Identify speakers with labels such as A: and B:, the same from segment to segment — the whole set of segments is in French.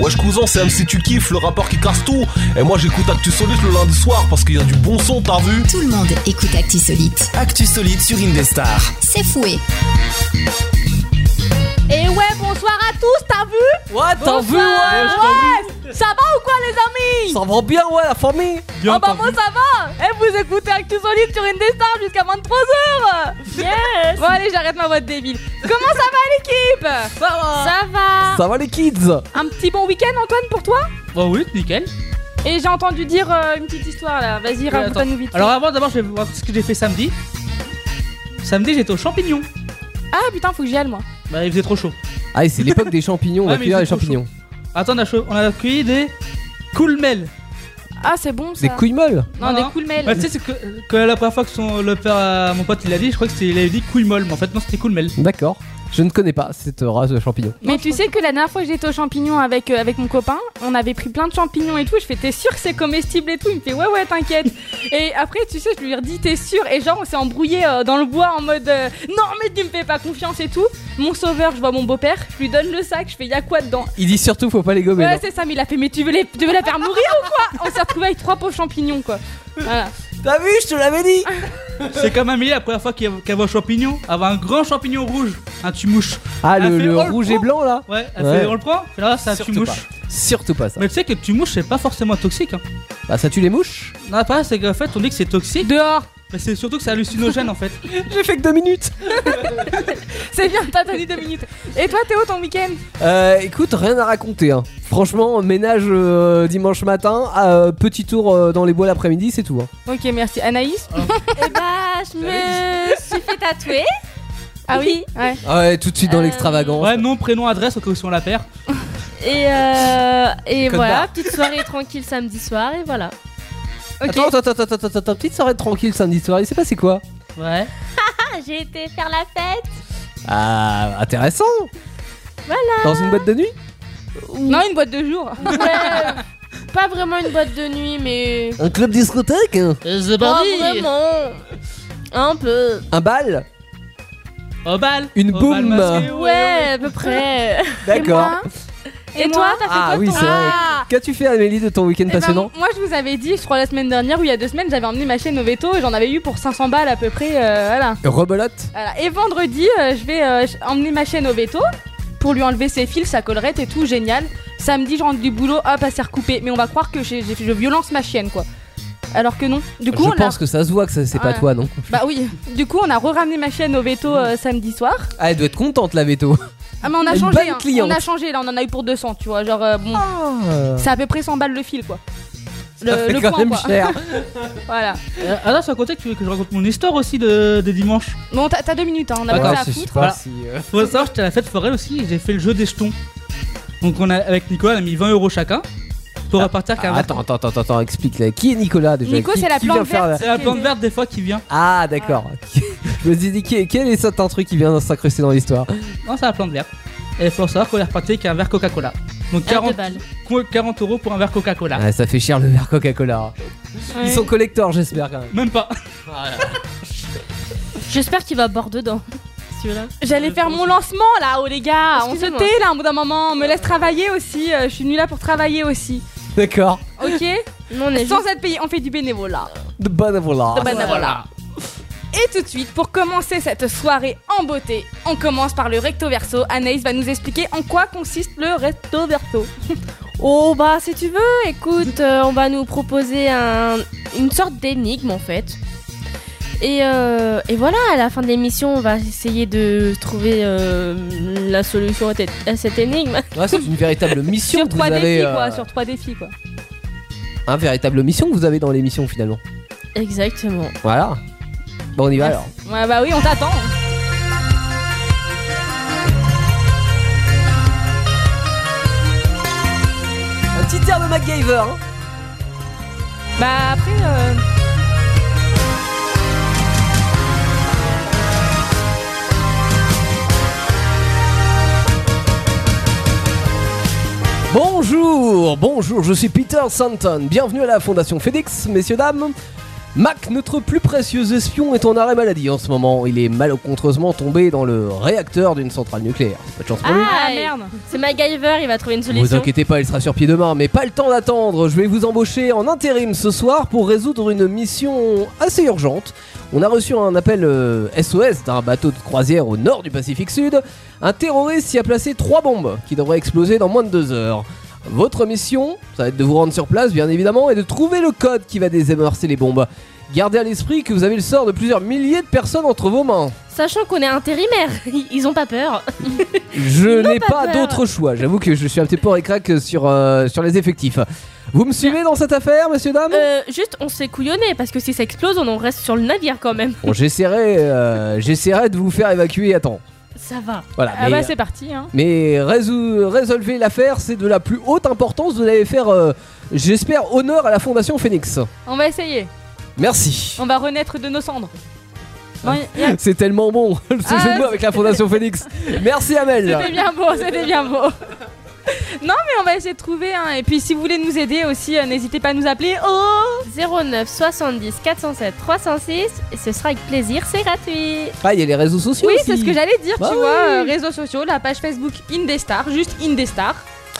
A: Wesh cousin, c'est MC Tu kiffes, le rappeur qui casse tout. Et moi j'écoute Actu Solide le lundi soir parce qu'il y a du bon son, t'as vu
B: Tout le monde écoute Actu Solite.
C: Actu Solide sur Indestar.
B: C'est fouet.
D: Et ouais, bonsoir à tous, t'as vu
C: Ouais, t'as vu, ouais,
D: ouais, ouais. Ça va ou quoi les amis
C: Ça va bien, ouais, la famille
D: Ah bah moi ça va Et vous écoutez Actu Solide sur Indestar jusqu'à 23h
E: Yes
D: Bon allez, j'arrête ma voix de débile. Comment ça va l'équipe Ça
E: Ah.
D: va Ça va
C: Ça va les kids
D: Un petit bon week-end Antoine pour toi
E: Bah oui, nickel.
D: Et j'ai entendu dire euh, une petite histoire là, vas-y
E: Euh, attends.
D: raconte-nous vite.
E: Alors avant, d'abord, je vais vous raconter ce que j'ai fait samedi. Samedi, j'étais aux champignons.
D: Ah putain, faut que j'y aille moi.
E: Bah, il faisait trop chaud.
C: Ah, et c'est l'époque des champignons, on
E: Ouais,
C: va
E: mais
C: cueillir
E: c'est
C: les
E: trop
C: champignons.
E: Attends, on a, chaud- on a accueilli des coulmels.
D: Ah c'est bon ça.
C: Des couilles molles
D: Non, des
E: Non.
D: coulmels.
E: Bah, tu sais, c'est que, que la première fois que son, le père à mon pote il l'a dit, je crois que c'est- il avait dit couille molle, mais en fait, non, c'était coulmel.
C: D'accord. Je ne connais pas cette race de champignons.
D: Mais tu sais que la dernière fois que j'étais aux champignons avec, euh, avec mon copain, on avait pris plein de champignons et tout. Je fais, t'es sûr que c'est comestible et tout Il me fait, ouais, ouais, t'inquiète. et après, tu sais, je lui ai redit, t'es sûr Et genre, on s'est embrouillé euh, dans le bois en mode, euh, non, mais tu me fais pas confiance et tout. Mon sauveur, je vois mon beau-père, je lui donne le sac, je fais, y'a quoi dedans
C: Il dit surtout faut pas les gommer.
D: Ouais,
C: non.
D: c'est ça, mais il a fait, mais tu veux, les, tu veux la faire mourir ou quoi On s'est retrouvé avec trois pauvres champignons, quoi. Voilà.
C: T'as vu, je te l'avais dit
E: C'est comme Amélie la première fois qu'il y avait- qu'elle voit un champignon, elle voit un grand champignon rouge, un tumouche.
C: Ah, le,
E: Elle fait,
C: le
E: oh, le
C: rouge et
E: prend.
C: blanc là
E: Ouais, elle
C: Ouais.
E: fait, on le prend Fait Là, c'est un
C: Surtout
E: tumouche.
C: Surtout pas ça.
E: Mais tu sais que le tumouche, c'est pas forcément toxique. Hein.
C: Bah, ça tue les mouches
E: Non, pas, c'est qu'en fait, on dit que c'est toxique,
D: Dehors
E: mais c'est surtout que c'est hallucinogène en fait.
C: J'ai fait que deux minutes
D: C'est bien, t'as attendu deux minutes. Et toi, Théo, ton week-end
C: Euh, écoute, rien à raconter. hein. Franchement, ménage euh, dimanche matin, euh, petit tour euh, dans les bois l'après-midi, c'est tout. hein.
D: Ok, merci. Anaïs
C: Ah.
F: Eh bah, je me suis fait tatouer.
D: Ah oui Ouais.
C: Ah ouais, tout de suite dans
F: Euh,
C: l'extravagance.
E: Ouais, nom, prénom, adresse, au cas où si on la perd.
F: Et, euh, et
C: Code
F: voilà,
C: barre.
F: petite soirée tranquille samedi soir, et voilà.
D: Ok.
C: Attends, attends, attends, attends, attends, attends, petite soirée tranquille samedi soir, il s'est passé quoi
E: Ouais.
F: Ah, j'ai été faire la fête.
C: Ah, intéressant Voilà Dans une boîte de nuit
D: Non, une boîte de jour.
F: Ouais, pas vraiment une boîte de nuit, mais.
C: Un club discothèque hein
F: Pas vraiment. Un peu.
C: Un bal
E: Au bal
C: Une
E: Au
C: boum.
E: bal masqué,
F: Ouais, à peu près.
C: D'accord.
D: Et,
F: Et
D: toi
F: moi
D: t'as fait
C: Ah
D: quoi,
C: oui,
D: ton-
C: c'est vrai.
D: Ah
C: Qu'as-tu fait Amélie de ton week-end
D: Eh ben,
C: passionnant
D: Moi, je vous avais dit, je crois, la semaine dernière ou il y a deux semaines, j'avais emmené ma chaîne au veto et j'en avais eu pour 500 balles à peu près. euh, voilà.
C: Rebelote
D: Voilà. Et vendredi, euh, je vais euh, j- emmener ma chaîne au veto pour lui enlever ses fils, sa collerette et tout. Génial. Samedi, je rentre du boulot, hop, elle s'est recoupée. Mais on va croire que j'ai- j'ai- je violence ma chienne, quoi. Alors que non. Du coup,
C: Je
D: on l'a-
C: pense que ça se voit que ça, c'est pas
D: Ouais.
C: toi, non
D: Bah oui. Du coup, on a re-ramené ma chaîne au veto euh, samedi soir.
C: Ah, elle doit être contente la veto
D: Ah, mais on a
C: Une
D: changé.
C: bonne
D: hein.
C: cliente.
D: On a changé, là, on en a eu pour 200, tu vois. Genre, euh, bon.
C: Ah.
D: C'est à peu près 100 balles le fil, quoi. Le,
C: Ça fait
D: le
C: quand
D: point,
C: même
D: quoi.
C: cher
D: Voilà.
E: Euh, Ah non, c'est à côté que tu veux que je raconte mon histoire aussi de, de dimanche.
D: Bon, t'as t'as deux minutes, hein, on a
C: Attends,
D: pas ça à
C: je sais
D: foutre.
C: pas
E: Voilà.
C: si, euh,
E: Faut savoir, j'étais à la fête foraine aussi, et j'ai fait le jeu des jetons. Donc on a, avec Nicolas, on a mis 20 euros chacun pour repartir
C: Ah,
E: qu'à
C: attends, attends, attends, attends, explique là. Qui est Nicolas déjà
D: Nico,
C: Qui-
D: c'est la
C: qui vient
D: plante
C: faire
D: verte.
E: C'est la plante verte des fois qui vient.
C: Ah, d'accord. Je me suis dit, qui- quel est cet intrus qui vient s'incruster dans l'histoire
E: Non, c'est la plante verte. Et il faut savoir qu'on est reparti avec un verre Coca-Cola. Donc
F: À deux
E: 40,
F: balles.
E: co- 40 euros pour un verre Coca-Cola.
C: Ah, Ça fait cher le verre Coca-Cola. Ils
D: Ouais.
C: sont collecteurs, j'espère quand même.
E: Même pas.
F: J'espère qu'il va boire dedans. Celui-là.
D: J'allais faire mon lancement là, oh les gars, on se
F: Excusez-moi.
D: tait là au bout d'un moment, on me laisse travailler aussi, euh, je suis venue là pour travailler aussi,
C: D'accord.
D: ok
F: Non, on est
D: Sans
F: juste-
D: être payé, on fait du bénévolat.
C: De bonne Ah, voilà.
D: De bonne voilà. Et tout de suite, pour commencer cette soirée en beauté, on commence par le recto verso. Anaïs va nous expliquer en quoi consiste le recto verso.
F: Oh bah si tu veux, écoute, euh, on va nous proposer un- une sorte d'énigme en fait. Et, euh, et voilà, à la fin de l'émission, on va essayer de trouver euh, la solution à, tête- à cette énigme.
C: Ouais, c'est une véritable mission
D: Sur
C: que vous
D: trois
C: avez.
D: défis
C: euh,
D: quoi, sur trois défis quoi.
C: Un véritable mission que vous avez dans l'émission finalement.
F: Exactement.
C: Voilà. Bon, on y va alors.
D: Ouais bah oui, on t'attend.
C: Un petit air de MacGyver. Hein.
D: Bah après, euh,
C: Bonjour, bonjour, je suis Peter Santon. Bienvenue à la Fondation FedEx, messieurs, dames. Mac, notre plus précieux espion, est en arrêt maladie en ce moment. Il est malencontreusement tombé dans le réacteur d'une centrale nucléaire. C'est Pas de chance pour lui.
D: Ah
F: Aïe.
D: merde
F: C'est MacGyver, il va trouver une
C: Vous
F: solution.
C: inquiétez pas, il sera sur pied demain, mais pas le temps d'attendre. Je vais vous embaucher en intérim ce soir pour résoudre une mission assez urgente. On a reçu un appel euh, SOS d'un bateau de croisière au nord du Pacifique Sud. Un terroriste y a placé trois bombes qui devraient exploser dans moins de deux heures. Votre mission, ça va être de vous rendre sur place, bien évidemment, et de trouver le code qui va désamorcer les bombes. Gardez à l'esprit que vous avez le sort de plusieurs milliers de personnes entre vos mains.
F: Sachant qu'on est intérimaire, ils ont pas peur.
C: Je n'ai
F: pas
C: pas,
F: peur.
C: d'autre choix. J'avoue que je suis un petit peu en récrac sur, euh, sur les effectifs. Vous me suivez dans cette affaire, messieurs, dames
F: Euh, juste, on s'est couillonné parce que si ça explose, on en reste sur le navire quand même.
C: Bon, j'essaierai, euh, j'essaierai de vous faire évacuer à temps.
F: Ça va.
C: Voilà.
D: Ah
C: mais
D: bah c'est parti hein
C: mais résou- résolver l'affaire, c'est de la plus haute importance. Vous allez faire, euh, j'espère, honneur à la Fondation Phoenix.
D: On va essayer,
C: Merci.
D: on va renaître de nos cendres. Non, y- y a-
C: C'est tellement bon, ce
D: Ah,
C: jeu de mots avec la Fondation Phoenix. Merci,
D: C'était
C: Amel.
D: bien beau, c'était bien beau. Non mais on va essayer de trouver hein. et puis si vous voulez nous aider aussi euh, n'hésitez pas à nous appeler oh
F: 09 70 407 306 et ce sera avec plaisir, c'est gratuit.
C: Ah, il y a les réseaux sociaux
D: Oui
C: aussi.
D: c'est ce que j'allais dire
C: Bah
D: tu
C: oui.
D: vois euh, réseaux sociaux la page Facebook Indestar juste Indestar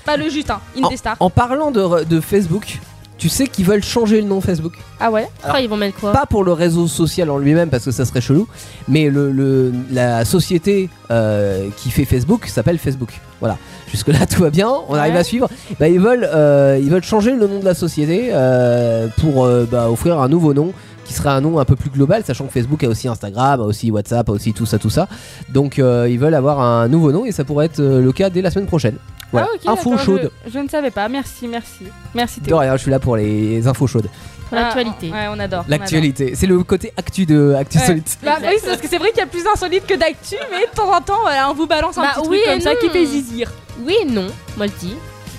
D: pas le jutin Indestar
C: En parlant de, re- de Facebook, tu sais qu'ils veulent changer le nom Facebook
D: Ah ouais
F: Après, ils vont mettre quoi
C: pas pour le réseau social en lui-même parce que ça serait chelou, mais le, le- la société euh, qui fait Facebook s'appelle Facebook. Voilà. Jusque là tout va bien, on arrive
D: Ouais.
C: à suivre. Bah, ils veulent euh, ils veulent changer le nom de la société euh, pour euh, bah, offrir un nouveau nom qui serait un nom un peu plus global, sachant que Facebook a aussi Instagram, a aussi WhatsApp, a aussi tout ça, tout ça. Donc euh, ils veulent avoir un nouveau nom et ça pourrait être euh, le cas dès la semaine prochaine. Voilà.
D: Ah, ok,
C: Info
D: d'accord,
C: chaude.
D: Je, je ne savais pas. Merci, merci. Merci
C: De
D: Théo.
C: rien, je suis là pour les infos chaudes.
F: Pour l'actualité.
D: Ah, ouais, on adore. on
C: L'actualité, c'est le côté actu de Actu
D: Ouais.
C: Solite.
D: adore. Bah, oui, parce que c'est vrai qu'il y a plus d'insolites que d'actu, mais de temps en temps, voilà, on vous balance un
F: Bah
D: petit
F: oui
D: truc
F: et
D: comme ça
F: non.
D: qui fait zizir.
F: Oui et non, moi le dis.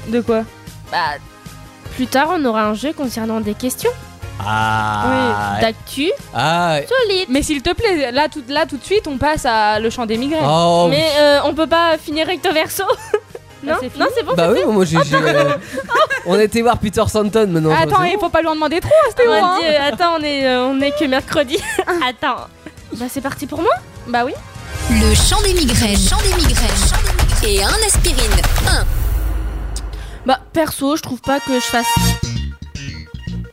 D: De quoi
F: Bah, plus tard, on aura un jeu concernant des questions
C: Ah,
F: d'actu
C: ah
F: solide.
D: Mais s'il te plaît, là tout, là tout de suite, on passe à le chant des migraines.
C: Oh, oui.
F: Mais euh, on peut pas finir recto verso Non,
D: c'est fini
F: non c'est bon.
C: bah oui, moi j'ai. j'ai, euh, on était voir Peter Santon maintenant. je
D: Attends,
C: sais.
D: il faut pas lui en demander trop, à ce
F: on
D: Théo.
F: va
D: hein.
F: dire, attends, on est, Ah, euh, on est que mercredi. attends. Bah c'est parti pour moi
D: Bah oui.
B: Le chant des migraines. Chant des migraines. Et un aspirine. Un.
F: Bah perso, je trouve pas que je fasse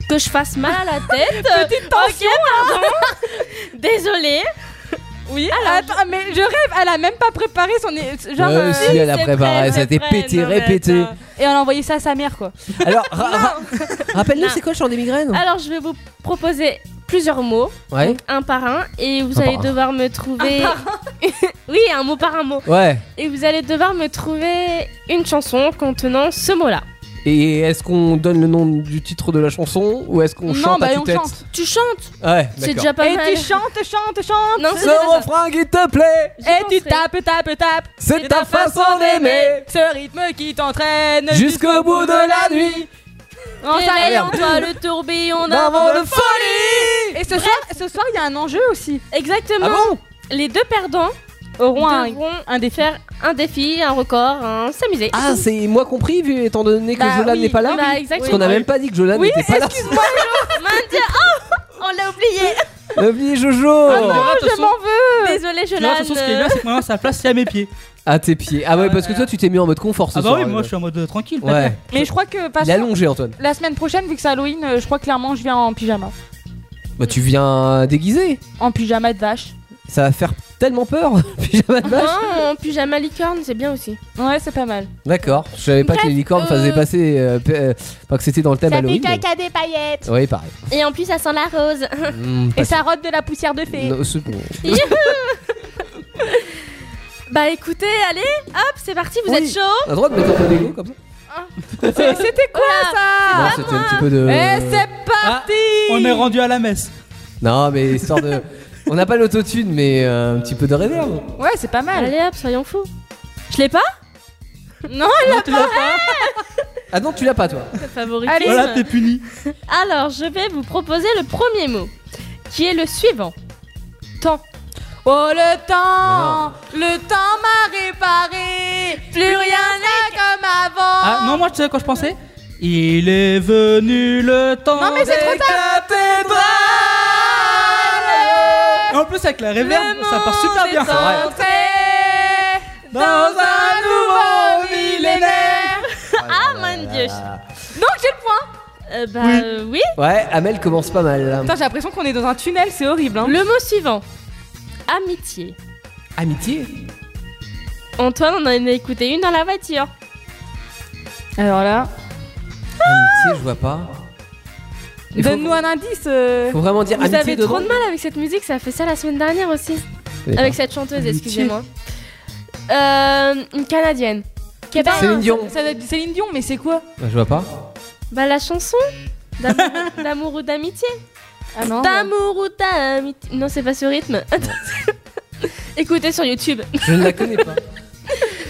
F: que je fasse mal à la tête. Petite tension, hein. pardon. Désolée.
D: Oui.
F: hein.
D: attends, mais je rêve, elle a même pas préparé son. Genre,
C: Ouais,
D: euh,
C: si elle a
F: c'est
C: préparé,
F: vrai,
C: ça a
F: c'est
C: été
F: vrai,
C: pété,
F: non, mais
C: répété.
F: attends.
D: Et elle a envoyé ça à sa mère, quoi.
C: Alors, ra- ra- rappelle-nous,
F: Non.
C: c'est quoi le chant des migraines
F: Alors je vais vous proposer plusieurs mots,
C: Ouais.
F: un par un, et vous
C: Un
F: allez
C: par un.
F: devoir me trouver. oui, un mot par un mot.
C: Ouais.
F: Et vous allez devoir me trouver une chanson contenant ce mot-là.
C: Et est-ce qu'on donne le nom du titre de la chanson ou est-ce qu'on
D: non,
C: chante
D: bah
C: à
D: on
C: tête
D: chante.
F: Tu chantes
C: Ouais,
F: C'est
C: d'accord.
F: déjà pas
D: et
F: mal.
D: tu chantes, chantes, chantes.
F: Non, c'est
C: Ce refrain qui te plaît,
F: J'y
D: Et tu
F: penserai.
D: tapes, tapes, tapes.
C: c'est ta façon d'aimer.
D: Ce rythme qui t'entraîne
C: Jusqu'au bout de la nuit,
D: Non, ça arrive.
C: merde.
F: Réveillons-toi, le tourbillon
C: d'un
F: d'avant.
C: vent de folie.
D: Et ce soir, ce soir, il y a un enjeu aussi.
F: Exactement.
C: Ah bon
F: Les deux perdants
D: Auront un.
F: devront faire un défi, un record, un s'amuser.
C: Ah, c'est moi compris, vu étant donné que
D: Bah
C: Jolan
D: oui,
C: n'est pas là.
F: bah,
C: Parce qu'on a
F: exactement.
C: même pas dit que Jolan
D: Oui,
C: n'était pas là.
F: Mon Dieu, oh on l'a oublié.
C: Oublie Jojo.
E: Ah
D: Oh, Je m'en veux.
F: Désolée,
E: Non, attention, ce qui est bien,
F: Jolan.
E: c'est que maintenant sa place c'est à mes pieds.
C: À tes pieds. Ah ouais, parce que toi, tu t'es mis en mode confort ce
E: Ah bah
C: soir.
E: oui,
C: hein.
E: moi je suis en mode euh, tranquille. pas
C: Ouais.
E: bien.
D: Mais je crois que parce
C: Il est allongé, Antoine.
D: la semaine prochaine, vu que c'est Halloween, euh, je crois clairement je viens en pyjama.
C: Bah, tu viens déguisé.
D: En pyjama de vache.
C: Ça va faire tellement peur, pyjama de vache.
F: Non, Ah, en pyjama licorne, c'est bien aussi.
D: Ouais, c'est pas
E: Uh-huh.
D: mal.
C: D'accord. Je savais pas que les licornes
F: euh,
C: faisaient passer. euh, p- euh, Enfin, que c'était dans le thème Halloween. mais-
D: des paillettes.
C: Oui, pareil.
F: Et en plus, ça sent la rose.
C: Hmm,
D: Et
C: pas-
D: ça rote de la poussière de fée.
C: Non, c'est bon.
F: bah écoutez, allez, hop, c'est parti, vous
C: Oui.
F: êtes chaud
C: On a le droit de mettre un peu d'égo comme ça
D: C'est- C'était quoi
C: Non,
E: Ah,
D: ça Eh,
C: c'était un petit peu de.
D: Et
E: Eh,
D: c'est parti
E: On est rendu à la messe.
C: Non, mais histoire de. On n'a pas l'autotune, mais euh, un petit peu de réserve.
D: Ouais, c'est pas mal.
F: Allez hop, soyons fous. Je l'ai pas
D: Non,
E: Non, tu l'as pas.
C: Ah non, tu l'as pas, toi.
F: Favori.
D: Allez.
E: Voilà, t'es puni.
F: Alors, je vais vous proposer le premier mot, qui est le suivant. Temps.
D: Oh le temps Le temps m'a réparé Plus rien n'est comme avant
E: Ah non, moi tu sais à quoi je pensais Il est venu le temps.
D: Non, mais c'est trop
E: des cathédrales. peu ça avec la réverb, ça part super bien.
D: dans un nouveau millénaire.
F: Ah mon dieu.
D: Donc j'ai le point.
F: Euh, bah euh, oui.
C: Ouais, Amel commence pas mal. là.
D: Putain, j'ai l'impression qu'on est dans un tunnel, c'est horrible. Hein.
F: Le mot suivant. Amitié.
C: Amitié
F: Antoine on en a écouté une dans la voiture.
D: Alors là,
C: Amitié, je vois pas. Il faut-
D: donne-nous un indice. euh.
C: Faut vraiment dire
F: Vous
C: amitié
F: avez trop
C: dedans
F: de mal avec cette musique, ça a fait ça la semaine dernière aussi. Avec cette chanteuse,
E: Amitié.
F: excusez-moi. Euh, une canadienne. Québec.
C: Céline Dion.
D: Ça doit être du Céline Dion, mais c'est quoi
C: Je vois pas.
F: Bah la chanson d'amour- d'amour ou d'amitié.
D: Ah non.
F: D'amour ou d'amitié. Non, c'est pas ce rythme. Écoutez sur YouTube.
C: Je ne la connais pas.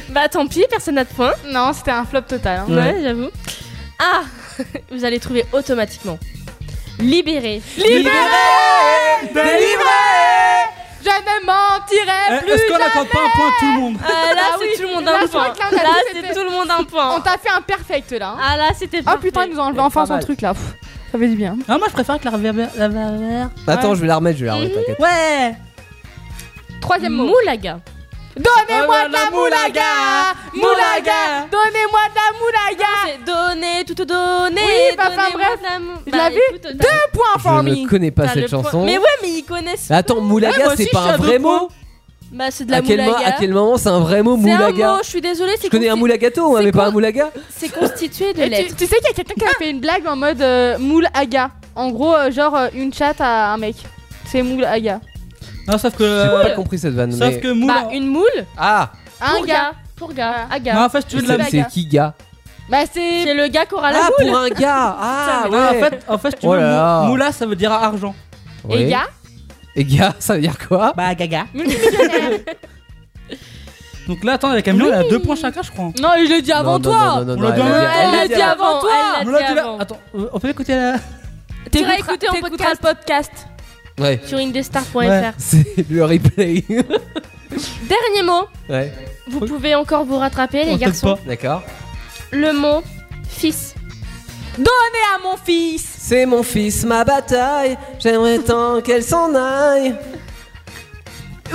F: Bah tant pis, personne n'a de point.
D: bah, Non, c'était un flop total. hein.
F: Ouais, j'avoue. Ah Vous allez trouver automatiquement. Libéré.
D: Je ne mentirai
E: Eh,
D: plus.
E: Est-ce qu'on accorde pas un point à tout le monde
F: Ah, là,
D: Ah
F: c'est
D: oui,
F: tout le monde
D: là,
F: un
D: je crois
F: point.
D: que là, on a
F: Là,
D: tous
F: c'est
D: été-
F: tout le monde un
D: On
F: point.
D: t'a fait un perfect là. hein.
F: Ah là, c'était
D: Oh
F: parfait.
D: putain, ils nous ont enlevé
C: C'est
D: enfin
C: pas
D: son
C: mal.
D: truc là. Pff, ça fait du bien.
E: Ah, moi je préfère que la réverb. La réverb-
C: Attends, je vais la remettre, je vais la remettre, t'inquiète.
E: Ouais
D: Troisième mot.
F: Moulaga.
D: Donnez-moi
E: Oh là
D: de
E: là,
D: la moulaga Moulaga
E: Moulaga.
D: Donnez-moi de la moulaga
F: C'est donner, tout donner.
D: Oui, bah, enfin,
F: donnez-moi
D: bref.
F: de l'amour.
D: Je
F: Bah,
D: l'avais.
F: écoute, t'as-
D: Un point for
C: Je ne
D: me
C: connais pas
F: t'as le
C: cette
F: point.
C: chanson.
F: Mais ouais, mais ils connaissent.
C: Attends,
E: Ah, moi aussi,
C: moulaga, c'est
E: je suis
C: pas
E: à
C: un
E: deux
C: vrai
E: points.
C: mot
F: Bah, c'est de la
C: à quel, mo-
F: moulaga.
C: à quel moment c'est un vrai mot,
F: C'est
C: moulaga
F: un mot, je suis désolée. c'est
C: Je connais un
F: consti-
C: moulaga gâteau, hein,
F: c'est Euh,
C: mais pas
F: con-
C: un moulaga
F: C'est constitué de
D: Et tu,
F: lettres.
D: tu sais qu'il y a quelqu'un qui a
F: Ah
D: fait une blague en mode euh, moule aga. En gros, euh, genre euh, une chatte à un mec. C'est moule aga.
E: Non, sauf que.
C: J'ai
E: euh,
C: pas compris cette vanne.
E: Sauf
C: mais-
E: que Moula.
F: Bah, une moule.
C: Ah
D: Un
F: pour
D: gars. Ah.
F: gars. Pour gars. Aga.
E: Non, en fait, tu veux de la.
D: moulaga.
C: C'est qui, gars
D: Bah c'est.
F: C'est le gars qui aura la
C: Ah,
F: moule.
C: pour un gars Ah,
E: Non, en
C: ouais
E: fait, en fait, tu
C: Oh
E: veux.
C: là là.
E: mou- Moula, ça veut dire argent.
C: Ouais.
D: Et gars
C: Et gars, ça veut dire quoi
E: Bah, gaga.
D: Multimillionnaire.
E: Donc là, attends, avec Amino, elle a deux points chacun, je crois.
F: Non, je l'ai dit avant
C: Non, non,
F: toi.
C: non, non,
E: On
C: non,
E: l'a
C: elle
E: donné.
C: l'a dit-
F: Elle l'a
C: elle l'a
F: dit avant toi.
E: Moula, tu
F: Elle l'a dit
E: l'as.
F: avant.
E: Attends, euh, on peut écouter la.
F: T'écouteras, écouter, on écoutera le podcast
C: dit- Ouais,
F: sur indestar.fr.
E: Ouais.
C: c'est le replay.
F: Dernier mot.
C: ouais,
F: Vous pouvez encore vous rattraper, les
E: On tape
F: garçons.
E: pas.
C: d'accord.
F: Le mot fils.
D: Donnez à mon fils
C: C'est mon fils, ma bataille. J'aimerais tant qu'elle s'en aille.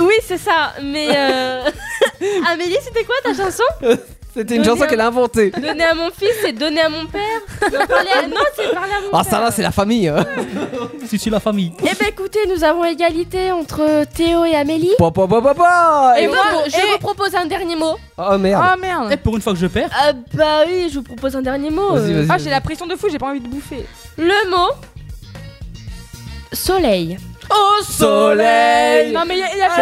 F: Oui, c'est ça. Mais euh, Amélie, c'était quoi ta chanson
C: C'était une
F: Donnez
C: chanson
F: un-
C: qu'elle a inventée.
F: Donner à mon fils, c'est donner à mon père. Non, parler à- non, c'est parler à mon
C: Ah,
F: père.
C: ça là, c'est la famille. hein.
E: Si, si, la famille.
F: Eh ben écoutez, nous avons égalité entre Théo et Amélie.
C: Pa, pa, pa, pa, pa.
F: Et, Ah,
C: Et-
F: moi,
D: moi,
F: je
D: et-
F: vous propose un dernier mot.
C: Oh merde.
D: Oh merde
E: Et pour une fois que je perds.
F: Ah bah oui, je vous propose un dernier mot.
C: Vas-y,
F: euh.
C: vas-y.
D: Ah j'ai la pression de fou, j'ai pas envie de bouffer.
F: Le mot soleil.
D: Oh
C: soleil.
D: Non mais y'a y
F: Ah,
D: a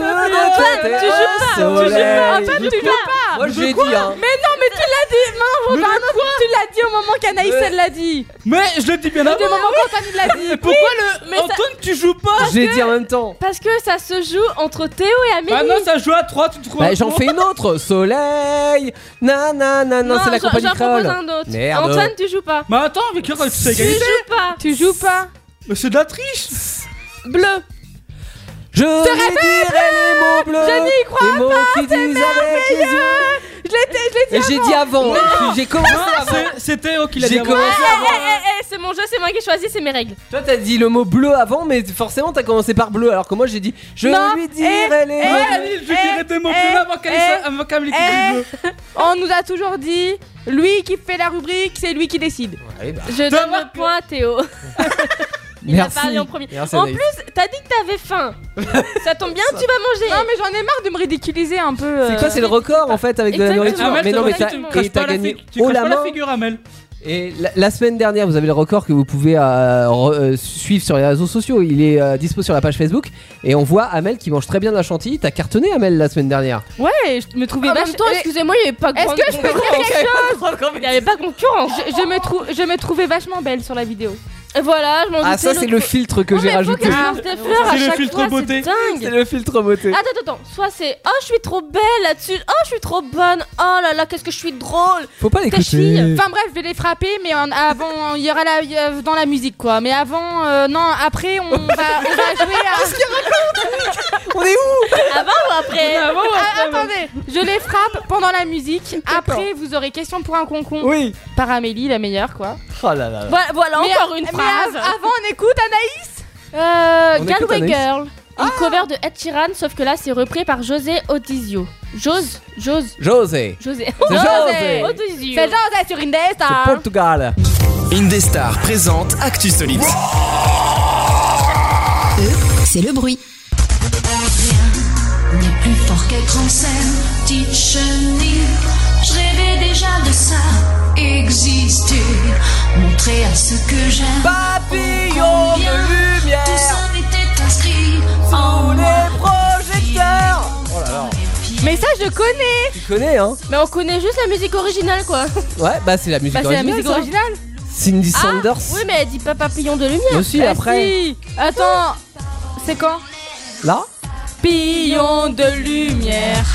D: pas...
C: de
D: tu
C: fêter
D: joues pas, tu
C: un
D: joues pas,
C: soleil.
D: toi, tu joues pas.
C: Moi, j'ai dit, hein.
D: Mais non, mais tu l'as dit Non, j'en veux un autre Tu l'as dit au moment qu'Anaïs,
C: Mais-
D: elle l'a dit
E: Mais je le dis bien
D: Au
F: Ah,
E: avant.
D: moment qu'Antoine l'a dit
E: Mais pourquoi le.
F: mais ça-
E: Antoine, tu joues pas
C: J'ai dit en même temps.
F: Parce que ça se joue entre Théo et Amélie.
E: Ah non, ça joue à 3, tu trouves.
C: Bah,
E: un
C: j'en
E: point.
C: fais une autre. Soleil. Nan, nan, nan, nan, c'est la
F: j'en-
C: compagnie
F: j'en propose
C: créole.
F: un autre.
C: Merde.
F: Antoine, tu joues pas.
E: Mais Bah, attends, mais quand tu sais
F: Tu
E: égalité
F: joues pas.
D: Tu joues pas
E: Mais c'est de la triche
F: Bleu.
C: Je redirai les mots bleus.
D: Je n'y crois
C: Les mots qui disent avec les yeux.
D: Je l'ai je l'ai dit
C: Et j'ai dit avant. J'ai- J'ai commencé
E: Non,
C: avant.
E: c'est- c'est Théo qui l'a dit
C: J'ai
E: avant.
C: commencé
F: Eh,
C: avant.
F: Ah eh, eh, c'est mon jeu, c'est moi qui choisis, c'est mes règles.
C: Toi, t'as dit le mot bleu avant, mais forcément, t'as commencé par bleu. Alors que moi, j'ai dit je
D: Non,
C: lui dirai les
F: eh,
E: Ouais,
C: mots.
E: allez, je dirais des mots bleus avant qu'elle
D: eh,
E: avant qu'elle écoute
D: eh.
E: le jeu.
D: On nous a toujours dit, lui qui fait la rubrique, c'est lui qui décide.
F: Je
E: T'as
F: donne le
E: marqué.
F: point à Théo. Il
C: Merci.
F: a parlé en premier.
C: Merci,
F: en
C: Anaïs.
F: plus, t'as dit que t'avais faim. ça tombe bien, tu vas manger.
D: Non, mais j'en ai marre de me ridiculiser un peu.
C: C'est
D: euh.
C: quoi, c'est le record en fait avec de la
F: Exactement.
E: Ah,
C: nourriture
F: Amel,
C: Mais non, mais t'as
F: c'est vrai que tu me
E: Crache
C: et t'as
E: pas la
C: gagné Oh
E: fi- Tu
C: haut
E: craches
C: la
E: pas la
C: main.
E: figure, Amel.
C: Et la, la semaine dernière, vous avez le record que vous pouvez euh, re- euh, suivre sur les réseaux sociaux. Il est euh, dispo sur la page Facebook et on voit Amel qui mange très bien de la chantilly. T'as cartonné Amel la semaine dernière.
D: Ouais, je me trouvais
F: Ah, en
D: vache-
F: même temps,
D: eh,
F: excusez-moi, il n'y avait pas
D: Est-ce
F: grande
D: que je peux dire
F: concurrence.
D: quelque chose
F: Il n'y avait pas concurrence.
D: je, je me trou- je me trouvais vachement belle sur la vidéo.
F: Et voilà, je m'en
C: Ah ça c'est le filtre
F: Oh,
C: que j'ai rajouté.
D: Ah,
F: des fleurs à
E: C'est le
F: chaque
E: filtre
F: fois,
E: beauté.
F: C'est
C: C'est
F: dingue.
C: le filtre beauté.
F: Attends, attends, attends. Soit c'est Oh, je suis trop belle là-dessus. Oh, je suis trop bonne. Oh là là, qu'est-ce que je suis drôle.
C: Faut pas
F: cheville.
C: l'écouter.
D: Enfin bref, je vais les frapper, mais en- avant, il y aura la, euh, dans la musique quoi. Mais avant, euh, non, après, on va, on va jouer à.
C: On est où
F: Avant ou après
D: Ah, attendez, je les frappe pendant la musique. Après, vous aurez question pour un concon
C: Oui.
D: par Amélie, la meilleure quoi.
C: Oh là là.
F: Voilà, voilà
D: Mais-
F: encore une
D: mais
F: phrase.
D: av- avant, on écoute Anaïs. Ah.
F: Euh,
C: On écoute
F: Galway
C: Anaïs.
F: Girl. Une cover de Ed Sheeran, sauf que là, c'est repris par José Odizio. Jose, Jose,
C: José,
F: José. Oh,
C: C'est José.
F: Odizio.
D: C'est genre ça sur une DS,
F: Ah.
C: c'est
D: hein.
C: Portugal.
G: Indestar présente Actu Solide.
B: E, c'est le bruit.
H: Rien n'est plus fort qu'être en scène, petite chenille. Je rêvais déjà de ça, exister, montrer à ceux que j'aime.
C: Papillon de
H: Tout ça
C: lumière
H: était inscrit en
C: sous
H: moi.
C: les projecteurs.
D: Mais ça, je connais.
C: Tu connais, hein
F: Mais on connaît juste la musique originale, quoi.
C: Ouais, bah c'est la musique
F: Bah, c'est la
C: originale.
F: musique
C: ça.
F: originale.
C: Cindy
F: Ah,
C: Sanders.
F: Oui, mais elle dit pas papillon de lumière.
C: Aussi,
D: Bah,
C: après.
D: si. Attends, c'est quand
C: Là
D: Pillon de lumière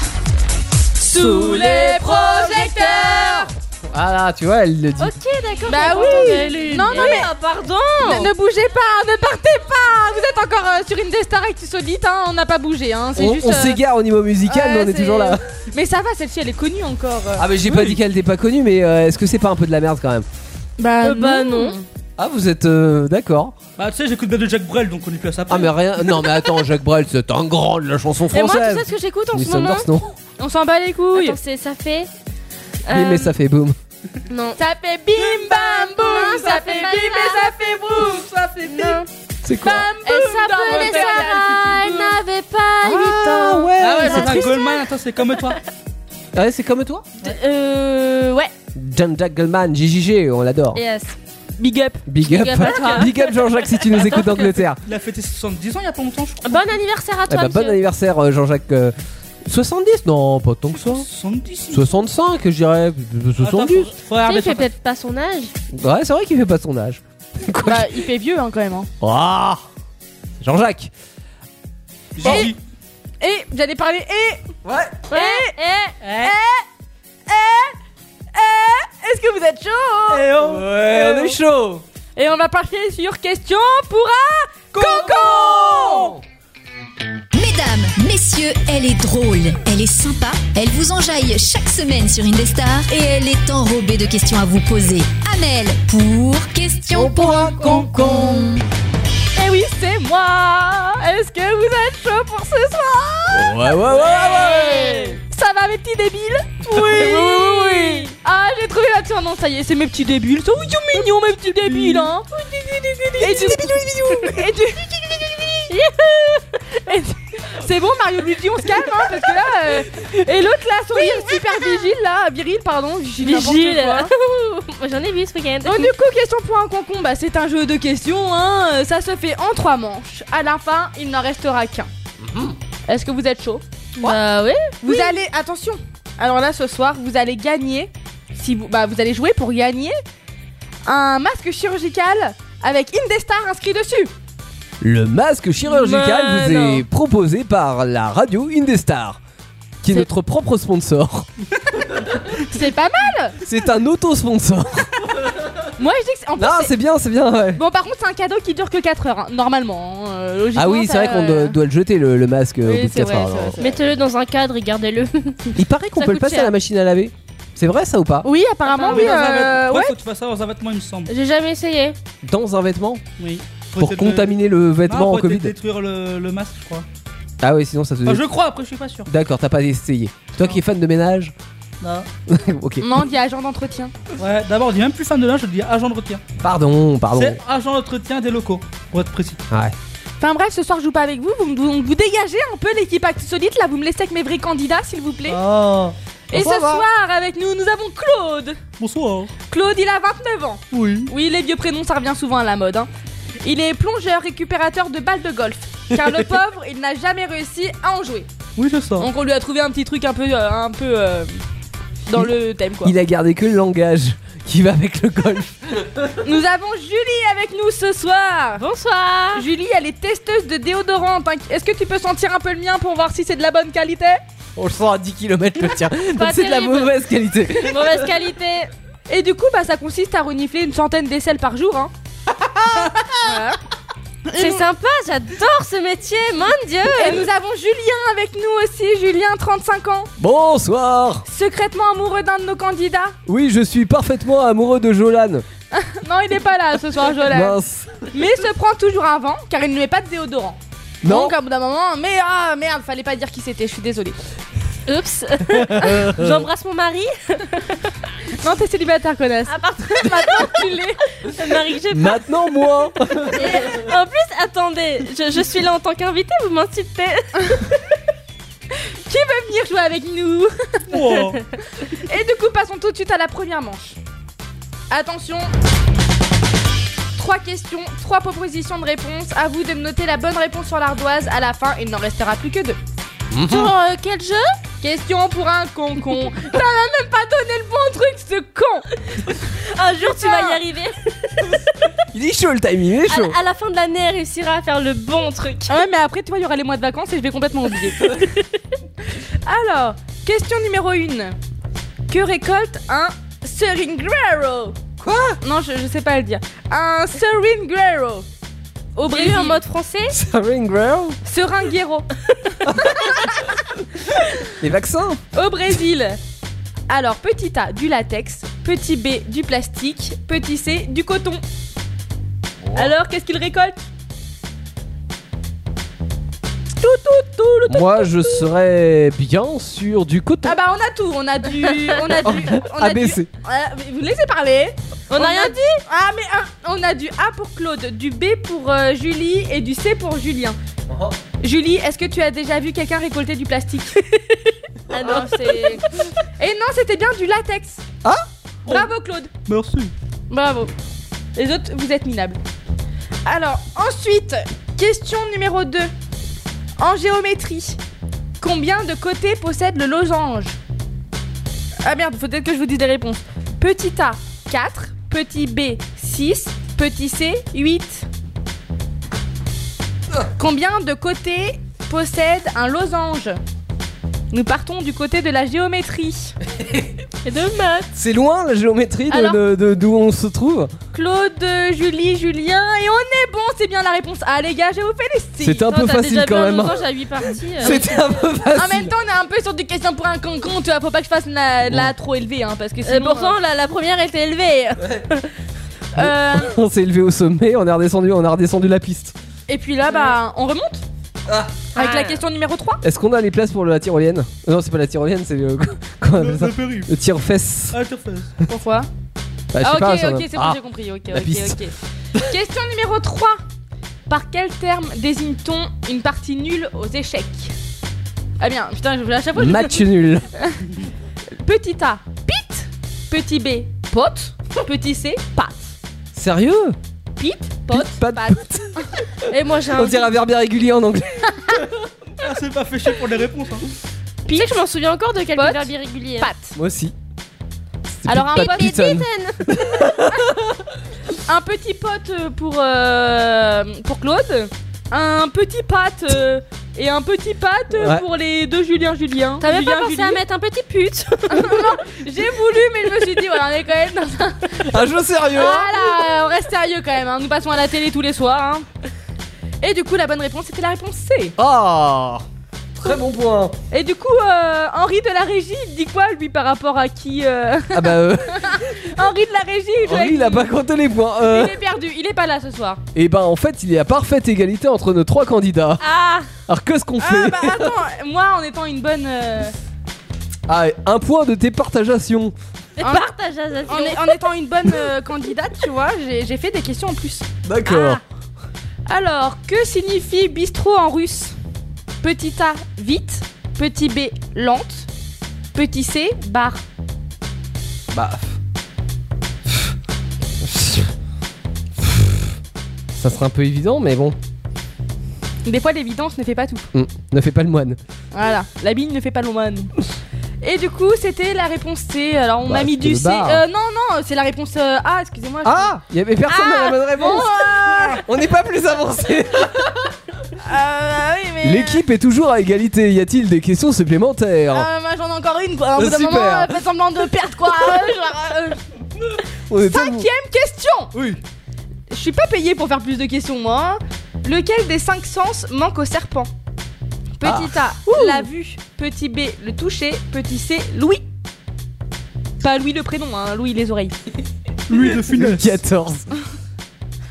D: sous les projecteurs.
C: Ah là, tu vois, elle le dit.
F: Ok, d'accord.
D: Bah
F: j'ai
D: oui.
F: entendu la lune.
D: Non, non,
F: Eh
D: mais-
F: oui, ah, pardon.
D: Ne, ne bougez pas, ne partez pas. Vous êtes encore euh, sur une Star Actu Solite, hein. On n'a pas bougé, hein. C'est
C: On,
D: juste.
C: on
D: euh,
C: s'égare au niveau musical,
D: ouais,
C: mais on est
D: c'est-
C: toujours là.
D: Mais ça va, celle-ci, elle est connue encore. euh.
C: Ah, mais j'ai pas dit qu'elle n'était pas connue, mais euh, est-ce que c'est pas un peu de la merde quand même
D: Bah,
F: Euh, bah non.
C: Ah, vous êtes euh, d'accord
E: Bah, tu sais, j'écoute bien de Jack Brel, donc on est plus à ça.
C: Ah, mais rien. Non, mais attends, Jacques Brel, c'est un grand de la chanson
F: Et moi,
C: française.
F: tu sais ce que j'écoute en
C: Cindy
F: ce moment
C: Sanders, non
D: On s'en bat les couilles.
F: Attends, c'est- ça fait.
C: Oui, mais
F: euh,
C: ça fait boum.
F: Non.
D: Ça fait bim bam boum,
F: Non, ça fait bim et
D: ça fait boum, ça
C: Ah,
D: fait
F: Non.
C: C'est quoi
F: Elle
D: dans mon
F: s'appelait
D: père,
F: Sarah, elle n'avait pas huit
C: Ah
F: ans.
C: ouais,
E: Ah ouais,
C: c'est
E: Jean-Jacques
C: triste.
E: Goldman, attends, c'est comme toi.
C: Ah ouais, c'est comme toi
F: Euh. Ouais.
C: Jean-Jacques Goldman, JJG, on l'adore.
F: Yes.
D: Big up.
C: Big up.
F: Big up à toi.
C: Big up Jean-Jacques si tu nous écoutes d'Angleterre.
E: Il a fêté ses 70 ans il y a pas longtemps, je crois.
F: Bon anniversaire à
C: Eh
F: toi,
C: bah, bon
F: monsieur.
C: anniversaire euh, Jean-Jacques. euh, 70 Non, pas tant que ça.
E: 70
C: 65, je dirais.
E: Attends,
C: 70
E: faut- faut regarder
F: Tu sais, il
E: sur-
F: fait peut-être pas son âge.
C: Ouais, c'est vrai qu'il fait pas son âge. Quoi
D: Bah, il fait vieux hein, quand même. hein.
C: Ah Jean-Jacques
E: Gigi.
D: Et j'allais parler et
C: Ouais
F: Ouais. Eh.
D: est-ce que vous êtes chaud
E: Eh oh.
C: Ouais, on est chaud
D: Et on va partir sur question pour un concours.
E: Ah
B: Mesdames, messieurs, elle est drôle, elle est sympa, elle vous enjaille chaque semaine sur Indestar et elle est enrobée de questions à vous poser. Amel pour questions pour un concon.
D: Et oui, c'est moi. Est-ce que vous êtes chaud pour ce soir
C: Ouais, ouais, ouais, ouais
D: Ça va mes petits débiles Oui. oui. Ah, j'ai trouvé la dessus Non, ça y est, c'est mes petits débiles. Ils sont mignons mes petits débiles hein. Et du- Et du- Youhou Et du- C'est bon Mario Luigi on se calme hein, parce que là euh, et l'autre là sourire super vigile là viril pardon vigile n'importe
F: Vigile.
D: quoi.
F: Moi, J'en ai vu ce week-end.
D: Donc du coup question pour un concombre bah, c'est un jeu de questions hein euh, ça se fait en trois manches à la fin il n'en restera qu'un Mm-hmm. est-ce que vous êtes chaud
C: Oh.
F: Bah ouais.
D: vous allez attention alors là ce soir vous allez gagner si vous bah vous allez jouer pour gagner un masque chirurgical avec Indestar inscrit dessus
C: Le masque chirurgical
D: Mais
C: vous est
D: non.
C: proposé par la radio Indestar, qui est,
D: C'est-
C: notre propre sponsor.
D: c'est pas mal
C: C'est un auto-sponsor.
D: moi je dis que c'est- en plus,
C: Non,
D: c'est-
C: c'est bien, c'est bien, ouais.
D: Bon, par contre, c'est un cadeau qui dure que 4 heures, hein. normalement. hein, euh, logiquement,
C: Ah oui, c'est
D: ça-
C: vrai qu'on doit, doit le jeter, le, le masque, euh,
D: Oui,
C: au bout de
D: c'est
C: 4
D: vrai,
C: heures.
D: c'est
C: alors.
D: vrai, c'est vrai.
F: Mettez-le dans un cadre et gardez-le.
C: Il paraît qu'on
F: Ça
C: peut le
F: coûte
C: passer
F: cher.
C: à la machine à laver. C'est vrai ça ou pas
D: Oui, apparemment,
C: Ah
F: Attends,
D: oui.
E: Dans un
D: euh,
E: vêtement.
D: ouais.
E: Faut que tu fasses ça dans un vêtement, il me semble.
F: J'ai jamais essayé.
C: Dans un vêtement
E: Oui.
C: Pour contaminer le vêtement en
E: Covid.
C: Covid
E: détruire le, le masque, je crois.
C: Ah oui, sinon ça se...
E: Enfin, je crois, après, je suis pas sûr.
C: D'accord, t'as pas essayé. Toi qui es fan de ménage
E: Non.
C: Ok.
D: Non, il y a agent d'entretien.
E: Ouais, d'abord, on dit même plus fan de linge, je dis agent de retien.
C: Pardon, pardon. Ah
E: C'est agent d'entretien des locaux, pour être précis.
C: Ouais.
D: Enfin bref, ce soir, je joue pas avec vous. Vous, me- vous, vous dégagez un peu l'équipe Actu Solide. Là, vous me laissez avec mes vrais candidats, s'il vous plaît.
E: Ah,
D: Et ce
E: Bonsoir.
D: soir, avec nous, nous avons Claude.
E: bonsoir.
D: Claude, il a 29 ans.
E: Oui.
D: Oui, les vieux prénoms, ça revient souvent à la mode. hein. Il est plongeur récupérateur de balles de golf. Car le pauvre, il n'a jamais réussi à en jouer.
E: Oui, je sors.
D: Donc, on lui a trouvé un petit truc un peu. euh, un peu euh, dans le thème, quoi.
C: Il a gardé que le langage qui va avec le golf.
D: Nous avons Julie avec nous ce soir.
F: Bonsoir.
D: Julie, elle est testeuse de déodorant. T'inqui- Est-ce que tu peux sentir un peu le mien pour voir si c'est de la bonne qualité
C: On le sent à 10 km le tien. Donc
F: Pas
C: c'est de la
F: terrible.
C: mauvaise qualité.
F: Mauvaise qualité.
D: Et du coup, bah, ça consiste à renifler une centaine d'aisselles par jour. Hein. Voilà.
F: C'est sympa, j'adore ce métier, mon dieu.
D: Et nous avons Julien avec nous aussi. Julien, 35 ans,
C: Bonsoir
D: secrètement amoureux d'un de nos candidats.
C: Oui, je suis parfaitement amoureux de Jolan.
D: Non, il n'est pas là ce soir, Jolène.
C: Mince.
D: Mais il se prend toujours avant car il ne met pas de déodorant.
C: Non.
D: Donc, à bout d'un moment, mais ah merde, fallait pas dire qui c'était, je suis désolée. Euh.
F: Oups. J'embrasse mon mari.
D: Non, t'es célibataire, connasse.
F: À partir de maintenant que tu l'es. Le mari que j'ai pas.
C: Maintenant, moi
F: Et En plus, attendez, je, je suis là en tant qu'invité, vous m'insultez.
D: Venir jouer avec nous.
E: Oh.
D: Et du coup, passons tout de suite à la première manche. Attention. Trois questions, trois propositions de réponse. À vous de me noter la bonne réponse sur l'ardoise. À la fin, il n'en restera plus que deux.
F: Sur euh, quel jeu
D: Question pour un con-con. T'as même pas donné le bon truc, ce con.
F: Un jour, tu vas y arriver.
C: Il est chaud le timing, il est
F: À,
C: chaud
F: la- à la fin de l'année, elle réussira à faire le bon truc.
D: Ah ouais, mais après, tu vois, il y aura les mois de vacances et je vais complètement oublier. Alors, question numéro 1. Que récolte un seringuero
C: Quoi
D: Non, je, je sais pas le dire. Un seringuero. Au
F: J'ai lu
D: Brésil.
F: en mode français.
C: Ça ring, bro.
D: Seringuero.
C: Les vaccins
D: Au Brésil. Alors, petit A, du latex. Petit B, du plastique. Petit C, du coton. Alors, qu'est-ce qu'il récolte
C: Moi, je serais bien sur du coton.
D: Ah bah, on a tout. On a du... On a du... On a du
C: ABC.
D: Euh, vous me laissez parler
F: On n'a rien
D: dit Ah mais hein, on a du A pour Claude, du B pour euh, Julie et du C pour Julien. Julie, est-ce que tu as déjà vu quelqu'un récolter du plastique
F: Ah non, c'est.
D: Et non, c'était bien du latex.
C: Ah
D: Bravo Claude,
E: Merci.
D: bravo. Les autres, vous êtes minables. Alors, ensuite, question numéro 2. En géométrie, combien de côtés possède le losange Ah merde, faut peut-être que je vous dise des réponses. Petit A, 4. Petit B, 6. Petit C, 8. Combien de côtés possède un losange Nous partons du côté de la géométrie.
F: Et de maths.
C: C'est loin la géométrie de-
D: Alors Euh,
C: de- de- d'où on se trouve.
D: Claude, Julie, Julien, et on est bon, c'est bien la réponse. Ah les gars, je vous félicite.
C: C'était un peu facile quand même. hein.
F: J'ai à 8 parties. euh.
C: C'était un peu
D: En même
C: facile.
D: temps, on est un peu sur des questions pour un con-con, tu vois, faut pas que je fasse la, la trop élevée, hein, parce que
F: Euh,
D: sinon...
F: pourtant, la, la première était élevée.
D: euh, euh,
C: On s'est élevé au sommet, on est redescendu, on a redescendu la piste.
D: et puis là, bah, on remonte Avec
F: Ah.
D: la question numéro 3
C: Est-ce qu'on a les places pour la tyrolienne Non, c'est pas la tyrolienne, c'est le. Comment on appelle ça
E: Le périph.
C: Le tire-fesse.
E: Ah, surface.
D: Pourquoi
C: Bah, je sais
D: Ah ok,
C: pas, ça-
D: ok, c'est bon,
C: Ah,
D: j'ai compris, ok,
C: la
D: ok,
C: piste.
D: ok. question numéro 3 Par quel terme désigne-t-on une partie nulle aux échecs Ah bien, putain, je- à chaque fois, je-
C: Match nul.
D: Petit A, pit. Petit B, pote. Petit C, pâte.
C: Sérieux
D: Pit, pote,
C: Pit,
D: pâte.
C: pat,
F: Et moi, j'ai un.
C: On dirait un verbe irrégulier en anglais.
E: Ah, c'est pas fait chier pour les réponses. Hein.
F: Tu sais que je m'en souviens encore de quelques
D: Pote.
F: verbes irréguliers.
D: Pâte.
C: Moi aussi. C'était
D: Alors,
C: Pit,
D: un
C: pat,
D: pote-
C: Piton.
D: Un petit pote euh, pour, euh, pour Claude. Un petit pâte euh, et un petit pâte euh,
C: Ouais.
D: pour les deux Julien Julien.
F: T'as même pas
D: Julien,
F: pensé à
D: Julie.
F: mettre un petit pute.
D: J'ai voulu mais je me suis dit voilà on est quand même dans un...
C: Un jeu sérieux.
D: Ah. Voilà, on reste sérieux quand même. hein. Nous passons à la télé tous les soirs. hein. Et du coup la bonne réponse c'était la réponse C.
C: Ah Très bon point.
D: Et du coup euh, Henri de la régie il dit quoi lui par rapport à qui euh,
C: Ah bah, euh,
D: Henri de la régie il joue avec
C: Henri, il a
D: qui
C: pas compté les points. Euh,
D: Il est perdu, il est pas là ce soir.
C: et ben, en fait, il est à parfaite égalité entre nos trois candidats.
D: Ah,
C: Alors, qu'est-ce qu'on
D: ah
C: fait
D: bah attends, moi en étant une bonne. euh,
C: Ah, un point de départageation.
D: En-
F: Partage
D: en, est- en étant une bonne euh, candidate, tu vois, j'ai j'ai fait des questions en plus.
C: D'accord.
D: Alors, que signifie bistrot en russe Petit A, vite. Petit B, lente. Petit C, bar. Ah.
C: Bah. Ça serait un peu évident, mais bon,
D: Des fois, l'évidence ne fait pas tout.
C: Hmm, ne fais pas le moine.
D: Voilà, la bille ne fait pas l'oman. Et du coup, c'était la réponse C. Alors, on
C: Bah,
D: m'a mis
C: c'était
D: du
C: le
D: C.
C: bar.
D: Euh, non, non, c'est la réponse euh, A, excusez-moi. je-
C: Ah Il y avait personne à la bonne réponse On n'est pas plus avancé
D: Ah, bah oui, mais.
C: L'équipe est toujours à égalité. Y a-t-il des questions supplémentaires
D: Ah, moi j'en ai encore une quoi. Au bout d'un
C: Super.
D: moment, euh, faites semblant de perdre quoi. Euh, genre, euh,
C: On est tellement-
D: Cinquième question
C: Oui.
D: Je suis pas payée pour faire plus de questions, moi. Lequel des cinq sens manque au serpent Petit
C: Ah.
D: A, la vue. Petit B, le toucher. Petit C, Louis. Pas Louis le prénom, hein, Louis les oreilles.
E: Lui de
C: Le
E: funeste.
C: 14.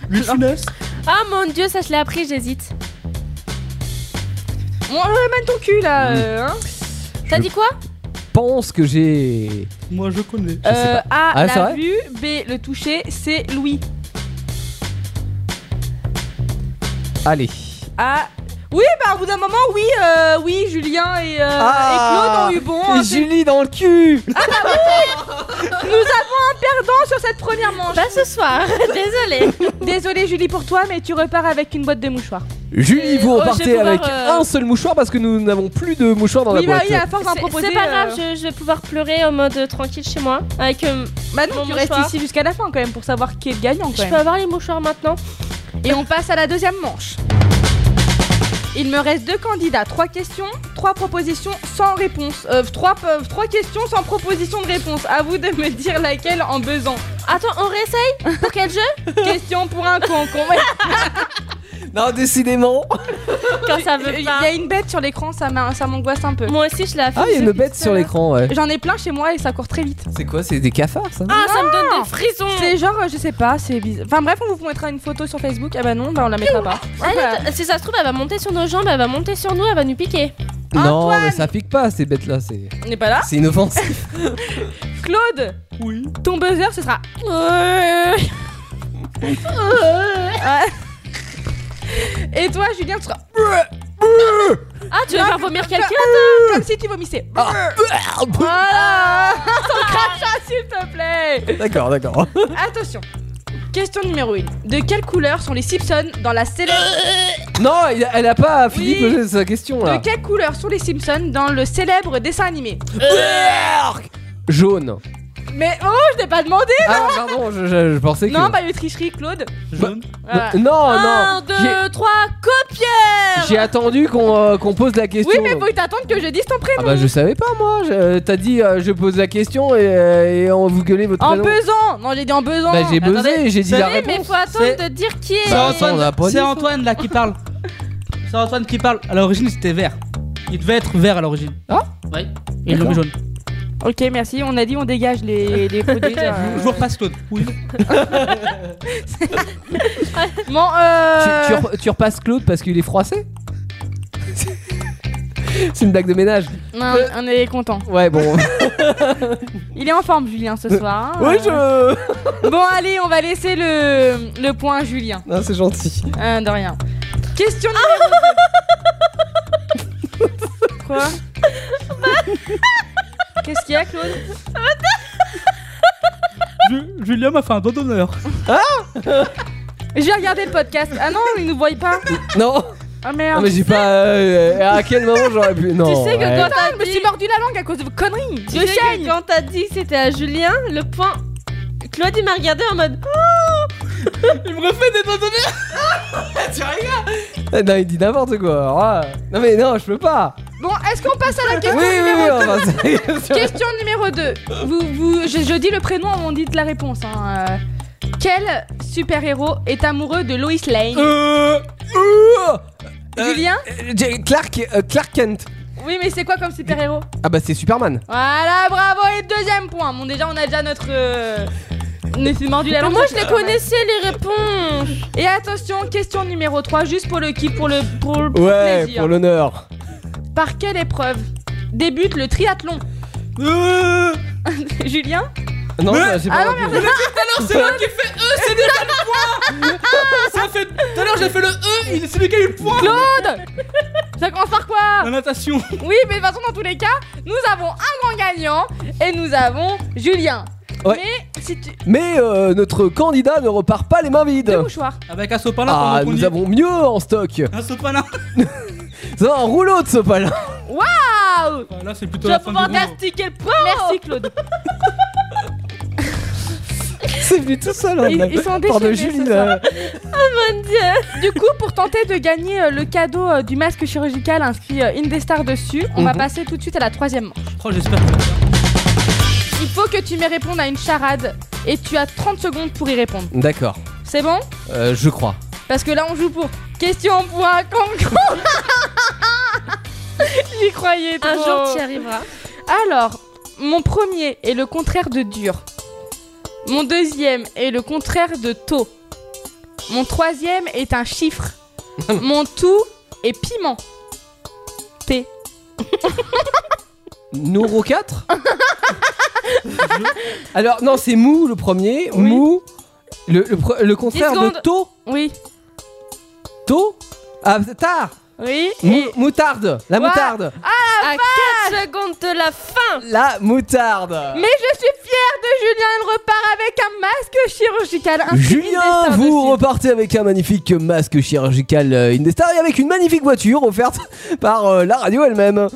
E: Lui de funeste.
F: Ah mon dieu, ça je l'ai appris, j'hésite.
D: Bon, ouais, mène ton cul
C: Mm.
D: là. euh, hein.
F: T'as dit quoi
C: pense que j'ai.
E: Moi je connais.
C: Je sais
D: Euh,
C: pas.
D: A,
C: Ah, c'est
D: la
C: vrai
D: vue. B, le toucher. C, Louis.
C: Allez.
D: A. Oui, bah au bout d'un moment, oui, euh, oui, Julien et, euh,
C: Ah,
D: et Claude ont eu bon.
C: Et
D: hein, c'est-
C: Julie dans le cul
D: Nous avons un perdant sur cette première manche.
F: Pas ce soir, désolé.
D: Désolé Julie pour toi, mais tu repars avec une boîte de mouchoirs.
C: Julie, vous
F: oh, je vais
C: repartez
F: pouvoir,
C: avec
F: euh,
C: un seul mouchoir parce que nous n'avons plus de mouchoirs dans
D: oui,
C: Oh, la
D: bah
C: boîte.
D: oui, à force d'en
F: C'est-
D: proposer.
F: C'est pas
D: euh,
F: grave, je, je vais pouvoir pleurer en mode euh, tranquille chez moi. Avec, euh,
D: Bah non,
F: Mon
D: tu restes
F: mouchoir.
D: ici jusqu'à la fin quand même pour savoir qui est le gagnant
F: je
D: quand
F: peux
D: même.
F: avoir les mouchoirs maintenant
D: Et on passe à la deuxième manche. Il me reste deux candidats, trois questions, trois propositions sans réponse. Euh, trois, euh, trois questions sans proposition de réponse. À vous de me dire laquelle en besoin.
F: Attends, on réessaye Pour quel jeu
D: Question pour un con. con. Ouais,
C: Non, décidément
F: Quand ça veut
D: Il y
F: pas.
D: a une bête sur l'écran, ça m'a- ça m'angoisse un peu.
F: Moi aussi, je la fais.
C: Ah, il y a une bête sur l'écran, ouais.
D: J'en ai plein chez moi et ça court très vite.
C: C'est quoi C'est des cafards, ça
F: Ah, ça me donne des frissons
D: C'est genre, euh, je sais pas, c'est bizarre. Enfin bref, on vous mettra une photo sur Facebook. Ah bah non, bah on la mettra pas.
F: Ah, Elle
D: Voilà.
F: est- Si ça se trouve, elle va monter sur nos jambes, elle va monter sur nous, elle va nous piquer.
C: Non,
D: Antoine
C: mais ça pique pas, ces bêtes-là. C'est
D: On n'est pas là.
C: c'est inoffensif.
D: Claude
E: Oui.
D: Ton buzzer, ce sera. Et toi, Julien, tu seras.
F: Ah, tu veux faire vomir quelqu'un
D: Comme si tu vomissais.
C: Ah.
D: Voilà Sans crachat, s'il te plaît
C: D'accord, d'accord.
D: Attention Question numéro 1. De quelle couleur sont les Simpsons dans la célèbre.
C: Non, il a- elle a pas fini
D: Oui.
C: de poser sa question,
D: De
C: là.
D: quelle couleur sont les Simpsons dans le célèbre dessin animé
C: Jaune.
D: Mais oh, je t'ai pas demandé
C: Ah, pardon, je, je- je pensais que...
D: Non, bah, une tricherie, Claude Euh,
E: Jaune.
D: Voilà.
C: Non, non
F: 1,
C: j'ai-
F: 2, 3, copieur
C: J'ai attendu qu'on euh, qu'on pose la question.
D: Oui, mais
C: donc.
D: faut t'attendre que je dise ton prénom
C: Ah bah je savais pas moi, Je- t'as dit euh, je pose la question et, euh, et on vous gueulez votre
D: En
C: prénom.
D: pesant Non, j'ai dit en pesant
C: Bah j'ai buzzé,
E: Attendez,
C: j'ai dit
E: vous
C: la
E: savez,
C: réponse.
F: Mais faut attendre
E: C'est-
F: de dire qui est.
E: C'est
C: Bah, attends, on a pas
E: Antoine,
C: dit,
E: c'est
C: faut-
E: Antoine là qui parle. C'est Antoine qui parle. À l'origine, c'était vert. Il devait être vert à l'origine.
C: Ah
E: Oui. Et ils l'ont mis jaune.
D: Ok, merci, on a dit on dégage les, les euh. producteurs.
E: Je vous repasse Claude. Oui.
D: Bon, euh...
C: Tu, tu re- tu repasses Claude parce qu'il est froissé C'est une blague de ménage.
D: Non, on est content.
C: Ouais bon.
D: Il est en forme, Julien, ce soir. hein.
C: Euh, oui je.
D: Bon, allez, on va laisser le, le point à Julien.
C: Non c'est gentil.
D: Euh, de rien. Question numéro deux. Quoi Qu'est-ce qu'il y a, Claude
E: Ju- Julien m'a fait un doigt d'honneur.
D: Je vais regarder le podcast. Ah non, il nous voit pas.
C: Non,
D: Ah
C: non
D: merde.
C: mais j'ai pas. euh, à quel moment j'aurais pu Non.
F: Tu sais que
C: ouais.
F: quand
D: Ah,
F: t'as
D: je me
F: dit,
D: suis mordu la langue à cause de vos conneries.
F: tu sais que quand t'as dit que c'était à Julien, le point. Claude il m'a regardé en mode.
E: Il me refait des doigts d'honneur.
C: Ah, Non il dit n'importe quoi. alors là. Non mais non je peux pas.
D: Bon, est-ce qu'on passe à la
C: Oui
D: question
C: oui
D: numéro
C: oui.
D: 2
C: Enfin, c'est-
D: Question numéro 2. Vous, vous, je, je dis le prénom, on dit la réponse. hein. Euh, Quel super-héros est amoureux de Lois Lane
C: Euh, euh, euh,
D: Julien
C: euh, Clark euh, Clark Kent.
D: Oui, mais c'est quoi comme super-héros
C: Ah bah c'est Superman.
D: Voilà, bravo, et deuxième point. Bon, déjà, on a déjà notre. euh, On est mordu la
F: Mais
D: langue.
F: moi je les connaissais les réponses.
D: Euh, Et attention, question numéro 3, juste pour le kiff, pour le, pour le
C: Ouais
D: plaisir.
C: pour l'honneur.
D: Par quelle épreuve débute le triathlon
E: Euh,
D: Julien
C: Non bah, j'ai pas. répondu.
E: c'est moi qui fais E, c'est déjà le point. Ça fait. Tout à l'heure, j'ai fait le E, il- c'est lui qui a eu le point.
D: Claude Ça commence par quoi
E: La natation.
D: Oui, mais de toute façon, dans tous les cas, nous avons un grand gagnant et nous avons Julien.
C: Ouais.
D: Mais si tu.
C: Mais euh, notre candidat ne repart pas les mains vides.
D: Deux mouchoirs.
E: Avec un sopalin.
C: Ah,
E: pendant qu'on
C: nous
E: y est.
C: avons mieux en stock.
E: Un sopalin.
C: C'est un rouleau de sopalin.
D: Waouh
E: Ah, Là, c'est
D: Tu
E: plutôt la
D: vas
E: fin
D: pouvoir
E: du monde.
D: gastiquer le point Merci, Claude.
C: C'est venu tout seul. hein,
D: Ils-
C: de la
D: ils sont
C: part de
D: déchaînés,
C: Julie.
D: ce
C: là.
F: Mon dieu.
D: Du coup, pour tenter de gagner euh, le cadeau euh, du masque chirurgical inscrit euh, Indestar dessus, on va
C: Mhm.
D: passer tout de suite à la troisième manche.
E: Oh, j'espère que.
D: Il faut que tu me répondes à une charade et tu as 30 secondes pour y répondre.
C: D'accord.
D: C'est bon
C: Euh, je crois.
D: Parce que là, on joue pour question pour un concours. J'y croyais trop.
F: Un jour tu y arriveras.
D: Alors, mon premier est le contraire de dur. Mon deuxième est le contraire de tôt. Mon troisième est un chiffre. mon tout est piment. T.
C: Nouro 4 Alors, non, c'est mou le premier.
D: Oui.
C: Mou. Le, le pre- le contraire de
D: secondes.
C: tôt.
D: Oui.
C: Tôt. Ah, tard.
D: Oui.
C: Mou- moutarde. La
D: Ouais.
C: moutarde.
D: Ah.
F: À 4 secondes de la fin
C: La moutarde.
D: Mais je suis fière de Julien, il repart avec un masque chirurgical. inscrit
C: Julien,
D: Indestar
C: vous
D: dessus.
C: repartez avec un magnifique masque chirurgical euh, Indestar et avec une magnifique voiture offerte par euh, la radio elle-même.
D: Euh,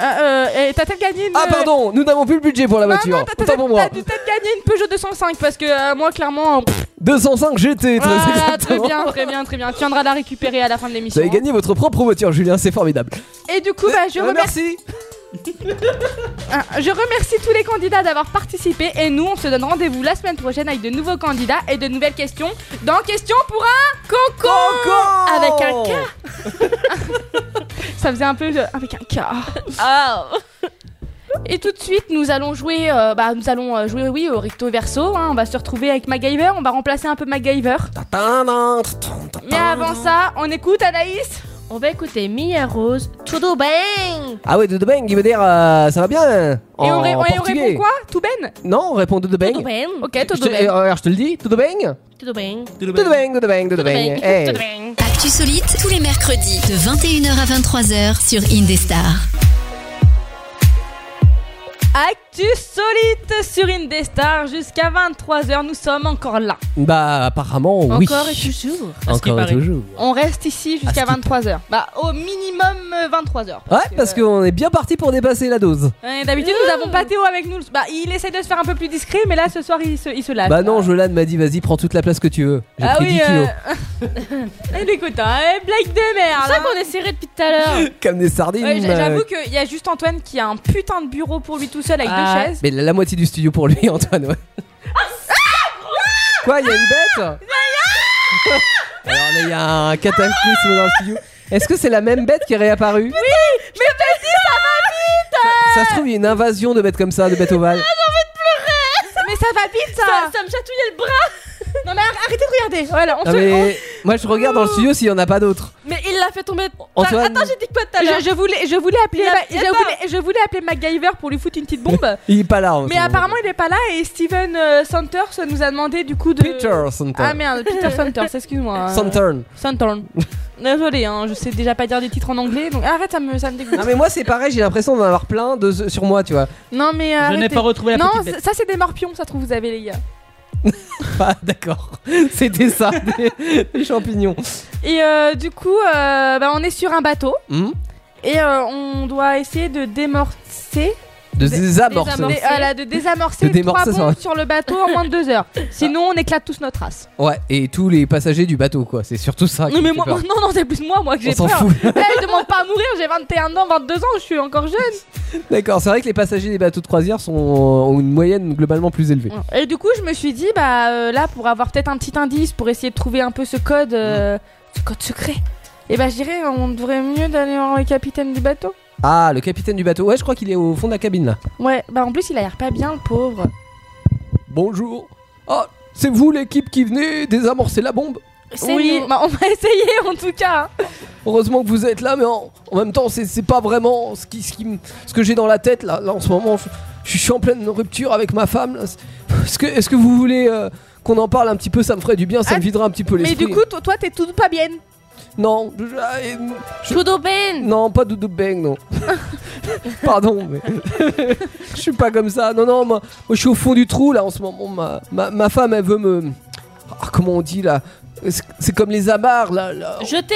D: euh, et T'as peut-être gagné une.
C: Ah pardon, nous n'avons plus le budget pour la
D: Non,
C: voiture.
D: non, t'as- t'as-
C: Autant pour moi.
D: t'as dû peut-être gagné une Peugeot 205 parce que euh, moi, clairement. euh,
C: 205 GT, très
D: ah, très
C: exactement.
D: bien, très bien, très bien. Tu viendras la récupérer à la fin de
C: Vous
D: l'émission.
C: avez gagné votre propre voiture, Julien, c'est formidable.
D: Et du coup, bah, je,
C: Euh,
D: remercie,
C: Merci.
D: ah, je remercie tous les candidats d'avoir participé. Et nous, on se donne rendez-vous la semaine prochaine avec de nouveaux candidats et de nouvelles questions dans Question pour un concours.
F: Oh.
C: Encore
D: Avec un K. Ça faisait un peu le- avec un K.
F: Oh
D: Et tout de suite, nous allons jouer, euh, bah, nous allons euh, jouer, oui, au recto verso. hein. On va se retrouver avec MacGyver. On va remplacer un peu MacGyver. Mais
C: Ah.
D: avant ça, on écoute Anaïs.
F: On va écouter Mia Rose, Tudo Bang
C: Ah ouais, de de bang, il veut dire euh, ça va bien.
D: Et on, ré-
C: en
D: et on
C: portugais.
D: répond quoi Tout ben
C: Non, on répond de de
F: Tudo
C: bang.
F: Bang
D: Ok,
C: Je
D: Toto
C: te- eh,
D: ben.
C: regarde, je te le dis, tout de bang.
F: Tudo Bang
C: Tout de bang, tout de bang, tout de bang. Eh.
F: Tudo Bang
B: Actu Solite, tous les mercredis, de 21h à 23h sur Indestar.
D: Actu solide sur Indestar jusqu'à 23h. Nous sommes encore là.
C: Bah apparemment oui.
F: Encore et toujours
E: À ce qui
C: Encore et
E: paraît.
C: toujours.
D: On reste ici jusqu'à
C: Ah, c'est-
D: 23h. Bah, au minimum euh, 23h.
C: Ouais, parce qu'on est bien parti pour dépasser la dose.
D: Euh, D'habitude,
C: Ah.
D: nous avons pas Théo avec nous. Bah, il essaie de se faire un peu plus discret, mais là, ce soir, il se, il se lâche.
C: Bah non, Jolane m'a dit vas-y, prends toute la place que tu veux. J'ai
D: Ah
C: pris
D: oui,
C: 10 kilos.
D: euh, Elle écoute, hein, elle blague de merde.
F: C'est ça
D: hein.
F: qu'on est serré depuis tout à l'heure
C: Comme des sardines.
D: oh. Ouais, j'-
C: euh,
D: J'avoue qu'il y a juste Antoine qui a un putain de bureau pour lui tout seul avec
F: Ah.
D: deux chaises.
C: Mais la, la moitié du studio pour lui, Antoine, ouais. Quoi, il y a
D: Ah,
C: une bête Alors là, il y a un cataclysme dans le studio. Est-ce que c'est la même bête qui est réapparue Oui, mais vas-y, ça va vite Ça se trouve, il y a une invasion de bêtes comme ça, de bêtes ovales.
D: Ah, Mais ça va vite ça
F: Ça, ça me chatouillait le bras
D: Non mais ar- arrêtez de regarder Voilà, on
C: Non,
D: se- on-
C: Ah, mais moi, je regarde dans le studio s'il y en a pas d'autres.
F: Mais il l'a fait tomber
C: Antoine-
F: Attends, j'ai dit quoi tout à l'heure
D: je, je voulais, je voulais appeler,
F: Il a-
D: Ma-
F: il a
D: je
F: pas.
D: voulais, je voulais appeler MacGyver pour lui foutre une petite bombe.
C: Il est pas là. en ce
D: mais
C: moment.
D: apparemment il est pas là et Steven euh, Sanders nous a demandé du coup de.
C: Peter Santon.
D: Ah merde, Peter Sanders, excuse-moi. euh,
C: Santon.
D: Santorn. Désolé, hein, je sais déjà pas dire des titres en anglais, donc arrête, ça me, ça me dégoûte.
C: Non, mais moi, c'est pareil, j'ai l'impression d'en avoir plein de, sur moi, tu vois.
D: Non mais euh,
E: Je n'ai
D: arrêtez.
E: pas retrouvé la
D: non,
E: petite
D: ça
E: bête.
D: ça, c'est des morpions, ça se trouve vous avez les gars.
C: Ah, d'accord. C'était ça, des, des champignons.
D: Et euh, du coup, euh, bah, on est sur un bateau
C: Hmm
D: et euh, on doit essayer de démorcer,
C: de
D: Des-
C: désamorcer.
D: dé- voilà, de désamorcer
C: De démorcer,
D: trois
C: ça
D: bombes sur le bateau en moins de deux heures. Sinon, on éclate tous notre race.
C: Ouais, et tous les passagers du bateau, quoi. C'est surtout ça. Ah, qui
D: Non, mais
C: fait
D: moi,
C: peur.
D: non, non, c'est plus moi, moi que
C: on
D: j'ai
C: s'en
D: peur.
C: fout.
D: Eh, je demande pas à mourir, j'ai 21 ans, 22 ans, je suis encore jeune.
C: D'accord, c'est vrai que les passagers des bateaux de croisière sont, euh, ont une moyenne globalement plus élevée.
D: Et du coup, je me suis dit, bah euh, là, pour avoir peut-être un petit indice, pour essayer de trouver un peu ce code,
C: Mm.
D: euh, ce code secret. Et bah, je dirais, on devrait mieux d'aller voir le capitaine du bateau.
C: Ah, le capitaine du bateau. Ouais, je crois qu'il est au fond de la cabine là.
D: Ouais, bah en plus, il a l'air pas bien, le pauvre.
C: Bonjour. Ah, c'est vous l'équipe qui venez désamorcer la bombe
F: C'est
D: Oui,
F: nous.
D: bah, on va essayer en tout cas. hein.
C: Heureusement que vous êtes là, mais en, en même temps, c'est c'est pas vraiment ce, qui, ce, qui me- ce que j'ai dans la tête là. Là, en ce moment, je, je suis en pleine rupture avec ma femme. là. Est-ce que, est que vous voulez euh, qu'on en parle un petit peu Ça me ferait du bien, ça
D: Ah,
C: me videra un petit peu
D: Mais
C: l'esprit.
D: du coup, to- toi, t'es toute pas bien.
C: Non, je- ah, et- je-
F: Tudo Bang
C: non, pas Doudou Bang, non. Pardon, mais. je suis pas comme ça. Non, non, moi, moi, je suis au fond du trou là en ce moment. Ma, ma, ma femme, elle veut me. Ah, comment on dit là C'est- C'est comme les amarres là. là.
F: Jeté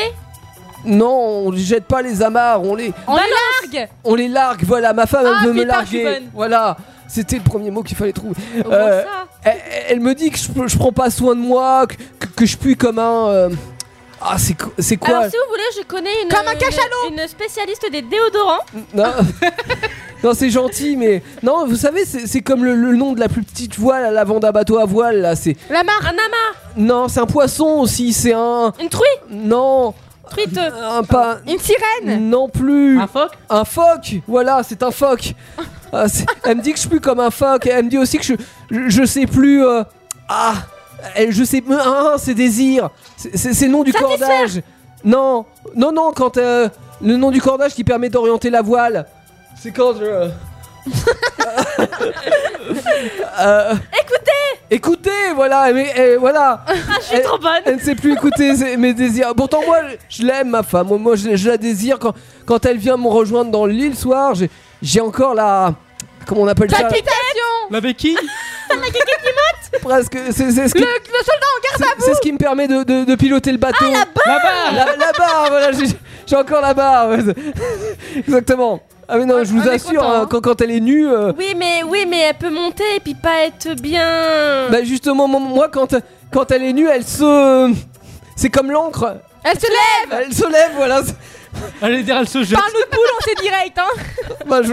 C: Non, on les jette pas les amarres, on les,
D: On largue
C: on les largue. Voilà, ma femme, elle
D: Ah,
C: veut me
D: putain,
C: larguer.
D: je suis bonne.
C: Voilà. C'était le premier mot qu'il fallait trouver.
F: Au
C: Euh,
F: moins ça
C: Elle, elle me dit que je, peux- je prends pas soin de moi, que, que, que je puis comme un. euh, Ah, c'est co- c'est quoi
F: Alors si vous voulez, je connais une,
D: Comme un cachalot.
F: une, une spécialiste des déodorants.
C: Non, non c'est gentil, mais non, vous savez, c'est c'est comme le, le nom de la plus petite voile à l'avant d'un bateau à voile. Là, c'est
F: La marre, un amas,
C: non, c'est un poisson aussi. C'est un
F: une truie,
C: non,
F: truite. Mm.
C: un pas
D: Une sirène
C: non plus.
E: Un phoque
C: Un phoque, voilà, c'est un phoque. Ah, c'est- elle me dit que je suis comme un phoque. Elle me dit aussi que je, je, je sais plus. euh, ah, elle- je sais. Ah, c'est désir. C'est- C'est c'est le nom du cordage. Non, non, non. Quand euh, Le nom du cordage qui permet d'orienter la voile. C'est quand je. Euh, Écoutez voilà, mais euh, voilà
F: Ah, je suis
C: Eh,
F: trop bonne
C: Elle ne sait plus écouter ses- mes désirs. Pourtant, moi, je l'aime, ma femme. Moi, je, je la désire. Quand, quand elle vient me rejoindre dans le lit le soir, j'ai- j'ai encore la. Comment on appelle ça
E: La béquille
C: Presque. C'est c'est ce qui. c'est- C'est ce qui me permet de, de- de piloter le bateau.
D: Ah,
E: La barre
C: la, la barre, voilà, j'ai j'ai encore la barre. ouais, c'est- Exactement. Ah mais non, je vous
D: on est
C: assure,
D: content,
C: hein,
D: hein.
C: quand, quand elle est nue, euh,
F: Oui, mais oui, mais elle peut monter et puis pas être bien.
C: bah justement, mon- moi, quand, quand elle est nue, elle se... C'est comme l'encre.
D: Elle se lève
C: Elle se lève, voilà. c'est-
E: Allez dire, elle se jette.
D: par nous de boule, on sait direct, hein
C: Bah, je...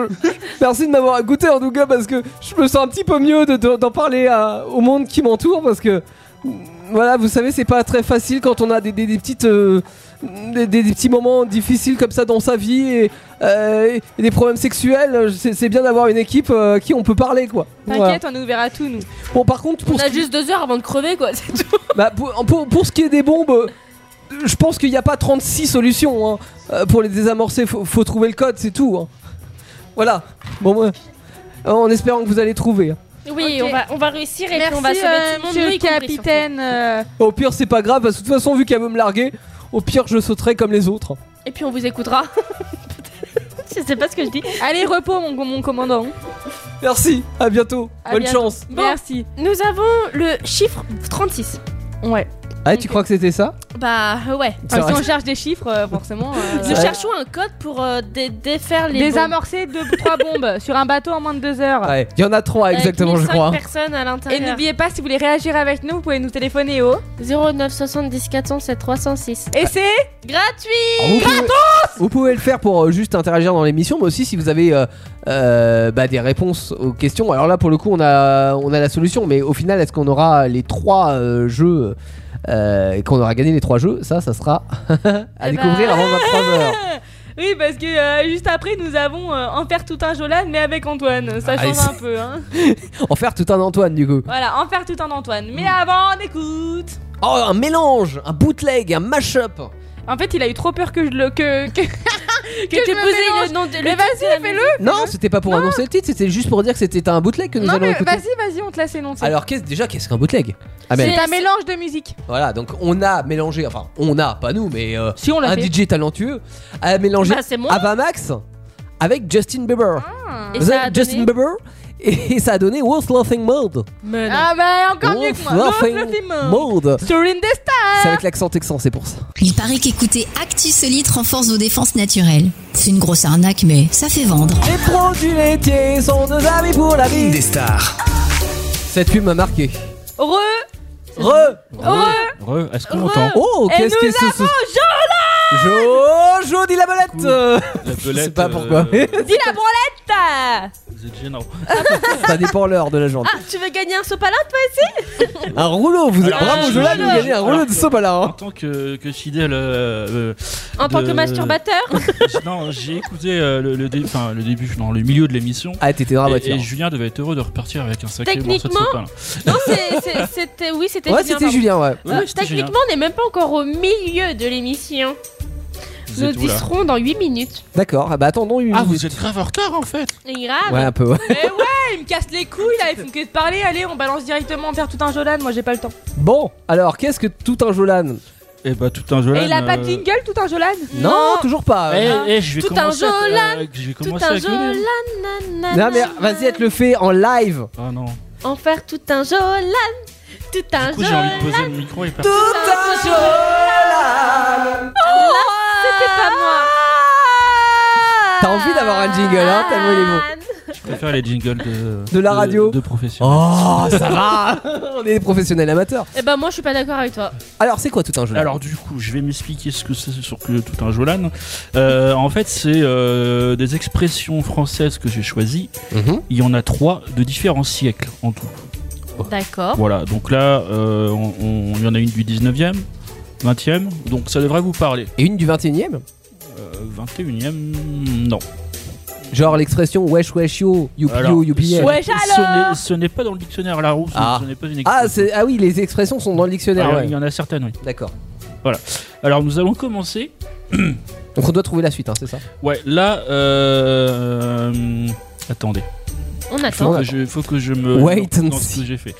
C: Merci de m'avoir goûté en tout cas, parce que je me sens un petit peu mieux de- de- d'en parler à- au monde qui m'entoure, parce que... Voilà, vous savez, c'est pas très facile quand on a des, des- des petites... euh, des, des- des petits moments difficiles comme ça dans sa vie et, euh, et des problèmes sexuels, c'est c'est bien d'avoir une équipe euh, à qui on peut parler quoi. Voilà.
D: T'inquiète, on nous verra tout, nous.
C: Bon, par contre,
F: On
C: pour,
F: a
C: ce qui,
F: juste deux heures avant de crever, quoi. C'est tout.
C: bah, pour, pour- pour ce qui est des bombes, euh, je pense qu'il n'y a pas 36 solutions hein. Euh, pour les désamorcer. Faut, faut trouver le code, c'est tout. hein. Voilà. Bon, moi, euh, en espérant que vous allez trouver. hein.
F: Oui,
D: Ok.
F: on, va, on va réussir et
D: Merci,
F: puis on va sauver
D: euh,
F: tout le monde.
D: monsieur
F: nous
D: le
F: y compris, surtout.
D: capitaine. euh,
C: Au pire, c'est pas grave parce que de toute façon, vu qu'elle veut me larguer, au pire, je sauterai comme les autres.
F: Et puis on vous écoutera. je sais pas ce que je dis.
D: Allez, repos, mon, mon commandant.
C: Merci. À bientôt.
D: À
C: Bonne
D: bientôt.
C: chance.
F: Bon.
D: Merci.
F: Nous avons le chiffre 36.
D: Ouais.
C: Ah, tu crois que c'était ça
F: Bah ouais.
C: Ça
D: si
C: reste-
D: on cherche des chiffres, euh, forcément. euh,
F: Nous cherchons un code pour euh, dé- défaire les bombes.
D: Désamorcer deux, trois bombes sur un bateau en moins de deux heures.
C: Ouais. Il y en a trois
F: Avec
C: exactement, je
F: 1005
C: crois. hein.
F: personnes à
D: Et
F: l'intérieur.
D: n'oubliez pas, si vous voulez réagir avec nous, vous pouvez nous téléphoner au.
F: 09 70 407 306.
D: Et c'est.
F: Gratuit
C: Alors, Vous pouvez, vous pouvez le faire pour euh, juste interagir dans l'émission, mais aussi si vous avez euh, euh, bah, des réponses aux questions. Alors là, pour le coup, on a, on a la solution, mais au final, est-ce qu'on aura les trois euh, jeux euh, et qu'on aura gagné les trois jeux Ça, ça sera à
F: Eh
C: découvrir
D: ben
F: bah.
C: avant 23h.
D: Oui, parce que euh, juste après, nous avons euh, En faire tout un Jolan, mais avec Antoine. Ça
C: Allez,
D: change un peu, hein.
C: En faire tout un Antoine, du coup.
D: Voilà, En faire tout un Antoine. Mais
C: Hmm.
D: avant, on écoute.
C: Oh, un mélange, un bootleg, un mash-up.
D: En fait, il a eu trop peur que je le. que. que,
F: Que, tu
D: je me
F: posais
D: mélange.
F: le nom de.
D: Mais
F: le titre de la
D: vas-y, fais-le.
C: Non, c'était pas pour annoncer le titre, c'était juste pour dire que c'était un bootleg que nous
D: Non,
C: allons
D: mais bah,
C: écouter.
D: vas-y, vas-y, on te laisse énoncer.
C: Alors, ah, qu'est-ce, déjà, qu'est-ce qu'un bootleg Amel.
D: C'est un mélange de musique.
C: Voilà, donc on a mélangé, enfin, on a, pas nous, mais. euh,
D: Si on
C: un DJ talentueux a mélangé
F: Bah, c'est
C: Ah,
F: moi.
C: Avamax avec Justin Bieber.
F: Et
C: Vous
F: ça
C: avez
F: a
C: Justin
F: donné-
C: Bieber et ça a donné Worth Laughing Mode.
F: Mais non.
D: Ah bah encore mieux
C: Worth
D: que moi. Love the Film.
C: Mode.
D: Sur Indestar.
C: C'est avec l'accent texan, c'est pour ça.
B: Il paraît qu'écouter Actu Solide renforce vos défenses naturelles. C'est une grosse arnaque, mais ça fait vendre.
C: Les produits laitiers sont nos amis pour la vie.
G: Indestar.
C: Cette pub m'a marqué.
D: Heureux.
C: Re.
I: Heureux, est-ce qu'on entend
C: Oh,
D: Et
C: qu'est-ce
D: nous
C: que c'est ce... Jo, Jo dit la belette. Euh,
I: La
C: Je sais
I: belette,
C: pas
I: euh,
C: pourquoi. mais
D: Dis la branlette.
I: Vous êtes gênant.
C: ça dépend l'heure de la journée.
F: Ah, tu veux gagner un sopalin, toi
C: Un rouleau, vous êtes
I: Alors,
C: bravo,
I: Ah, je-
C: Jolan, vous gagnez un
I: alors,
C: rouleau de hein. sopa là.
E: Oh.
I: En tant que, que fidèle. euh, euh,
F: En tant
I: de-
F: que masturbateur
I: Non, j'ai écouté euh, le, le, dé- enfin, le début, non, le milieu de l'émission.
C: Ah, t'étais dans la
E: bah
I: et-
C: voiture.
I: et, Julien devait être heureux de repartir avec un sacré morceau de
F: Techniquement,
I: sopalin.
F: Non, c'est- c'est- c'était. Oui, c'était
C: Ouais,
F: Julien,
C: c'était
F: pardon.
C: Julien, ouais.
I: Ouais, ouais, c'était Julien.
F: Techniquement, on n'est même pas encore au milieu de l'émission.
I: Vous
F: Nous
I: êtes où, là
F: disserons dans 8 minutes.
C: D'accord, ah bah attendons une
I: Ah,
C: minute.
I: vous êtes grave en retard en fait.
F: Et grave.
C: Ouais, un peu. ouais.
D: Mais ouais, il me casse les couilles là. Ils font que de parler. Allez, on balance directement en faire tout un Jolan. Moi, j'ai pas le temps.
C: Bon, alors qu'est-ce que tout un Jolan
I: Et bah, tout un Jolan.
D: Et il a pas de
I: euh,
D: jingle tout un Jolan.
C: non, toujours pas.
I: Eh,
C: euh.
I: eh, je vais
F: Tout un
I: commencer à-
F: Jolan.
I: euh, je vais
F: Tout
I: commencer
F: un
I: à gueuler.
F: Jolan.
C: Non mais vas-y, elle te le fait en live.
I: Ah non.
F: En faire tout un Jolan. Tout un
I: Du coup, j'ai envie
F: Jolan.
I: de poser le micro et partir.
C: Tout un Jolan.
F: Ah, C'était pas moi.
C: T'as envie d'avoir un jingle, hein, tellement il est beau.
I: Je préfère les jingles de,
C: De la radio.
I: De professionnels.
C: Oh, ça va. On est des professionnels amateurs.
F: Eh ben, moi, je suis pas d'accord avec toi.
C: Alors c'est quoi tout un Jolan
I: Alors du coup, je vais m'expliquer ce que c'est sur que tout un Jolan. Euh, en fait, c'est euh, des expressions françaises que j'ai choisies.
C: Mhm.
I: Il y en a trois de différents siècles en tout.
F: D'accord.
I: Voilà, donc là, euh, on- on- il y en a une du 19e, 20e, donc ça devrait vous parler.
C: Et une du 21ème
I: Euh, 21e, non.
C: Genre l'expression wesh wesh yo, youpi yo, youpi
I: ce,
C: yeah.
D: Ouais,
I: ce n'est- ce n'est pas dans le dictionnaire Larousse,
C: Ah.
I: ce n'est pas une
C: Ah,
I: expression. Ah,
C: c'est- ah oui, les expressions sont dans le dictionnaire.
I: Alors,
C: ouais.
I: Il y en a certaines, oui.
C: D'accord.
I: Alors nous allons commencer
C: Donc on doit trouver la suite, hein, c'est ça
I: Ouais, là, euh... attendez.
F: On
I: Faut
F: attend.
I: que je, faut que je me
C: Wait
I: dans
C: and
I: ce
C: see.
I: que j'ai fait.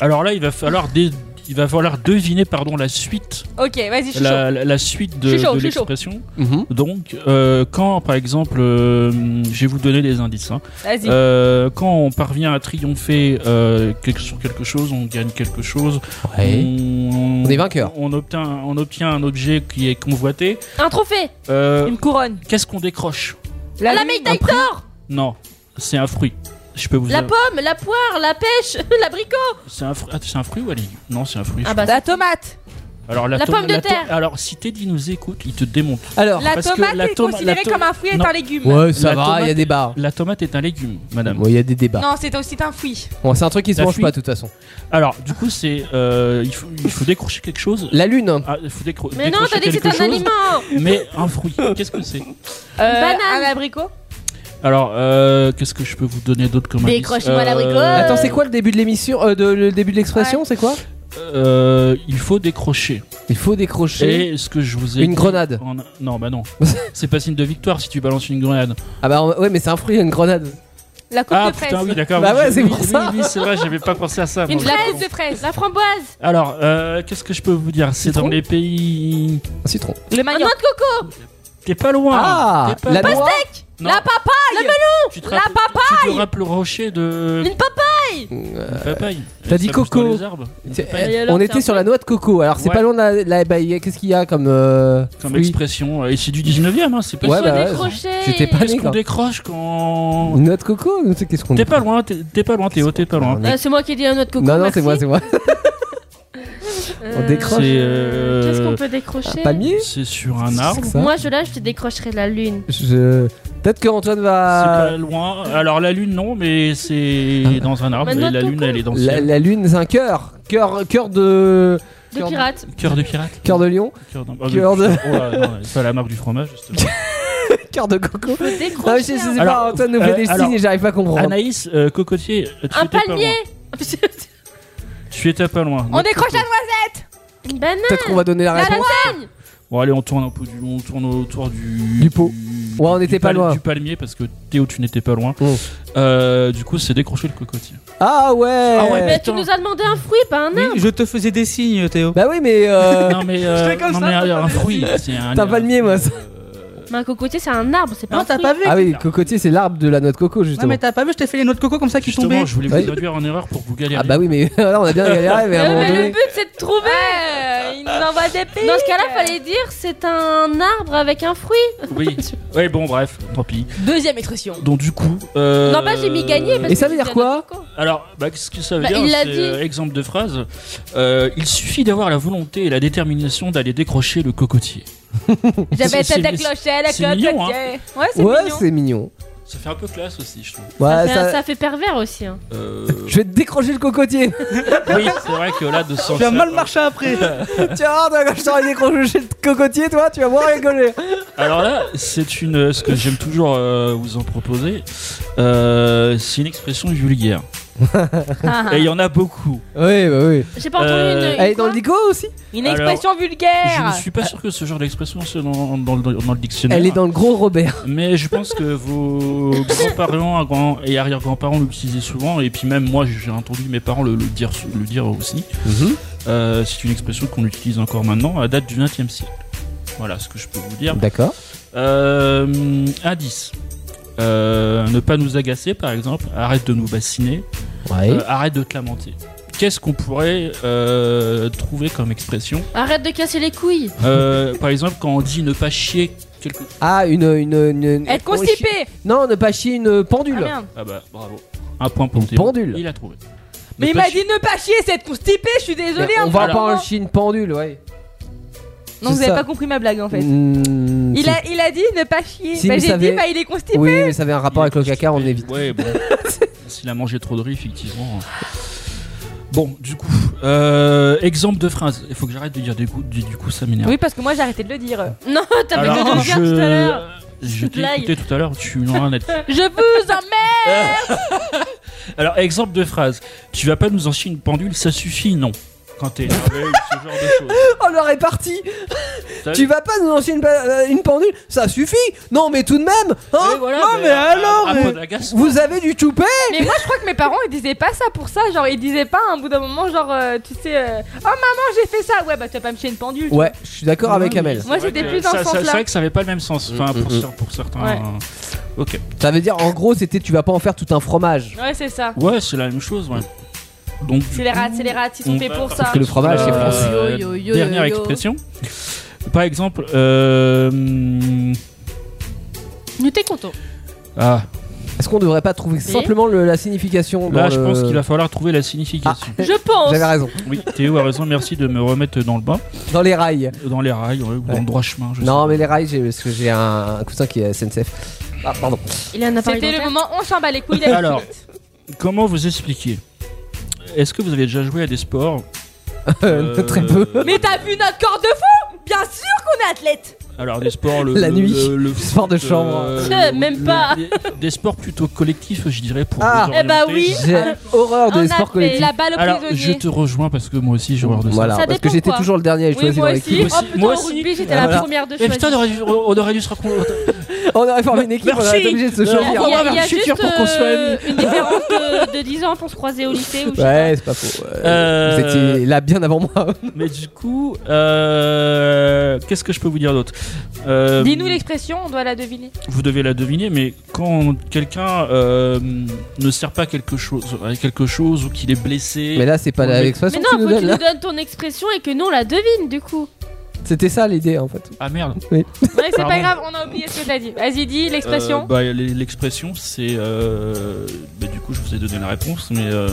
I: Alors là, il va falloir dé- il va falloir deviner pardon la suite,
D: Ok, vas-y, je suis chaud.
I: la, la- la suite
D: Je
I: de,
D: suis chaud,
I: de
D: je suis chaud.
I: l'expression.
C: Mhm.
I: Donc, euh, quand par exemple, euh, je vais vous donner des indices. hein.
D: Vas-y.
I: Euh, quand on parvient à triompher euh, quelque- sur quelque chose, on gagne quelque chose. On,
C: On est vainqueur.
I: On obtient, on obtient un objet qui est convoité.
F: Un trophée
I: Euh,
D: Une couronne.
I: Qu'est-ce qu'on décroche
D: La,
F: La
D: lune.
F: médaille d'or
I: Non, c'est un fruit. Je peux vous
F: La
I: dire-
F: pomme, la poire, la pêche, l'abricot
I: C'est un, fru- ah, c'est un fruit ou un légume Non, c'est un fruit.
F: Ah bah
D: La tomate.
I: Alors
F: La
I: to-
F: pomme de
I: to-
F: terre.
I: Alors si Teddy nous écoute, il te démonte.
C: Alors,
D: La
I: parce que
D: tomate
I: la
D: est
I: toma-
D: considérée
I: la to-
D: comme un fruit et
I: Non.
D: un légume.
C: ouais, ça
I: la
C: va, il y a
I: tomate-
C: des barres.
I: La tomate est un légume, madame.
C: Bon, il y a des débats.
D: Non, c'est aussi un fruit.
C: Bon, c'est un truc qui se
I: La
C: mange
I: fuite.
C: pas de toute façon.
I: Alors du coup c'est euh, il, faut, il faut décrocher quelque chose.
C: La lune.
I: Ah, il faut décro-
F: Mais non,
I: décrocher
F: t'as dit que
I: quelque
F: c'est un
I: chose,
F: aliment
I: Mais un fruit. Qu'est-ce que c'est
F: banane.
D: Euh, Un abricot.
I: Alors euh, qu'est-ce que je peux vous donner d'autre comme indice
F: Décroche-moi
I: Euh,
F: l'abricot.
C: Attends, c'est quoi le début de l'émission euh, de- Le début de l'expression, c'est quoi
I: euh, Il faut décrocher.
C: Il faut décrocher.
I: Et ce que je vous ai
C: Une
I: dit
C: grenade.
I: en- Non bah non. c'est pas signe de victoire si tu balances une grenade.
C: Ah bah ouais, mais c'est un fruit, une grenade.
D: La coupe
I: Ah
D: de fraise.
I: putain oui d'accord.
C: Bah
I: oui,
C: ouais,
I: j'ai-
C: c'est
I: oui,
C: pour
I: oui,
C: ça.
I: Oui, c'est vrai j'avais pas pensé à ça.
F: Une
I: moi.
D: La
F: fraise.
D: coupe de fraise.
F: La framboise
I: Alors, euh, qu'est-ce que je peux vous dire C'est
C: Citron
I: dans les pays.
C: Un citron.
D: Le
F: Un
D: manioc.
F: noix de coco
I: T'es pas loin
C: Ah,
I: T'es pas-
C: la noix.
I: Non.
F: La papaye
I: tu te
F: la
I: rappelles- Tu te rappelles le rocher de.
F: Une papaye
I: Une papaye.
C: T'as
I: Euh,
C: dit
I: ça pousse
C: coco.
I: dans les arbres. Une
C: C'est-
I: papaye,
F: Et alors,
C: on
F: c'est
C: était
F: un
C: sur la noix de coco. Alors c'est
I: Ouais.
C: pas loin de la. la- bah, y a- Qu'est-ce qu'il y a comme. euh,
I: Comme
C: fruit
I: expression. Et c'est du 19 e hein, c'est pas
C: Ouais,
I: ça.
C: bah ouais.
F: décrocher
C: J'étais pas
I: Qu'est-ce
C: né
I: qu'on
C: quand.
I: décroche quand.
C: Une noix de coco Nous, c'est- Qu'est-ce qu'on
I: T'es
C: dit
I: pas loin, t'es t'es pas loin, Théo, t'es pas loin. hein.
F: Ah, C'est moi qui ai dit un noix de coco.
C: Non, non,
F: merci.
C: c'est moi, c'est moi.
F: Euh,
C: décroche. Ah,
I: C'est, euh,
F: Qu'est-ce qu'on peut décrocher
C: Palmier
I: C'est sur un arbre.
C: C'est ça
F: Moi, je là, je te décrocherai la lune.
C: Je... Peut-être que Antoine
I: C'est
C: va.
I: pas loin. Alors la lune non, mais c'est dans un arbre.
F: Maintenant,
I: Et la
F: coco.
I: lune, elle est dans le
C: La,
I: ciel.
C: la lune, c'est un cœur. Cœur, cœur de.
F: De
C: Cœur-
F: pirate.
I: Cœur de pirate.
C: Cœur de lion.
I: Cœur d'un- ah, mais-
C: Cœur de-
I: Oh là, non, c'est pas la marque du fromage. justement.
C: Cœur de coco.
F: Faut
C: Non, mais
F: décrocher
C: Ah, je, je sais
F: un-
I: Alors,
C: pas, Antoine nous fait
I: euh,
C: des
I: alors,
C: signes et j'arrive pas à comprendre.
I: Anaïs, euh, cocotier, tu
F: un
I: étais pas loin.
F: palmier
I: Tu étais pas loin.
D: On décroche la noisette.
F: Une banane
C: Peut-être qu'on va donner la
F: La
C: réponse.
I: Bon, allez, on tourne un peu du, on tourne autour du.
C: Du pot. Ouais, on
I: du
C: était pas loin.
I: Du palmier, parce que Théo, tu n'étais pas loin.
C: Oh.
I: Euh, du coup, c'est décrocher le cocotier.
C: Ah ouais,
I: Ah ouais,
F: Mais tu
I: Putain.
F: nous as demandé un fruit, pas un arbre.
E: Oui, je te faisais des signes, Théo.
C: Bah oui, mais. euh,
I: Non, mais. euh,
E: fais comme
I: non,
E: ça,
I: mais
E: t'as
I: un
E: pas
I: fruit. C'est un.
C: T'as palmier, moi, ça.
I: euh,
F: Mais un cocotier, c'est un arbre, c'est pas un fruit.
E: vu
C: ah oui, le cocotier, c'est l'arbre de la noix de coco,
E: Non,
C: justement.
E: mais t'as pas vu, je t'ai fait les noix de coco comme ça qui tombaient.
I: Justement, je voulais
C: Ouais.
I: vous induire en erreur pour que vous galériez.
C: Ah bah oui, mais là, on a bien galéré, mais à un
F: Euh,
C: moment
F: mais le
C: donné.
F: but, c'est de trouver.
D: Il nous envoie des pics.
F: Dans ce cas-là, fallait dire c'est un arbre avec un fruit.
I: Oui. Ouais, bon, bref, tant pis.
F: Deuxième expression.
I: Donc, du coup. euh,
F: Non, pas j'ai mis gagné. Parce
C: Et
F: que
C: ça
F: j'ai
C: veut
F: dit
C: dire
F: un
C: quoi
F: autre coco.
I: Alors, bah, qu'est-ce que ça veut
F: Bah,
I: dire
F: il l'a
I: C'est,
F: dit.
I: euh, exemple de phrase. Euh, il suffit d'avoir la volonté et la détermination d'aller décrocher le cocotier.
D: J'avais
I: C'est-
D: tête à
I: c'est-
D: clocher, la
I: c'est
D: cloche.
I: mignon, hein.
D: ok. Ouais, c'est
C: Ouais,
D: mignon.
C: c'est mignon.
I: Ça fait un peu classe aussi, je trouve.
C: Ouais,
F: Ça fait-
C: Ah, ça-
F: Ben, Ça fait pervers aussi. hein.
I: Euh,
C: Je vais te décrocher le cocotier.
I: oui, c'est vrai que là, de sens.
E: Tu as mal marché après.
C: tu vas voir, quand je t'aurai décroché le cocotier, toi, tu vas voir rigoler.
I: Alors là, c'est une euh, ce que j'aime toujours euh, vous en proposer. Euh, c'est une expression vulgaire.
F: Ah,
I: Et il y en a beaucoup.
C: Oui, bah oui.
F: J'ai pas entendu
I: Euh,
F: une. une
C: Elle est dans
F: quoi
C: le dico aussi
D: Une
I: Alors,
D: expression
I: Je ne
D: vulgaire.
I: suis pas sûr que ce genre d'expression soit dans, dans le- dans le dictionnaire.
C: Elle est dans le gros Robert.
I: Mais je pense que vos grands-parents grand- et arrière-grands-parents l'utilisaient souvent. Et puis même moi, j'ai entendu mes parents le, le dire, le dire aussi.
C: Mhm.
I: Euh, c'est une expression qu'on utilise encore maintenant à date du 20e siècle. Voilà ce que je peux vous dire.
C: D'accord.
I: Euh, indice. Euh, ne pas nous agacer, par exemple. Arrête de nous bassiner.
C: Ouais.
I: Euh, arrête de te lamenter. Qu'est-ce qu'on pourrait euh, trouver comme expression
F: Arrête de casser les couilles.
I: Euh, Par exemple, quand on dit ne pas chier quelque.
C: Ah, une. une, une, une-
D: Être
C: on chie-
D: constipé.
C: Non, ne pas chier une
D: Ah,
C: pendule.
D: merde.
I: Ah bah bravo. Un point pour
C: Une
I: Théo.
C: pendule.
I: Il a trouvé.
D: Mais
I: Ne
D: il
I: pas
D: m'a
I: chier.
D: dit ne pas chier, c'est être constipé. Je suis désolée.
C: on
D: hein,
C: va
D: vraiment.
C: pas chier une pendule, ouais.
D: Non, vous
C: C'est
D: avez
C: ça.
D: pas compris ma blague en fait.
C: Mmh,
D: Il
C: si.
D: a, il a dit ne pas chier.
C: Si,
D: bah,
C: mais
D: j'ai
C: ça
D: dit,
C: avait-
D: bah, il est constipé.
C: Oui, mais ça avait un rapport
I: Il
C: avec le
I: est
C: caca, on
I: constipé.
C: évite.
I: Ouais, bon. S'il a mangé trop de riz, effectivement. Bon, du coup, euh, exemple de phrase. Il faut que j'arrête de dire du coup, du, du coup ça m'énerve.
D: Oui, parce que moi j'ai arrêté de le dire.
F: Non, t'as fait que
I: Alors,
F: de le
I: je,
F: faire tout à l'heure.
I: je t'ai
F: Blague.
I: écouté tout à l'heure, tu n'en as net.
D: Je vous emmerde.
I: Alors, exemple de phrase. Tu vas pas nous en chier une pendule, ça suffit, non quand t'es énervé ou Ah, ce genre de choses.
C: Oh, l'heure est partie
I: Ça-
C: Tu vas pas nous lancer une, pa- euh, une pendule Ça suffit Non, mais tout de même hein
I: Oui, voilà,
C: Non, mais,
I: mais, euh,
C: alors
I: un
C: mais-
I: peu d'agacement.
C: Vous avez du toupet
D: Mais moi, je crois que mes parents, ils disaient pas ça pour ça. Genre, ils disaient pas, à un bout d'un moment, genre, euh, tu sais, euh, oh maman, j'ai fait ça. Ouais, bah, tu vas pas me chier une pendule. tu
C: Ouais, je suis d'accord avec
I: Ouais, mais
C: Amel.
I: c'est
D: Moi,
I: vrai
D: j'étais
I: que
D: plus dans
I: ça-
D: ce
I: ça-
D: sens-là.
I: C'est vrai que ça avait pas le même sens. Enfin,
C: Mm,
I: pour,
C: mm,
I: cer- pour certains.
D: Ouais.
I: euh, Ok.
C: Ça veut dire, en gros, c'était tu vas pas en faire tout un fromage.
D: vois. Ouais, c'est ça.
I: Ouais, c'est la même chose, ouais. Donc,
D: C'est les rats, c'est les rats, ils sont
I: On
D: faits
I: va
D: pour
I: partir
D: ça.
C: Parce que le fromage, c'est
I: Euh,
C: français.
F: Yo, yo, yo,
I: dernière
F: yo, yo.
I: expression. Par exemple, euh, hmm,
F: Nous t'es content.
I: ah,
C: Est-ce qu'on devrait pas trouver simplement le- la signification
I: là,
C: dans
I: je
C: le- Ah.
I: pense qu'il va falloir trouver la signification.
C: Eh,
F: Je pense.
C: J'avais raison.
I: Oui, Théo a raison, merci de me remettre dans le bas,
C: Dans les rails.
I: dans les rails, ouais, ou dans
C: Ouais.
I: le droit chemin. Je
C: Non,
I: sais.
C: mais les rails, j'ai- parce que j'ai un, un cousin qui est SNCF. Ah, pardon.
F: Il a un appareil
D: C'était le
F: dentaire.
D: moment, on s'en bat les couilles. la
I: Alors.
D: suite.
I: Comment vous expliquer Est-ce que vous avez déjà joué à des sports
C: Euh, Très peu.
D: Mais t'as vu notre corps de fou Bien sûr qu'on est athlète
I: Alors des sports le
C: La
I: le-
C: nuit.
I: le, le
C: Sport de
I: foot,
C: chambre.
I: euh,
F: Euh, même
I: le-
F: pas.
I: des, des sports plutôt collectifs, je dirais pour.
C: Ah.
I: vous
F: Eh bah
I: orienter.
F: oui.
C: J'ai horreur
F: On
C: des
F: a
C: sports
F: fait
C: collectifs.
D: La balle au
I: Alors je
D: prisonnier.
I: te rejoins parce que moi aussi j'ai horreur de ça.
C: Voilà,
F: Ça
C: parce que
F: dépend
C: j'étais
F: quoi.
C: toujours le dernier à les
D: Oui,
C: choisir
D: moi
C: dans l'équipe.
D: aussi. Oh
I: Moi aussi-
D: putain,
I: moi
D: au
I: aussi.
D: rugby, j'étais la
C: Voilà.
D: première de
I: Eh
D: choisir.
I: putain, on aurait, dû- on aurait dû se raconter.
C: On aurait formé une équipe, on aurait été obligé de se
I: Merci.
C: choisir.
I: On va vers le
F: juste,
I: futur pour qu'on se
F: euh, une différence de, de 10 ans pour se croiser au lycée ou je sais
C: Ouais, c'est pas faux. ouais.
I: Euh,
C: Vous étiez là bien avant moi.
I: Mais du coup, euh, qu'est-ce que je peux vous dire d'autre Euh,
D: Dis-nous l'expression, on doit la deviner.
I: Vous devez la deviner, mais quand quelqu'un euh, ne sert pas quelque chose, à quelque chose ou qu'il est blessé,
C: Mais là, c'est pas
I: Oui.
C: la expression
F: Mais
C: que
F: non,
C: tu nous
F: faut que tu
C: donnes
F: nous
C: là.
F: donnes ton expression et que nous on la devine du coup.
C: C'était ça l'idée en fait.
I: ah merde.
D: Ouais, c'est pas
I: Pardon.
D: grave, on a oublié ce que t'as dit. Vas-y, dis l'expression.
I: Euh, bah, les- L'expression, c'est. euh, bah, du coup, je vous ai donné la réponse, mais euh,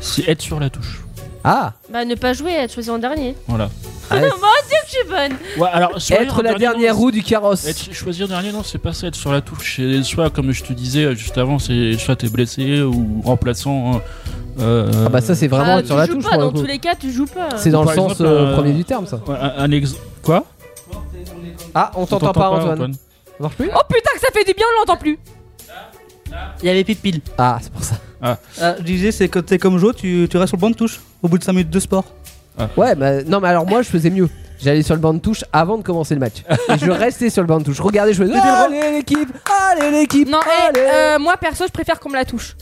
I: c'est être sur la touche.
C: Ah
F: Bah ne pas jouer, être choisi en dernier.
I: Voilà.
C: Ouais.
F: Mon dieu, que je suis bonne.
I: Ouais, alors, choisir
C: Être
I: un
C: la
I: dernier, non,
C: dernière roue du carrosse.
I: Être- choisir dernier, non, c'est pas ça, être sur la touche. C'est soit, comme je te disais euh, juste avant, c'est soit t'es blessé ou remplaçant. euh,
C: Ah bah ça c'est vraiment
F: Ah,
C: être sur la
F: tu joues
C: touche
F: pas,
C: pour le
F: dans
C: coup.
F: tous les cas, tu joues pas.
C: C'est dans le
I: Par
C: sens
I: exemple,
C: euh,
I: euh,
C: premier du terme ça.
I: Ouais, un, un ex. Quoi
C: Ah on t'entend pas Antoine. Ça marche plus
I: bah.
D: Oh putain, que ça fait du bien, on l'entend plus.
E: Il y avait plus de piles.
C: Ah c'est pour ça.
E: Ah, je disais, c'est quand t'es comme Jo, tu, tu restes sur le banc de touche au bout de 5 minutes de sport.
C: Ouais bah non mais alors moi je faisais mieux. J'allais sur le banc de touche avant de commencer le match. Et je restais sur le banc de touche. Regardez, je faisais Allez l'équipe Allez l'équipe
D: Non, eh,
C: allez.
D: euh, moi perso, je préfère qu'on me la touche.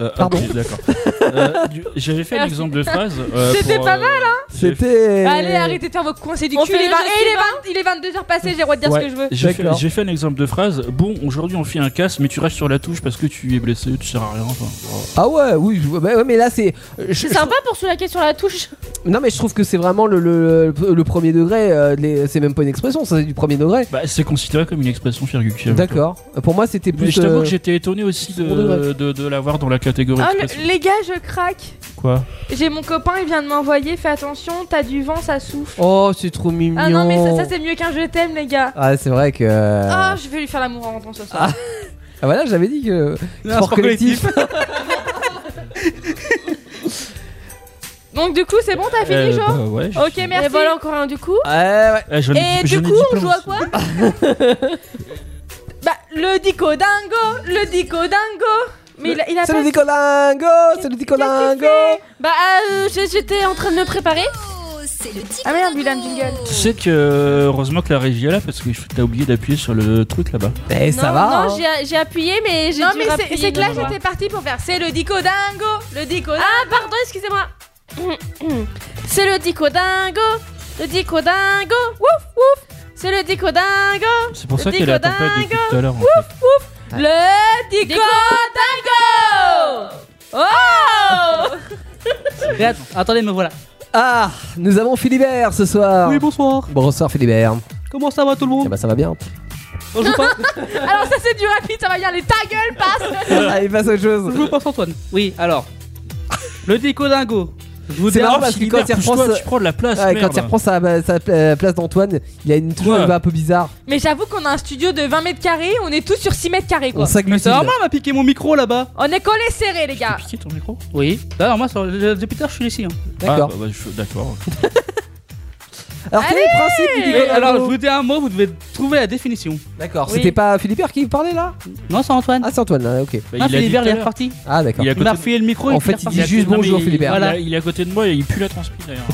I: Euh,
C: Pardon.
I: ok, d'accord. Euh, du- J'avais fait un
D: Merci.
I: exemple de phrase. euh,
D: C'était
I: pour,
D: pas hein?
I: euh, j'ai-
C: C'était.
D: Allez, arrêtez de faire vos coins, c'est du
F: On
D: cul. Il
F: fait
D: est,
F: le
D: vingt-
F: jeu,
D: eh,
F: c'est
D: il est vingt- il est 22h passé, j'ai le droit de dire
I: Ouais,
D: ce que je veux.
I: J'ai fait,
C: D'accord.
I: j'ai fait un exemple de phrase. Bon, aujourd'hui on fait un casse, mais tu restes sur la touche parce que tu es blessé, tu sers à rien. Enfin, voilà.
C: Ah ouais, oui, je- bah ouais, mais là c'est. je- je-
F: C'est sympa pour se laquer sur la touche.
C: Non mais je trouve que c'est vraiment le, le, le premier degré. euh, les- c'est même pas une expression, ça c'est du premier degré.
I: Bah, c'est considéré comme une expression virgule.
C: D'accord. Pour moi c'était
I: Mais
C: plus.
I: je t'avoue
C: euh,
I: que j'étais étonné aussi
C: second degré.
I: de, de, de l'avoir dans la catégorie.
F: Ah,
D: Oh, le-
I: expression.
D: les gars, je craque.
I: Quoi
D: J'ai mon copain, il vient de m'envoyer. Fais attention, t'as du vent, ça souffle.
C: Oh, c'est trop mignon.
D: Ah non, mais ça, ça, c'est mieux qu'un je t'aime, les gars.
C: Ah, c'est vrai que.
D: Ah,
C: Ah,
D: je vais lui faire l'amour en rentrant ce soir.
I: Ah.
C: voilà, j'avais dit que.
E: Non, sport
D: Donc, du coup, c'est bon, t'as fini,
I: Euh,
D: Jo
I: bah, ouais, je-
D: Ok, merci.
F: Et voilà encore un du coup.
C: ouais, ouais.
I: Eh, j'en ai dit-
F: Et
I: j'en
F: du
I: ai
F: coup,
I: dit
F: on
I: plein
F: joue à
I: aussi.
F: quoi
D: Bah, le dico dingo, le dico dingo. Mais il a, il a
C: C'est
D: pas-
C: le Dicolingo C'est le Dicolingo
F: Bah euh, j'ai- j'étais en train de me préparer.
B: Oh, c'est le
D: Ah merde, Dylan Jingle.
I: Tu sais que euh, heureusement que la régie est là parce que je- t'as oublié d'appuyer sur le truc là-bas.
C: Eh,
F: non,
C: ça va
F: Non,
C: hein.
F: j'ai- j'ai appuyé mais j'ai
D: Non,
F: dû
D: mais c'est-
F: rappuyer
D: c'est que là,
F: deux fois.
D: j'étais partie pour faire c'est le dico dingo, le dico dingo.
F: Ah pardon, excusez-moi. C'est le dico dingo, le dico dingo. Wouf wouf. C'est le dico dingo,
I: C'est pour ça
F: Le
I: qu'elle est tempête
F: dico-dingo.
I: depuis tout à l'heure. en fait.
F: le dico dingo. Oh
E: Et att- attendez, me voilà.
C: Ah, nous avons Philibert ce soir.
E: Oui, bonsoir.
C: Bonsoir Philibert.
E: Comment ça va tout le
C: Ah
E: monde
C: bah ça va bien.
E: On joue pas,
D: Alors, ça, c'est du rapide, ça va bien. Les ta gueule passe.
C: Allez, Ah, passe à autre
E: on
C: chose.
E: joue pas sans Antoine. Oui, alors. Le déco dingo. Je vous
C: C'est
E: dérange
C: marrant parce que
I: Philibert,
C: quand il
I: pousse-toi,
C: reprend
I: tu prends de la place.
C: Ouais,
I: merde.
C: quand il reprend sa, sa pla- place d'Antoine, il a une toujours
I: Ouais.
C: une voix un peu bizarre.
D: Mais j'avoue qu'on a un studio de 20 mètres carrés, on est tous sur 6 mètres carrés,
C: On
D: quoi.
E: Mais
C: s'agglutine.
E: c'est normal, m'a piqué mon micro là-bas. Bah,
D: On est collés serrés, les
I: T'as
D: gars.
I: piqué ton micro
E: Oui. D'ailleurs, moi, ça- depuis tard, je suis ici. hein.
C: D'accord.
I: Ah, bah, bah, je- D'accord.
C: Alors, quel est le principe
E: Et
C: du Nicolas
E: Eh, alors, je
C: Beau
E: vous dis un mot, vous devez trouver la définition.
C: D'accord,
E: Oui.
C: c'était pas Philibert qui parlait là
E: Non, c'est Antoine.
C: Ah, c'est Antoine là, ok.
E: Ah,
I: Bah, il a dit
E: Philibert, il
I: tout
E: est
I: à l'heure.
E: reparti.
C: Ah, d'accord.
I: Il est à
E: Il m'a
I: côté de-
E: refilé le micro.
C: En
E: il est
C: fait, il
E: reparti.
C: dit
I: à
C: juste
I: côté- non, mais
C: bonjour,
I: il-
C: Philibert.
I: il a-
E: Voilà.
I: Il est à côté de moi et il pue la transpire d'ailleurs.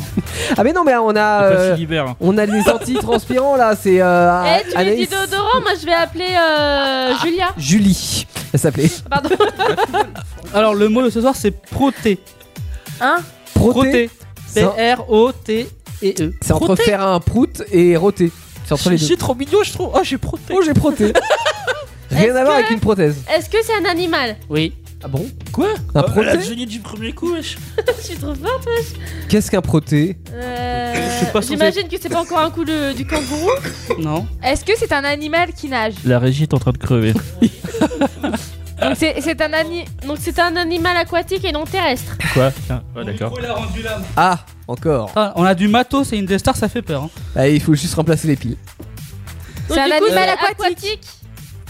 C: Ah, mais non, mais on a.
I: Pas
C: euh,
I: Philibert. hein.
C: on a les antitranspirants là, c'est. Euh,
I: Ah,
F: Eh, tu lui dis
C: Anaïs-
F: déodorant, moi je vais appeler euh, Julia.
C: Julie, elle s'appelait.
F: Pardon.
E: Alors, le mot de ce soir, c'est proté.
F: Hein
E: Proté.
C: C'est un-
E: E. P-R-O-T-E.
C: c'est entre faire un prout et roter. C'est entre les deux.
E: C'est trop mignon, je trouve. Oh, j'ai proté.
C: Oh, j'ai proté. Rien à
F: Est-ce
C: voir
F: que-
C: avec une prothèse.
F: Est-ce que c'est un animal
E: Oui.
C: Ah bon
I: Quoi
C: Un
I: Elle a
C: proté
I: gagné du premier coup, wesh.
F: Je suis trop forte.
C: Qu'est-ce qu'un proté
F: Euh,
E: Je suis pas censé-
F: J'imagine que c'est pas encore un coup de- du kangourou.
E: Non.
D: Est-ce que c'est un animal qui nage
I: La régie est en train de crever.
F: Donc c'est c'est un, ani- donc c'est un animal aquatique et non terrestre.
I: Quoi Ouais, d'accord.
C: Ah, encore.
E: Ah, on a du matos et Indestar, ça fait peur. hein.
C: Allez, il faut juste remplacer les piles.
F: Donc,
D: C'est un
F: du coup,
D: animal
F: c'est
D: aquatique.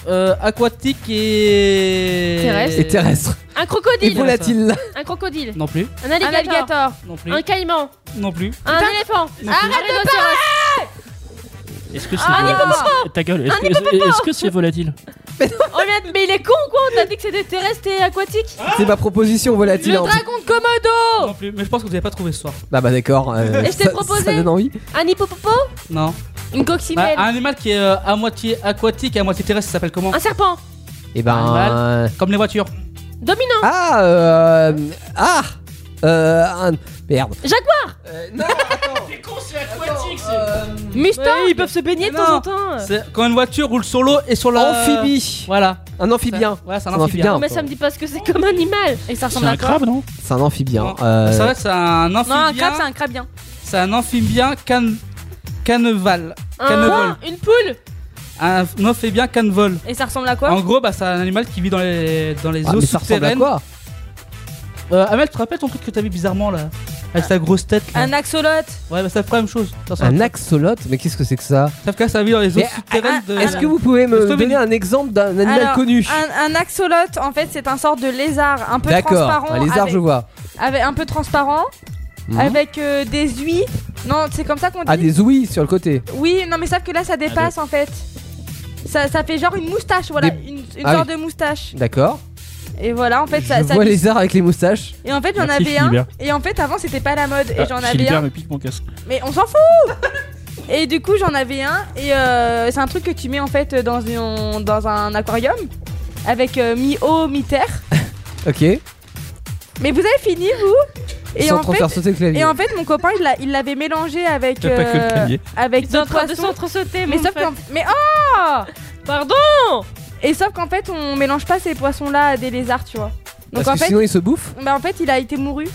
E: Euh, aquatique et.
F: Terrestre.
C: Et terrestre.
F: Un
C: Et
F: crocodile.
C: volatile.
F: Un crocodile.
E: Non plus.
F: Un alligator.
D: Un alligator.
E: Non plus.
F: Un caïman.
E: Non plus.
F: Un éléphant. Arrête de parler
I: Est-ce que c'est.
F: Ah,
I: volatile
F: un
I: Ta gueule, est-ce que- est-ce que c'est volatile
F: Oh, mais, mais il est con ou quoi On t'a dit que c'était terrestre et aquatique
C: C'est ma proposition volatile.
F: Le
C: en-
F: dragon de Komodo
C: Oh.
E: Non plus. Mais je pense que vous avez pas trouvé ce soir.
C: Bah bah d'accord. euh,
F: Et je t'ai
C: ça-
F: proposé.
C: Ça donne envie.
F: Un hippopopo
E: Non.
F: Une
E: Bah,
F: coccinelle
E: un animal qui est euh, à moitié aquatique et à moitié terrestre, ça s'appelle comment
F: Un serpent
C: Et ben.
E: Animal.
C: euh,
E: Comme les voitures.
F: Dominant
C: Ah euh, ah euh, un- merde.
F: Jaguar
C: Euh, non, euh, attends. C'est con, c'est aquatique.
F: Mustang Ils peuvent se baigner
E: de temps en
F: temps
E: C'est quand une voiture roule sur l'eau et sur la.
C: amphibie.
E: Voilà.
C: Un amphibien.
E: Ça- Voilà, c'est un
C: Un amphibien.
E: amphibien.
F: Mais ça me dit pas ce que c'est comme animal Et ça
I: C'est
F: ressemble
I: un
F: à quoi
I: crabe, non
C: C'est un amphibien.
E: Non.
C: euh,
E: C'est vrai que c'est un
D: Non, un crabe, c'est
E: amphibien.
D: un crabien.
E: C'est un amphibien can... canneval. Cannevole.
F: Une poule
E: Un un amphibien canevol.
D: Et ça ressemble à quoi
E: En gros, bah, c'est un animal qui vit dans les, dans les
C: ah,
E: eaux
C: mais ça ressemble à
E: souterraines.
C: quoi
E: Euh, Amel, tu te rappelles ton truc que t'avais bizarrement là Avec ta grosse tête là
D: Un axolote.
E: Ouais, bah, c'est la même chose. Ça, c'est
C: Un axolote Mais qu'est-ce que c'est que ça
E: Sauf que là, ça vit dans les eaux
C: Mais, ah,
E: souterraines de.
C: Est-ce que vous pouvez me
E: Est-ce que
C: donner
E: vous-
C: un exemple d'un animal
D: Alors,
C: connu
D: Un, un axolote, en fait, c'est un sort de lézard, un peu
C: D'accord,
D: transparent.
C: un lézard,
D: avec,
C: je vois.
D: avec- un peu transparent,
C: Mhm.
D: avec euh, des huiles. Non, c'est comme ça qu'on dit.
C: Ah, des ouïes sur le côté.
D: Oui, non, mais sauf que là,
I: Ah,
D: ça dépasse, en fait. Ça, ça fait genre une moustache, voilà,
C: Des-
D: une, une
C: Ah
D: sorte
C: oui.
D: de moustache.
C: D'accord.
D: Et voilà, en fait, ça.
C: Je
D: Ah, ça
C: vois lézard avec les moustaches.
D: Et en fait, j'en
I: Merci,
D: avais un.
I: Philibert.
D: Et en fait, avant, c'était pas la mode. Et
I: Ah,
D: j'en avais
I: Philibert
D: un.
I: me pique mon casque.
D: Mais on s'en fout Et du coup, j'en avais un. Et euh, c'est un truc que tu mets en fait dans, une- dans un aquarium. Avec euh, mi-eau, mi-terre.
C: Ok.
D: Mais vous avez fini, vous Et
C: Sans
D: en,
C: trop
D: fait,
C: faire sauter le clavier.
D: et en fait, mon copain, il l'a- il l'avait mélangé avec.
I: T'as pas que le
D: euh,
I: clavier.
D: avec
F: Ils sont en
D: d'autres
F: train de
D: poissons.
F: s'entresauter,
D: Mais
F: mon
D: sauf
F: frère.
D: qu'en mais oh
F: Pardon
D: Et sauf qu'en fait, on mélange pas ces poissons-là à des lézards, tu vois. Donc
C: Parce
D: en
C: que
D: fait,
C: sinon, il se bouffe.
D: bah, en fait, il a été mouru.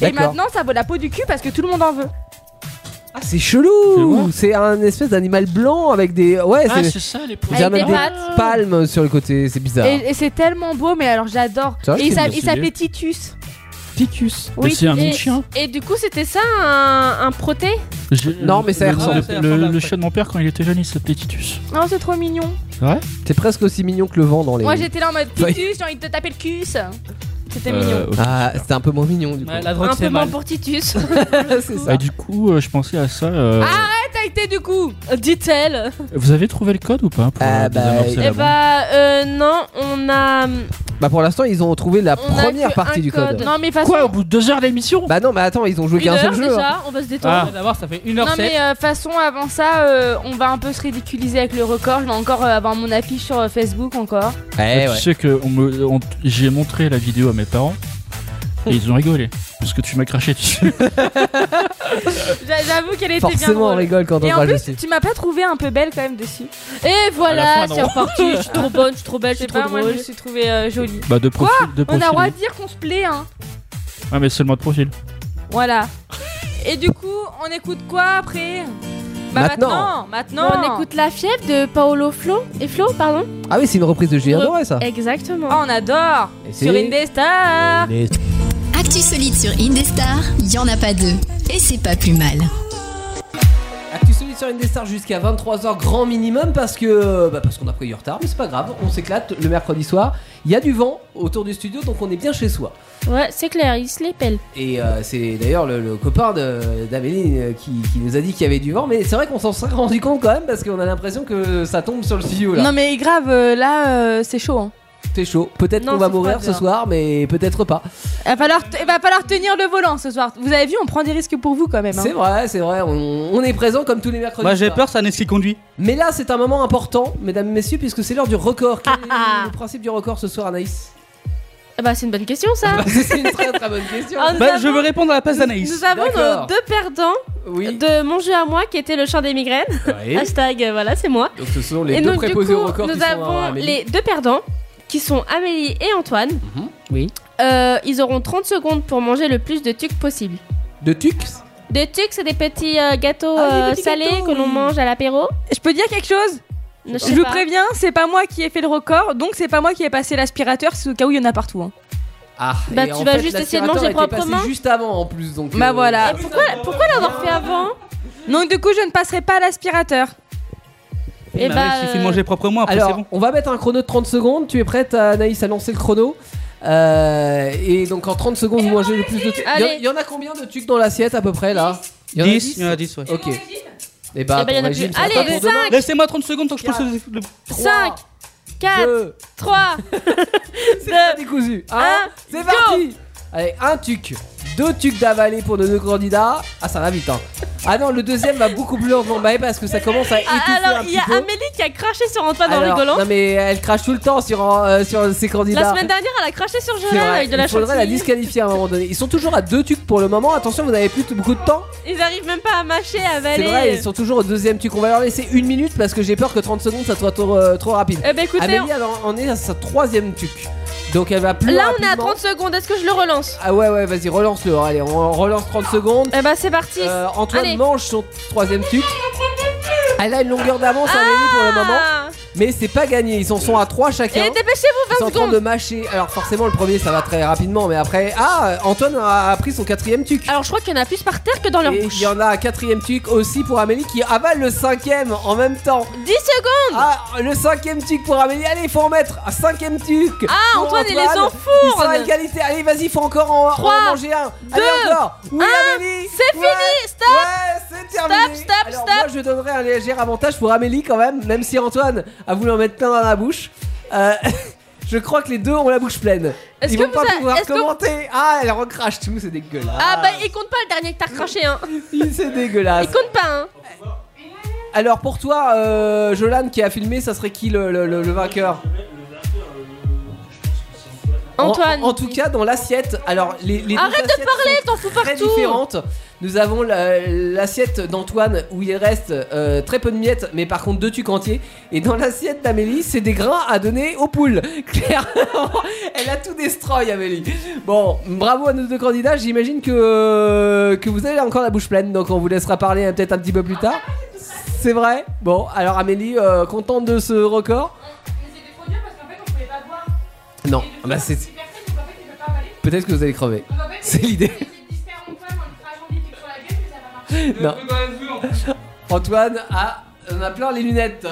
D: Et
C: D'accord.
D: maintenant, ça vaut la peau du cul parce que tout le monde en veut.
C: Ah, c'est
I: C'est
C: chelou
I: bon.
C: C'est un espèce d'animal blanc avec des. Ouais,
I: Ah,
C: c'est.
I: c'est ça les
C: on dirait
F: avec des
C: même des
F: pattes.
C: palmes sur le côté, c'est bizarre.
D: Et, et c'est tellement beau, mais alors j'adore.
C: C'est vrai
D: Et
C: que
D: il
C: c'est
D: s'a-
I: une
D: il
I: bonne
D: s'appelait
I: idée.
D: Titus.
I: Picus.
F: Oui,
I: c'est un
F: et-
I: nom de chien.
F: Et du coup, c'était ça un, un proté
I: J'ai-
C: Non, mais ça
I: le-
C: y ressemble.
I: le-
E: Ça y
I: Le,
E: ressemble à
I: le
E: ça.
I: chien de mon père, quand il était jeune, il s'appelait Titus.
D: Oh, c'est trop mignon.
C: T'es presque aussi mignon que le vent dans les.
D: Moi, j'étais là en mode
C: Oui.
D: Titus, j'ai envie de te taper le cul. ça. C'était
I: Euh,
D: mignon.
I: ok.
C: Ah, c'était un peu moins mignon du coup.
E: Ouais, la drogue,
F: Un
E: c'est
F: peu moins
E: mal.
F: pour Titus.
C: c'est
I: Ah, du coup, euh, je pensais à ça. euh,
D: T'as été du coup
F: Dit-elle.
I: Vous avez trouvé le code ou pas pour
C: Ah, bah,
I: euh, désamorcer
C: C'est
F: Eh
I: la bombe
F: bah, euh, non, on a.
C: Bah pour l'instant, ils ont trouvé la
F: On a
C: première
F: que
C: partie
F: un
C: du code.
F: Non, mais de toute façon.
I: Quoi, au bout de deux heures d'émission
C: Bah non, mais attends, ils ont joué
F: Une
C: qu'un
F: heure
C: seul jeu. hein.
F: déjà, on va se détendre.
E: Ah. D'abord, ça fait 1h07.
D: Non mais euh, façon avant ça euh, on va un peu se ridiculiser avec le record je vais encore euh, avoir mon affiche sur euh, Facebook encore
C: Eh
I: Tu
C: ouais.
I: sais que on me- on- j'ai montré la vidéo à mes parents et ils ont rigolé parce que tu m'as craché dessus.
D: J'a- j'avoue qu'elle était bien
C: Forcément, on
D: drôle.
C: rigole quand on
D: et en
C: parle
D: plus
C: dessus.
D: tu m'as pas trouvé un peu belle quand même dessus
F: Et
I: À
F: voilà,
I: la fin,
F: c'est
I: non.
F: reparti. Je suis trop bonne, je suis trop belle, je
D: je sais
F: suis trop
D: pas moi je
F: drôle.
D: me suis trouvée euh, jolie
I: bah de profil.
D: on
I: de
D: a
I: profil.
D: le droit de dire qu'on se plaît hein
I: Ah mais seulement de profil.
D: voilà et du coup on écoute quoi après bah maintenant
C: Maintenant.
D: maintenant,
F: On écoute La fièvre de Paolo Flo. Et Flo, pardon
C: Ah oui, c'est une reprise de Julien
F: Ouais.
C: Doré ça.
F: Exactement.
D: Ah, on adore
C: Et c'est-
D: sur Indestar
B: Actu solide sur Indestar, il y en a pas deux. Et c'est pas plus mal.
C: Actu Solide suite sur Indestar jusqu'à 23h grand minimum parce que bah, parce qu'on a pris du retard, mais c'est pas grave, on s'éclate le mercredi soir. Il y a du vent autour du studio, donc on est bien chez soi.
F: Ouais, c'est clair, il se les pèle.
C: Et euh, c'est d'ailleurs le, le copain de- d'Amélie euh, qui, qui nous a dit qu'il y avait du vent, mais c'est vrai qu'on s'en serait rendu compte quand même parce qu'on a l'impression que ça tombe sur le studio là.
J: Non mais grave, euh, là euh, c'est chaud. Hein.
C: C'est chaud. Peut-être
J: Non,
C: qu'on va
J: c'est
C: mourir
J: froid,
C: ce
J: là.
C: soir, mais peut-être pas.
J: Il va falloir, te- il va falloir tenir le volant ce soir. Vous avez vu, on prend des risques pour vous quand même. hein.
C: C'est vrai, c'est vrai. On, on est présent comme tous les mercredis.
E: Moi j'ai
C: soirs.
E: peur, ça n'est ce qui conduit.
C: Mais là, c'est un moment important, mesdames et messieurs, puisque c'est l'heure du record. Quel est le principe du record ce soir, Anaïs
F: Ah Bah, c'est une bonne question ça.
C: C'est une très très Ah bonne question.
F: Ah, nous
E: Bah,
F: avons-
E: je veux répondre à la place d'Anaïs.
F: Nous avons
C: D'accord.
F: nos deux perdants
C: Oui.
F: de mon jeu à moi qui était le chant des migraines.
C: Ouais.
F: Hashtag euh, voilà, c'est moi.
C: Donc ce sont les
F: et
C: deux
F: donc, du coup,
C: préposés au record qui
F: nous
C: sont à- à
F: avons
C: Amélie.
F: les deux perdants qui sont Amélie et Antoine.
C: Oui.
F: Euh, ils auront 30 secondes pour manger le plus de tucs possible.
C: De Tux
F: Des tucs, c'est des petits euh, gâteaux
J: Ah, des
F: euh,
J: petits
F: salés
J: gâteaux,
F: que l'on
J: oui.
F: mange à l'apéro.
J: Je peux dire quelque chose
F: Je sais
J: Je vous
F: pas.
J: préviens, c'est pas moi qui ai fait le record, donc c'est pas moi qui ai passé l'aspirateur, c'est au cas où il y en a partout. hein.
C: Ah,
F: Bah,
C: et
F: tu
C: en
F: vas
C: fait,
F: juste essayer de
C: l'aspirateur
F: manger
C: était passé
F: proprement.
C: juste avant en plus, donc. euh, Ah,
J: Bah voilà.
F: Et pourquoi, pourquoi l'avoir fait avant
J: Donc du coup, je ne passerai pas à l'aspirateur.
F: Eh
E: Bah,
F: bah,
E: Il suffit de
F: euh,
E: manger proprement, après c'est
C: Alors,
E: bon.
C: on va mettre un chrono de 30 secondes. Tu es prête, euh, Anaïs, à lancer le chrono Euh, Et donc en 30 secondes, vous mangez le plus de tucs. Il y en-
F: Allez.
C: Il y en a combien de tucs dans l'assiette à peu près là Il y en a
E: 10,
C: dix
E: il y en a 10, ouais.
C: Ok. Et bah,
F: Eh ben, il y en a
C: ton régime,
F: plus.
C: ça sera
F: Allez,
C: pour demain.
E: Laissez-moi 30 secondes tant que je pense le.
F: 5, 4,
C: Deux,
F: 3,
C: c'est décousu. Un,
F: un,
C: c'est parti. Allez, un tuc, deux tucs d'avaler pour nos deux candidats. Ah, ça va vite. Hein. Ah non, le deuxième va beaucoup plus lentement bah, parce que ça commence à étouffer un
F: Ah, Alors, il
C: petit
F: y a
C: peu.
F: Amélie qui a craché sur Antoine Ah, en
C: Alors,
F: rigolant.
C: Non mais elle crache tout le temps sur euh, sur ses candidats.
F: La semaine dernière, elle a craché sur
C: C'est
F: Jolan
C: vrai,
F: avec de la
C: il faudrait la
F: chantilly.
C: disqualifier à un moment donné. Ils sont toujours à deux tucs pour le moment. Attention, vous n'avez plus t- beaucoup de temps.
F: Ils arrivent même pas à mâcher, à
C: C'est
F: avaler.
C: vrai, ils sont toujours au deuxième tuc. On va leur laisser une minute parce que j'ai peur que 30 secondes ça soit trop, euh, trop rapide.
F: Eh ben écoutez,
C: Amélie, elle en- en est à sa troisième tuc. Donc elle va plus
F: là on est à
C: rapidement.
F: 30 secondes, est-ce que je le relance
C: Ah ouais ouais vas-y relance-le hein. allez on relance 30 secondes
F: Eh bah c'est parti
C: Euh, Antoine
F: Allez.
C: mange son troisième tuc Elle a une longueur d'avance Amélie pour le moment
F: Ah.
C: Mais c'est pas gagné ils en sont à 3 chacun
F: Et dépêchez-vous,
C: Ils sont
F: 20
C: en train de
F: secondes
C: mâcher Alors forcément le premier ça va très rapidement Mais après Ah Antoine a a pris son quatrième tuc
F: Alors je crois qu'il y en a plus par terre que dans leur
C: Et
F: bouche.
C: il y en a un quatrième tuc aussi pour Amélie qui avale le cinquième en même temps
F: 10 secondes
C: Ah le cinquième tuc pour Amélie Allez faut en mettre un cinquième tuc
F: Ah,
C: pour
F: Antoine, il les
C: Antoine. Ils sont à
F: enfourne
C: égalité Allez vas-y faut encore en, en
F: Trois,
C: manger un Allez encore Oui Amélie
F: C'est
C: Ouais.
F: fini Stop
C: Ouais, c'est terminé.
F: Stop, stop,
C: Alors,
F: stop.
C: Moi, je donnerais un léger avantage pour Amélie quand même, même si Antoine a voulu en mettre plein dans la bouche. Euh, je crois que les deux ont la bouche pleine.
F: Est-ce
C: Ils
F: que
C: vont
F: vous
C: pas
F: a-
C: pouvoir
F: est-ce que-
C: commenter. Ah, elle recrache tout, c'est dégueulasse.
F: Ah bah il compte pas le dernier que t'as recraché hein
C: c'est dégueulasse.
F: Il compte pas hein
C: Alors pour toi, euh, Jolan qui a filmé, ça serait qui le, le- le- le vainqueur En-
F: Antoine
C: En, tout cas, dans l'assiette. Alors les, les deux
F: Arrête
C: assiettes
F: de parler,
C: sont
F: t'en fous
C: Très
F: partout
C: différentes. Nous avons la- l'assiette d'Antoine où il reste euh, très peu de miettes, mais par contre deux tucs entiers. Et dans l'assiette d'Amélie, c'est des grains à donner aux poules. Clairement, elle a tout destroy, Amélie. Bon, bravo à nos deux candidats. J'imagine euh, que, que vous avez encore la bouche pleine, donc on vous laissera parler euh, peut-être un petit peu plus tard. C'est vrai Bon, alors Amélie, euh, contente de ce record Non, bah c'est. Peut-être que vous allez crever. C'est l'idée. Non. Antoine a, on a plein les lunettes.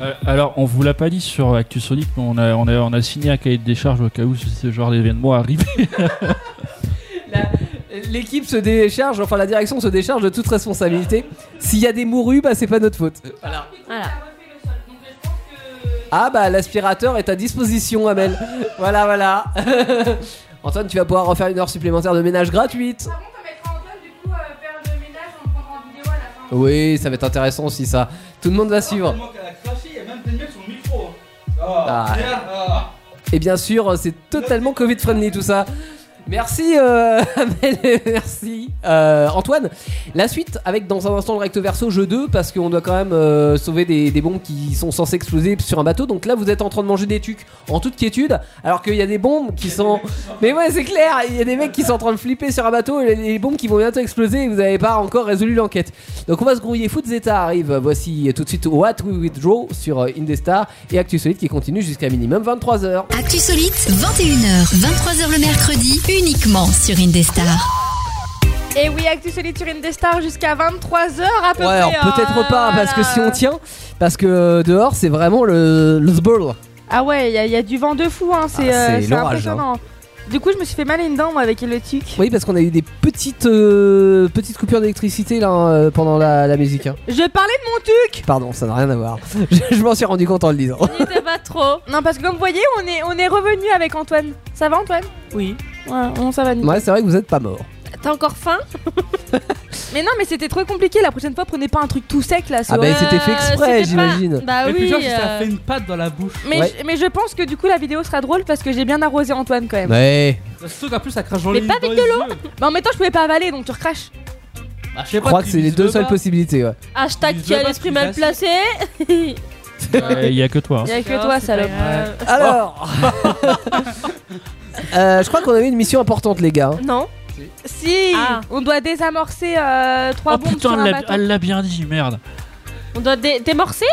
I: Euh, alors, on vous l'a pas dit sur Actu Solide, mais on a, on, a, on a signé un cahier de décharge au cas où ce- ce genre d'événement arrive.
C: La- L'équipe se décharge, enfin la direction se décharge de toute responsabilité. S'il y a des mourus, bah c'est pas notre faute.
F: Voilà.
C: Ah bah l'aspirateur est à disposition, Amel. voilà, voilà. Antoine, tu vas pouvoir refaire une heure supplémentaire de ménage gratuite.
J: euh,
C: Oui, ça va être intéressant aussi ça. Tout le monde va suivre. Ah. Et bien sûr, c'est totalement Covid friendly tout ça. Merci euh, Amel, et merci euh, Antoine. La suite avec dans un instant le recto verso jeu 2 parce qu'on doit quand même euh, sauver des, des bombes qui sont censées exploser sur un bateau. Donc là vous êtes en train de manger des tucs en toute quiétude alors qu'il y a des bombes qui sont... Mais ouais c'est clair, il y a des mecs qui sont en train de flipper sur un bateau et les bombes qui vont bientôt exploser et vous n'avez pas encore résolu l'enquête. Donc on va se grouiller, Foot Zeta arrive, voici tout de suite What We Withdraw sur euh, Indestar et Actu Solide qui continue jusqu'à minimum 23h.
B: Actu Solite, 21h, 23h le mercredi, uniquement sur Indestar.
D: Et oui, Actu Solide sur Indestar jusqu'à 23h à peu près.
C: Ouais, alors
J: hein.
C: peut-être pas, parce que si on tient, parce que euh, dehors c'est vraiment le, le zbol.
D: Ah ouais, il y, a- il y a du vent de fou, hein, c'est
C: Ah,
D: euh,
C: c'est
D: c'est
C: l'orage,
D: impressionnant. Du coup, je me suis fait mal à une dent moi, avec le tuc.
C: Oui, parce qu'on a eu des petites, euh, petites coupures d'électricité là hein, euh, pendant la, la musique. hein.
D: Je parlais de mon tuc
C: Pardon, ça n'a rien à voir. je je m'en suis rendu compte en le disant.
D: C'était pas trop. Non, parce que comme vous voyez, on est, on est revenu avec Antoine. Ça va, Antoine
C: Oui.
D: Ouais, on, ça va. nickel.
C: Ouais, c'est vrai que vous êtes pas mort.
D: T'as encore faim
F: Bah,
D: Mais non, mais c'était trop compliqué. La prochaine fois, prenez pas un truc tout sec là. c'est
C: Ah bah,
D: vrai.
C: c'était fait exprès,
D: c'était pas-
C: j'imagine.
D: Bah
E: Et
F: Ah
D: oui.
E: puis genre, si ça
D: euh,
E: fait une patte dans la bouche.
D: Mais, je, mais je pense que du coup, la vidéo sera drôle parce que j'ai bien arrosé Antoine
C: Eh
D: quand même.
C: Ouais.
E: Surtout qu'en plus, ça crache dans
D: Mais
E: les
D: pas
E: dans
D: avec
E: les
D: de l'eau
E: yeux.
D: Bah en même temps, je pouvais pas avaler donc tu recraches.
E: Bah,
C: Je crois que c'est les deux seules possibilités. Ouais.
F: Hashtag
E: Ils
F: qui a
E: veulent pas
F: l'esprit
E: qu'ils
F: mal
E: fassent.
F: placé.
I: Il y a que toi. hein.
D: Il y a que
F: Oh,
D: toi,
F: c'est
D: salope.
F: pas grave.
C: Alors, euh, je crois qu'on avait une mission importante, les gars. hein.
D: Non. Si,
F: Ah.
D: on doit désamorcer euh, trois
I: Oh
D: bombes
I: putain,
D: sur un Hein
I: elle l'a-
D: bateau.
I: elle l'a bien dit, merde.
F: On doit dé- démorcer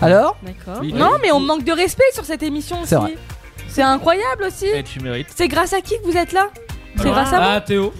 C: Alors,
F: D'accord.
I: Oui,
D: Non, mais on manque de respect sur cette émission
C: C'est
D: aussi.
C: vrai.
D: C'est incroyable aussi.
I: eh, tu mérites.
D: C'est grâce à qui que vous êtes là C'est
I: Alors-
D: grâce à moi.
E: Ah, Théo.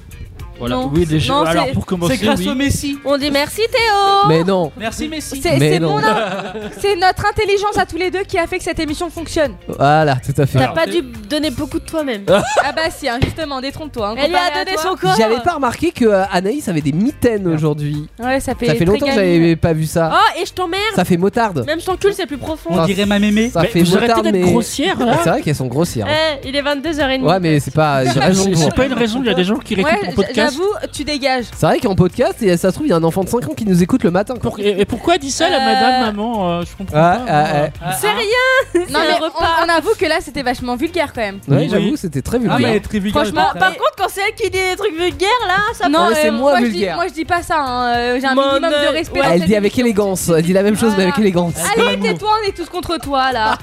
I: Voilà.
D: Non.
I: Oui, déjà.
D: Non,
I: alors
D: c'est-
I: pour commencer,
E: C'est grâce
I: oui.
E: au Messi.
F: On dit merci Théo
C: mais non.
E: Merci Messi.
D: C'est
C: Mais
D: c'est
C: non.
D: mon in- c'est notre intelligence à tous les deux qui a fait que cette émission fonctionne.
C: Voilà, tout à fait.
F: T'as pas dû donner beaucoup de toi-même.
D: Ah bah si, hein, justement, détrompe-toi. hein,
F: Elle lui a
D: comparé à
F: donné
D: toi.
F: son corps
C: J'avais pas remarqué que euh, Anaïs avait des mitaines aujourd'hui.
D: Ouais, ça fait,
C: Ça fait
D: très
C: longtemps
D: gamine.
C: que j'avais pas vu ça.
F: Oh, et je t'emmerde
C: Ça fait motarde.
F: Même son cul, c'est plus profond.
E: On
C: Ah,
E: dirait ma mémé.
C: Ça
I: Mais
C: fait
I: vous arrêtez
C: motarde,
I: d'être
C: mais. Ah,
I: grossière, hein. là.
C: C'est vrai qu'elles sont grossières. hein.
F: Eh, il est 22h30.
C: Ouais, mais c'est pas. J'ai raison de
I: C'est
C: vous.
I: c'est pas une raison, il y a des gens qui réécoutent mon
D: Ouais, j-
I: podcast.
D: j'avoue, tu dégages.
C: C'est vrai qu'en podcast, et ça se trouve, il y a un enfant de 5 ans qui nous écoute le matin. quoi.
I: Pour- et, et pourquoi elle dit ça, la
D: Euh,
I: madame, maman euh, Je comprends
C: Ah,
I: pas.
C: ah,
I: moi.
F: C'est rien
D: Non, mais on, on avoue que là, c'était vachement vulgaire quand même.
C: Ouais,
E: Oui.
C: j'avoue, c'était très
E: Ah, mais elle
C: vulgaire.
E: est très vulgaire.
D: Franchement,
E: elle est
D: par
E: très-
D: contre,
F: Quand c'est elle qui dit des trucs vulgaires là, ça
D: non, euh,
C: mais c'est moins
D: moi, je dis-
C: vulgaire.
D: moi, je dis pas ça. hein, euh, J'ai un
F: Mon
D: minimum de
F: œil.
D: respect.
F: Ouais,
D: dans
C: Elle
D: cette
C: dit avec
D: émission.
C: élégance. Elle dit la même chose, mais
D: Voilà.
C: avec élégance.
D: Allez, tais-toi, on est tous contre toi là.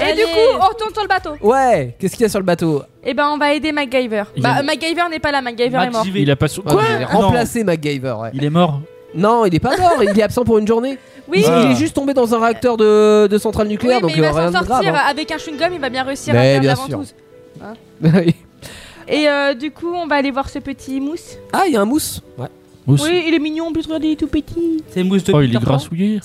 D: Et du
F: Allez.
D: coup, on retourne sur le bateau.
C: Ouais, qu'est-ce qu'il y a sur le bateau
D: Et ben, on va aider MacGyver.
I: Il
D: Bah,
I: est-
D: euh, MacGyver n'est pas là, MacGyver est
E: Max,
D: mort.
E: j'y vais.
I: Il a pas sou-
C: Ouais, vous allez Remplacer MacGyver, ouais.
I: Il est mort.
C: Non, il est pas mort, il est absent pour une journée.
D: Oui,
C: Il-
I: Ah.
C: Il est juste tombé dans un réacteur de, de centrale
D: oui,
C: nucléaire,
D: mais
C: donc
D: il
C: euh,
D: va
C: rien
D: s'en
C: de grave.
D: sortir. Avec un chewing-gum, il va bien réussir
C: Mais
D: à faire de
C: bien
D: l'avant
C: sûr.
D: tous.
C: hein.
D: Et euh, du coup, on va aller voir ce petit mousse.
C: ah, il y a un mousse. Ouais.
D: Oui, il est mignon, en plus, regardez, il est tout petit.
E: C'est mousse de
I: Oh, il
E: Peter
I: est
E: Pan.
I: grassouillé.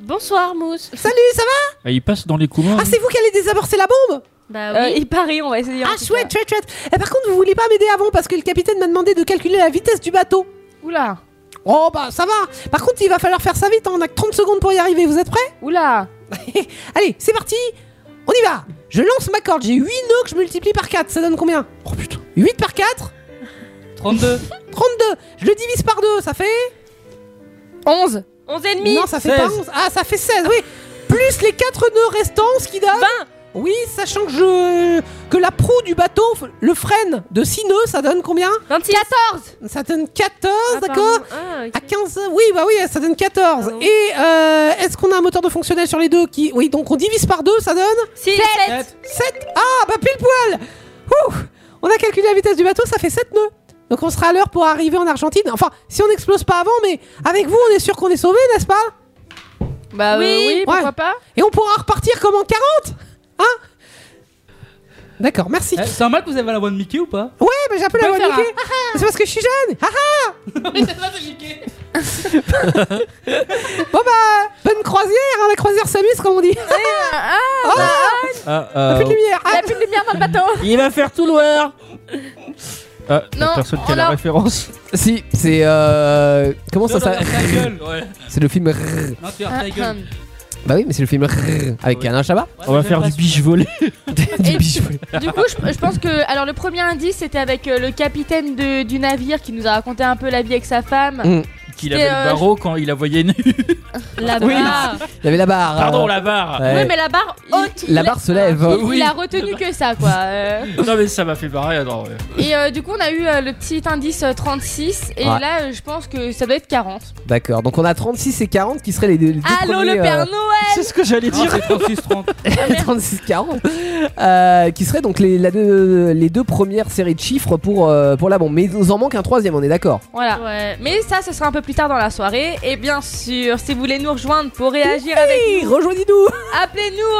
F: Bonsoir Mousse.
C: Salut, ça va
I: Ah, il passe dans les couloirs.
C: Ah, c'est vous qui allez désamorcer la bombe
F: Bah
D: Euh,
F: oui.
D: il paraît, on va essayer. en
C: Ah,
D: tout
C: chouette, chouette, chouette. Et par contre, vous voulez pas m'aider avant parce que le capitaine m'a demandé de calculer la vitesse du bateau.
D: cas. Oula,
C: Oh, bah ça va. Par contre, il va falloir faire ça vite, hein. on a que 30 secondes pour y arriver, vous êtes prêts
D: oula.
C: Allez, c'est parti On y va Je lance ma corde, j'ai 8 nœuds que je multiplie par 4, ça donne combien Oh putain 8 par 4
E: 32.
C: 32 Je le divise par 2, ça fait
D: 11.
F: 11 et demi.
C: Non, ça fait
E: 16.
C: pas 11 Ah, ça fait 16, oui Plus les 4 nœuds restants, ce qui donne... 20 Oui, sachant que je... que la proue du bateau, f- le freine de 6 nœuds, ça donne combien
F: 26.
C: Ça donne 14,
F: Ah,
C: d'accord
F: pardon. Ah, ok.
C: à 15, oui, bah oui, ça donne 14.
F: Pardon.
C: Et euh, est-ce qu'on a un moteur de fonctionnel sur les deux qui... Oui, donc on divise par 2, ça donne
F: Six, sept.
C: 7 Ah bah pile poil Ouh On a calculé la vitesse du bateau, ça fait 7 nœuds. Donc on sera à l'heure pour arriver en Argentine. Enfin, si on n'explose pas avant, mais avec vous, on est sûr qu'on est sauvé, n'est-ce pas
D: Bah euh,
F: Oui.
D: oui,
F: Ouais.
D: pourquoi pas
C: Et on pourra repartir comme en 40 Hein D'accord, merci.
E: Eh, C'est un mal que vous avez la voix de Mickey ou pas
C: Ouais, bah j'ai un peu la
D: peux
C: voix
D: faire
C: niquée. C'est parce que je suis jeune. Ah, ah. bon bah, bonne croisière, hein, la croisière s'amuse comme on dit. Ah, plus de lumière. Ah,
D: Plus de lumière dans le bateau.
I: Il va faire tout noir. Ah, y a
D: Non,
I: personne qui a la
D: alors-
I: référence.
C: Si, c'est euh, comment ça
E: Théo,
C: ça
E: regarde ta gueule. Ouais.
C: C'est le film. Rrr.
E: Non, tu
D: Ah,
E: regardes ta gueule.
C: Bah oui, mais c'est le film Rrr avec Alain Chabat.
E: Ouais,
I: On va
E: j'aime
I: faire
E: pas
I: du
E: ce-
I: biche volé.
D: Et- du coup, je, je pense que. Euh, Alors, le premier indice, c'était avec euh, le capitaine de- du navire qui nous a raconté un peu la vie avec sa femme.
C: Mm.
I: Qu'il
D: Et,
I: avait
D: euh,
I: le barreau quand il la voyait nue.
F: La
C: Oui.
F: barre.
C: Il y avait la barre.
I: Pardon,
C: euh,
I: la barre.
C: ouais.
F: Oui, mais la barre
D: Il-
F: haute.
C: La barre se lève.
D: Il, il a retenu que ça, quoi. euh.
I: Non, mais ça m'a fait barrer. Alors, ouais.
D: Et euh, du coup, on a eu euh, le petit indice euh, 36. Et
C: Ouais.
D: là, euh, je pense que ça doit être 40.
C: D'accord, donc on a 36 et 40 qui seraient les deux. les deux
D: Allô,
C: premiers,
D: le Père
C: euh,
D: Noël
I: C'est ce que j'allais
E: Non,
I: dire.
E: c'est 36,
I: Euh,
E: 30.
C: 36 40 euh, qui seraient donc les, la deux, les deux premières séries de chiffres pour, euh, pour la bombe. Mais il nous en manque un troisième, on est d'accord.
D: Voilà.
F: Ouais.
D: Mais ça, ce sera un peu plus tard dans la soirée. Et bien sûr, si vous voulez nous rejoindre pour réagir avec
C: Oui, rejoignez-nous
D: nous, appelez-nous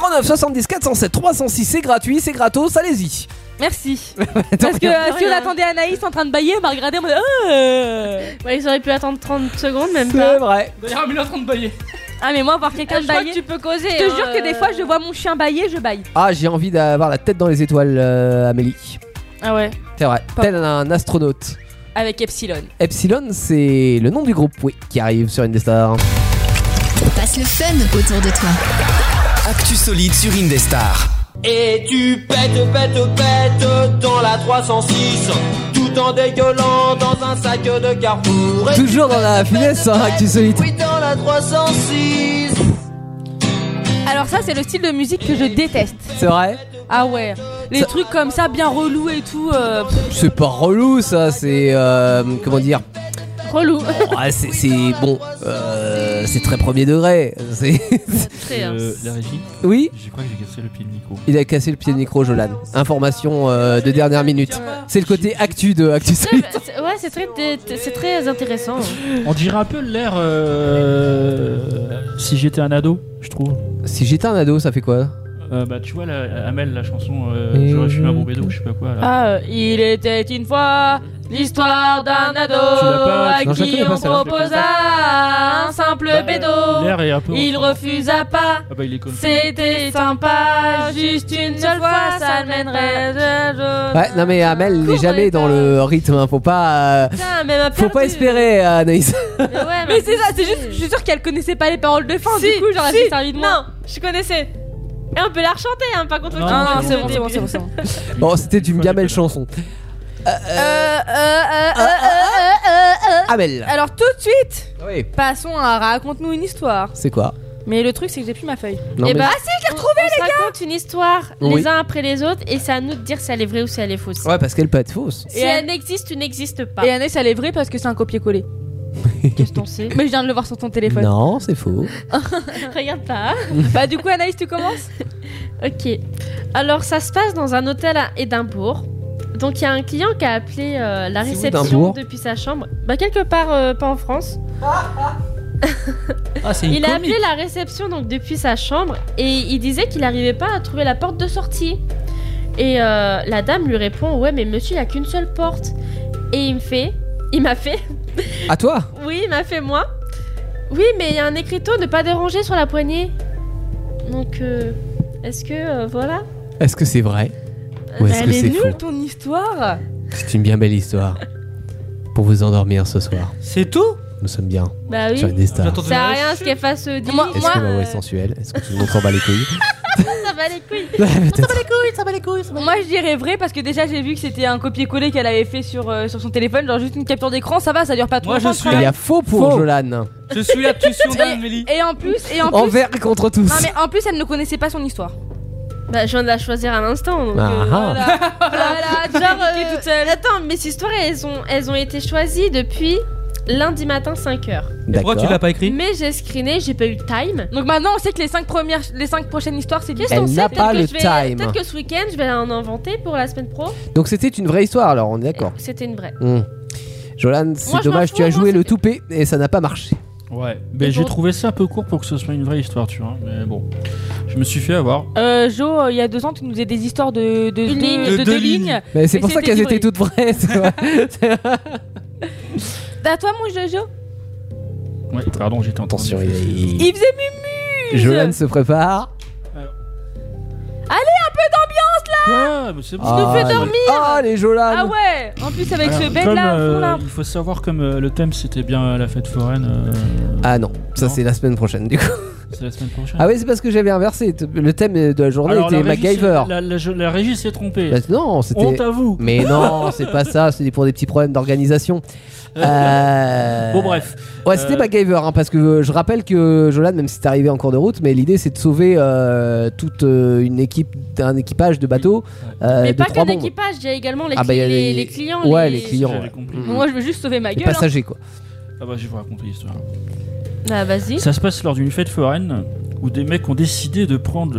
D: oh. au
C: 09 70 407 306, c'est gratuit, c'est gratos, allez-y.
D: Merci. Parce que euh, si on attendait Anaïs en train de bailler, on m'a regardé en mode. Euh...
F: Ouais, ils auraient pu attendre 30 secondes, même
D: C'est
F: pas.
C: vrai.
E: D'ailleurs, il est en train de bailler.
D: Ah, mais moi, voir quelqu'un
F: Je crois
D: bailler.
F: que tu peux causer,
D: Je te
F: hein,
D: jure que des fois, je vois mon chien bailler, je baille.
C: Ah, j'ai envie d'avoir la tête dans les étoiles, euh, Amélie.
D: Ah ouais.
C: C'est vrai, tel un astronaute.
D: Avec Epsilon.
C: Epsilon, c'est le nom du groupe, oui, qui arrive sur Indestar.
B: Passe le fun autour de toi.
G: Actu solide sur Indestar.
K: Et tu pètes, pètes, pètes dans la 306 Tout en dégueulant dans un sac de carrefour Et tu
C: Toujours dans la finesse, hein, Actu Solide.
K: pètes dans la 306
D: Alors, ça, c'est le style de musique que je déteste.
C: C'est vrai
D: Ah ouais. Les trucs comme ça, bien relous et tout. euh, pff,
C: C'est pas relou, ça, c'est. euh, comment dire
D: relou.
C: Ouais, c'est- C'est. Bon, euh, c'est très premier degré. C'est-
I: Euh, la régie
C: Oui
I: Je crois que j'ai cassé le pied de micro.
C: Il a cassé le pied de micro, Jolan. Information euh, de dernière minute. C'est le côté actu de Actu Solide.
F: C'est- Ouais, c'est très, t- c'est très intéressant.
I: On dirait un peu l'air euh, si j'étais un ado, je trouve.
C: Si j'étais un ado, ça fait quoi
I: Euh, bah tu vois la, Amel la chanson euh, j'aurais fumé un bon bédo, je sais pas quoi là.
D: Ah, euh, il était une fois l'histoire d'un ado
I: Tu l'as hein. pas,
D: à
I: tu- non, je la
D: qui
I: connais
D: on
I: pas, celle-là.
D: proposa un simple
I: Bah, l'air est un
D: bédo.
I: peu-
D: Il refusa pas.
I: Ah bah il est con.
D: C'était sympa, juste une seule fois, ça ne mènerait de
C: Ouais, non mais Amel n'est jamais dans le rythme, hein. faut pas. euh,
D: Putain, mais ma
C: Faut pas espérer, euh, Anaïs.
D: Mais c'est ça, c'est juste, je suis sûre qu'elle connaissait pas les paroles de fin, du coup, j'aurais juste servi de moi.
F: Non, je connaissais. Et on peut la rechanter, hein, pas contre
D: Non, non, c'est bon, c'est bon, c'est bon, c'est bon.
C: Bon, Oh, c'était une gamelle chanson.
D: Euh, Ah,
C: Amel.
J: Alors tout de suite,
C: Oui.
J: passons à raconte-nous une histoire.
C: C'est quoi
J: Mais le truc c'est que j'ai plus ma feuille.
D: Eh
C: Non,
F: Et
C: mais-
F: bah,
J: Ah si, je l'ai
F: on,
J: retrouvée.
F: on se raconte une histoire
C: Oui.
F: les uns après les autres et c'est à nous de dire si elle est vraie ou si elle est fausse.
C: Ouais, parce qu'elle peut être fausse.
F: Si
D: Et
F: elle n'existe ou n'existe pas.
D: Et Anaïs, elle est vraie parce que c'est un copier-coller.
F: Qu'est-ce qu'on sait
D: Mais je viens de le voir sur ton téléphone.
C: Non, c'est faux.
F: Regarde pas. hein.
D: Bah, du coup, Anaïs, tu commences
F: Ok. Alors, ça se passe dans un hôtel à Édimbourg. Donc, il y a un client qui a appelé euh, la
C: C'est où,
F: réception
C: Édimbourg
F: depuis sa chambre. Bah, quelque part, euh, pas en France.
E: Ah, c'est une
F: Il a appelé
E: comique.
F: la réception donc depuis sa chambre et il disait qu'il n'arrivait pas à trouver la porte de sortie. Et euh, la dame lui répond Ouais, mais monsieur, il n'y a qu'une seule porte. Et il me fait Il m'a fait
C: À toi
F: Oui, il m'a fait moi. Oui, mais il y a un écriteau ne pas déranger sur la poignée. Donc, euh, est-ce que euh, voilà
C: Est-ce que c'est vrai Ou est-ce
J: Elle
C: que
J: est,
C: c'est faux
J: nulle ton histoire.
C: C'est une bien belle histoire. Pour vous endormir ce soir,
E: C'est tout
C: nous sommes bien
F: Bah oui.
C: sur Indestar.
E: J'attends-
F: Ça a rien ce qu'elle fasse euh, dix
D: Moi-
F: minutes.
C: Est-ce que ma voix est sensuelle Est-ce que tout le monde s'en bat les couilles
F: Ça va les couilles.
C: Ouais, peut-être.
D: Moi, je dirais vrai parce que déjà, j'ai vu que c'était un copier-coller qu'elle avait fait sur, euh, sur son téléphone, genre juste une capture d'écran, ça va, ça dure pas trop
E: Moi, je
D: longtemps,
E: suis
D: le
C: Il y
D: travail.
C: a faux pour
E: Faux.
C: Jolan.
E: Je suis la tution d'Amélie.
D: Et en plus, et en plus.
C: Envers et contre tous.
D: Non, mais en plus, elle ne connaissait pas son histoire.
F: Bah je viens de la choisir à l'instant. donc,
C: Ah,
F: euh,
C: ah.
F: voilà, genre, euh, Attends, mes histoires elles ont elles ont été choisies depuis lundi matin 5h.
E: Pourquoi tu l'as
C: D'accord.
E: pas écrit
F: Mais j'ai screené, j'ai pas eu le time.
D: Donc maintenant, on sait que les 5 premières, les cinq prochaines histoires, c'est
F: Qu'est-ce
C: Elle
F: qu'on sait
C: n'a
F: Peut-être
C: pas
F: que
C: le
F: je vais-
C: time.
F: Peut-être que ce week-end je vais en inventer pour la semaine pro.
C: Donc c'était une vraie histoire alors, on est d'accord.
F: C'était une vraie.
C: Hmm. Jolan,
F: Moi,
C: c'est
F: je
C: dommage,
F: m'en
C: tu as
F: fous,
C: joué
F: moi,
C: le toupé et ça n'a pas marché.
I: Ouais. Mais j'ai trouvé ça un peu court pour que ce soit une vraie histoire, tu vois. Mais bon, je me suis fait avoir.
D: Euh, Jo, euh, il y a deux ans, tu nous faisais des histoires de, de,
F: Une
D: de-
F: ligne.
D: de
E: De
D: deux,
E: deux
D: lignes.
E: lignes.
C: Mais c'est
D: Mais
C: pour ça
D: c'était
C: qu'elles
D: livré.
C: étaient toutes vraies. c'est vrai.
D: À Bah, toi, mon Jojo.
I: Ouais, pardon, j'étais en train de-
C: Attention, il-
D: Il faisait
C: il- Jolan se prépare.
I: Ouais, mais c'est bon.
C: Ah,
F: fais
C: les-
F: dormir.
C: Ah les Jolan.
D: Ah ouais En plus, avec
I: Alors,
D: ce bed
I: comme,
D: là, au fond,
I: euh,
D: là.
I: il faut savoir comme euh, le thème c'était bien euh, la fête foraine. euh,
C: Ah non, ça
I: Non.
C: c'est la semaine prochaine du coup.
I: c'est la semaine prochaine.
C: Ah oui, c'est parce que j'avais inversé. T- Le thème de la journée
I: Alors,
C: était
I: la régie s'est-
C: MacGyver.
I: La, la- je- la régie s'est trompée.
C: Bah, non, c'était.
I: Honte à vous.
C: Mais non, c'est pas ça, c'est pour des petits problèmes d'organisation. Euh,
I: Bon bref.
C: Ouais, c'était
I: Euh,
C: MacGyver, hein, parce que euh, je rappelle que Jolan, même si c'est arrivé en cours de route, mais l'idée c'est de sauver euh, toute euh, une équipe, un équipage de bateaux. euh,
F: Mais
C: de
F: pas
C: trois
F: qu'un
C: bombes.
F: équipage, il y a également les,
C: Ah, bah, il y a
F: cli- les,
C: les-
F: les clients.
C: Ouais, les clients.
I: J'avais
C: ouais.
I: compris.
C: Mm.
D: Moi, je veux juste sauver ma
C: Les
D: gueule. hein.
C: passagers quoi.
I: Ah bah je vais vous raconter l'histoire.
F: Bah vas-y.
I: Ça se passe lors d'une fête foraine où des mecs ont décidé de prendre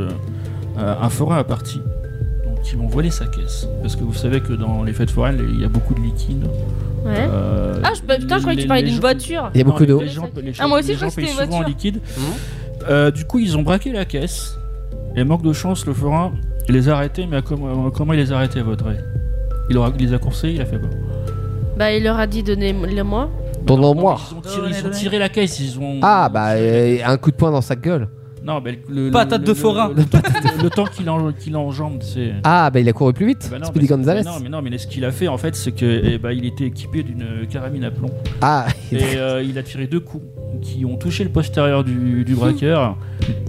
I: euh, un forain à partie. Donc ils vont voler sa caisse. Parce que vous savez que dans les fêtes foraines, il y a beaucoup de liquide.
F: Ouais.
I: Euh,
F: Ah je, bah, putain, je croyais que tu
I: les-
F: parlais
I: les
F: d'une
I: gens-
F: voiture.
C: Il y a
I: Non,
C: beaucoup
I: les-
C: d'eau. Mmh.
I: les gens- les gens-
D: Ah, moi aussi,
I: les
D: je
I: gens
D: crois que
I: payent
D: c'était une
I: souvent en
D: voiture.
I: liquide. Euh, du coup, ils ont braqué la caisse. Et manque de chance, le forain les arrêter, mais à comment, comment il les a arrêtés, Vaudrey il, aura- il les a coursés, il a fait quoi
F: Bah, il leur a dit donnez-le-moi.
C: Dans le moi.
I: Ils ont tiré- Ils ont tiré la caisse, ils ont.
C: Ah bah euh, un coup de poing dans sa gueule.
I: Non, mais le, le-
E: Patate
I: le-
E: de
I: le-
E: forain.
I: Le, le- le temps qu'il en- qu'il enjambe, c'est.
C: Ah bah il a couru plus vite.
I: Bah non,
C: Speedy
I: mais-
C: Gonzalez.
I: mais non, mais non, mais ce qu'il a fait en fait, c'est que eh ben, il était équipé d'une carabine à plomb.
C: Ah.
I: Et euh, il a tiré deux coups qui ont touché le postérieur du, du braqueur.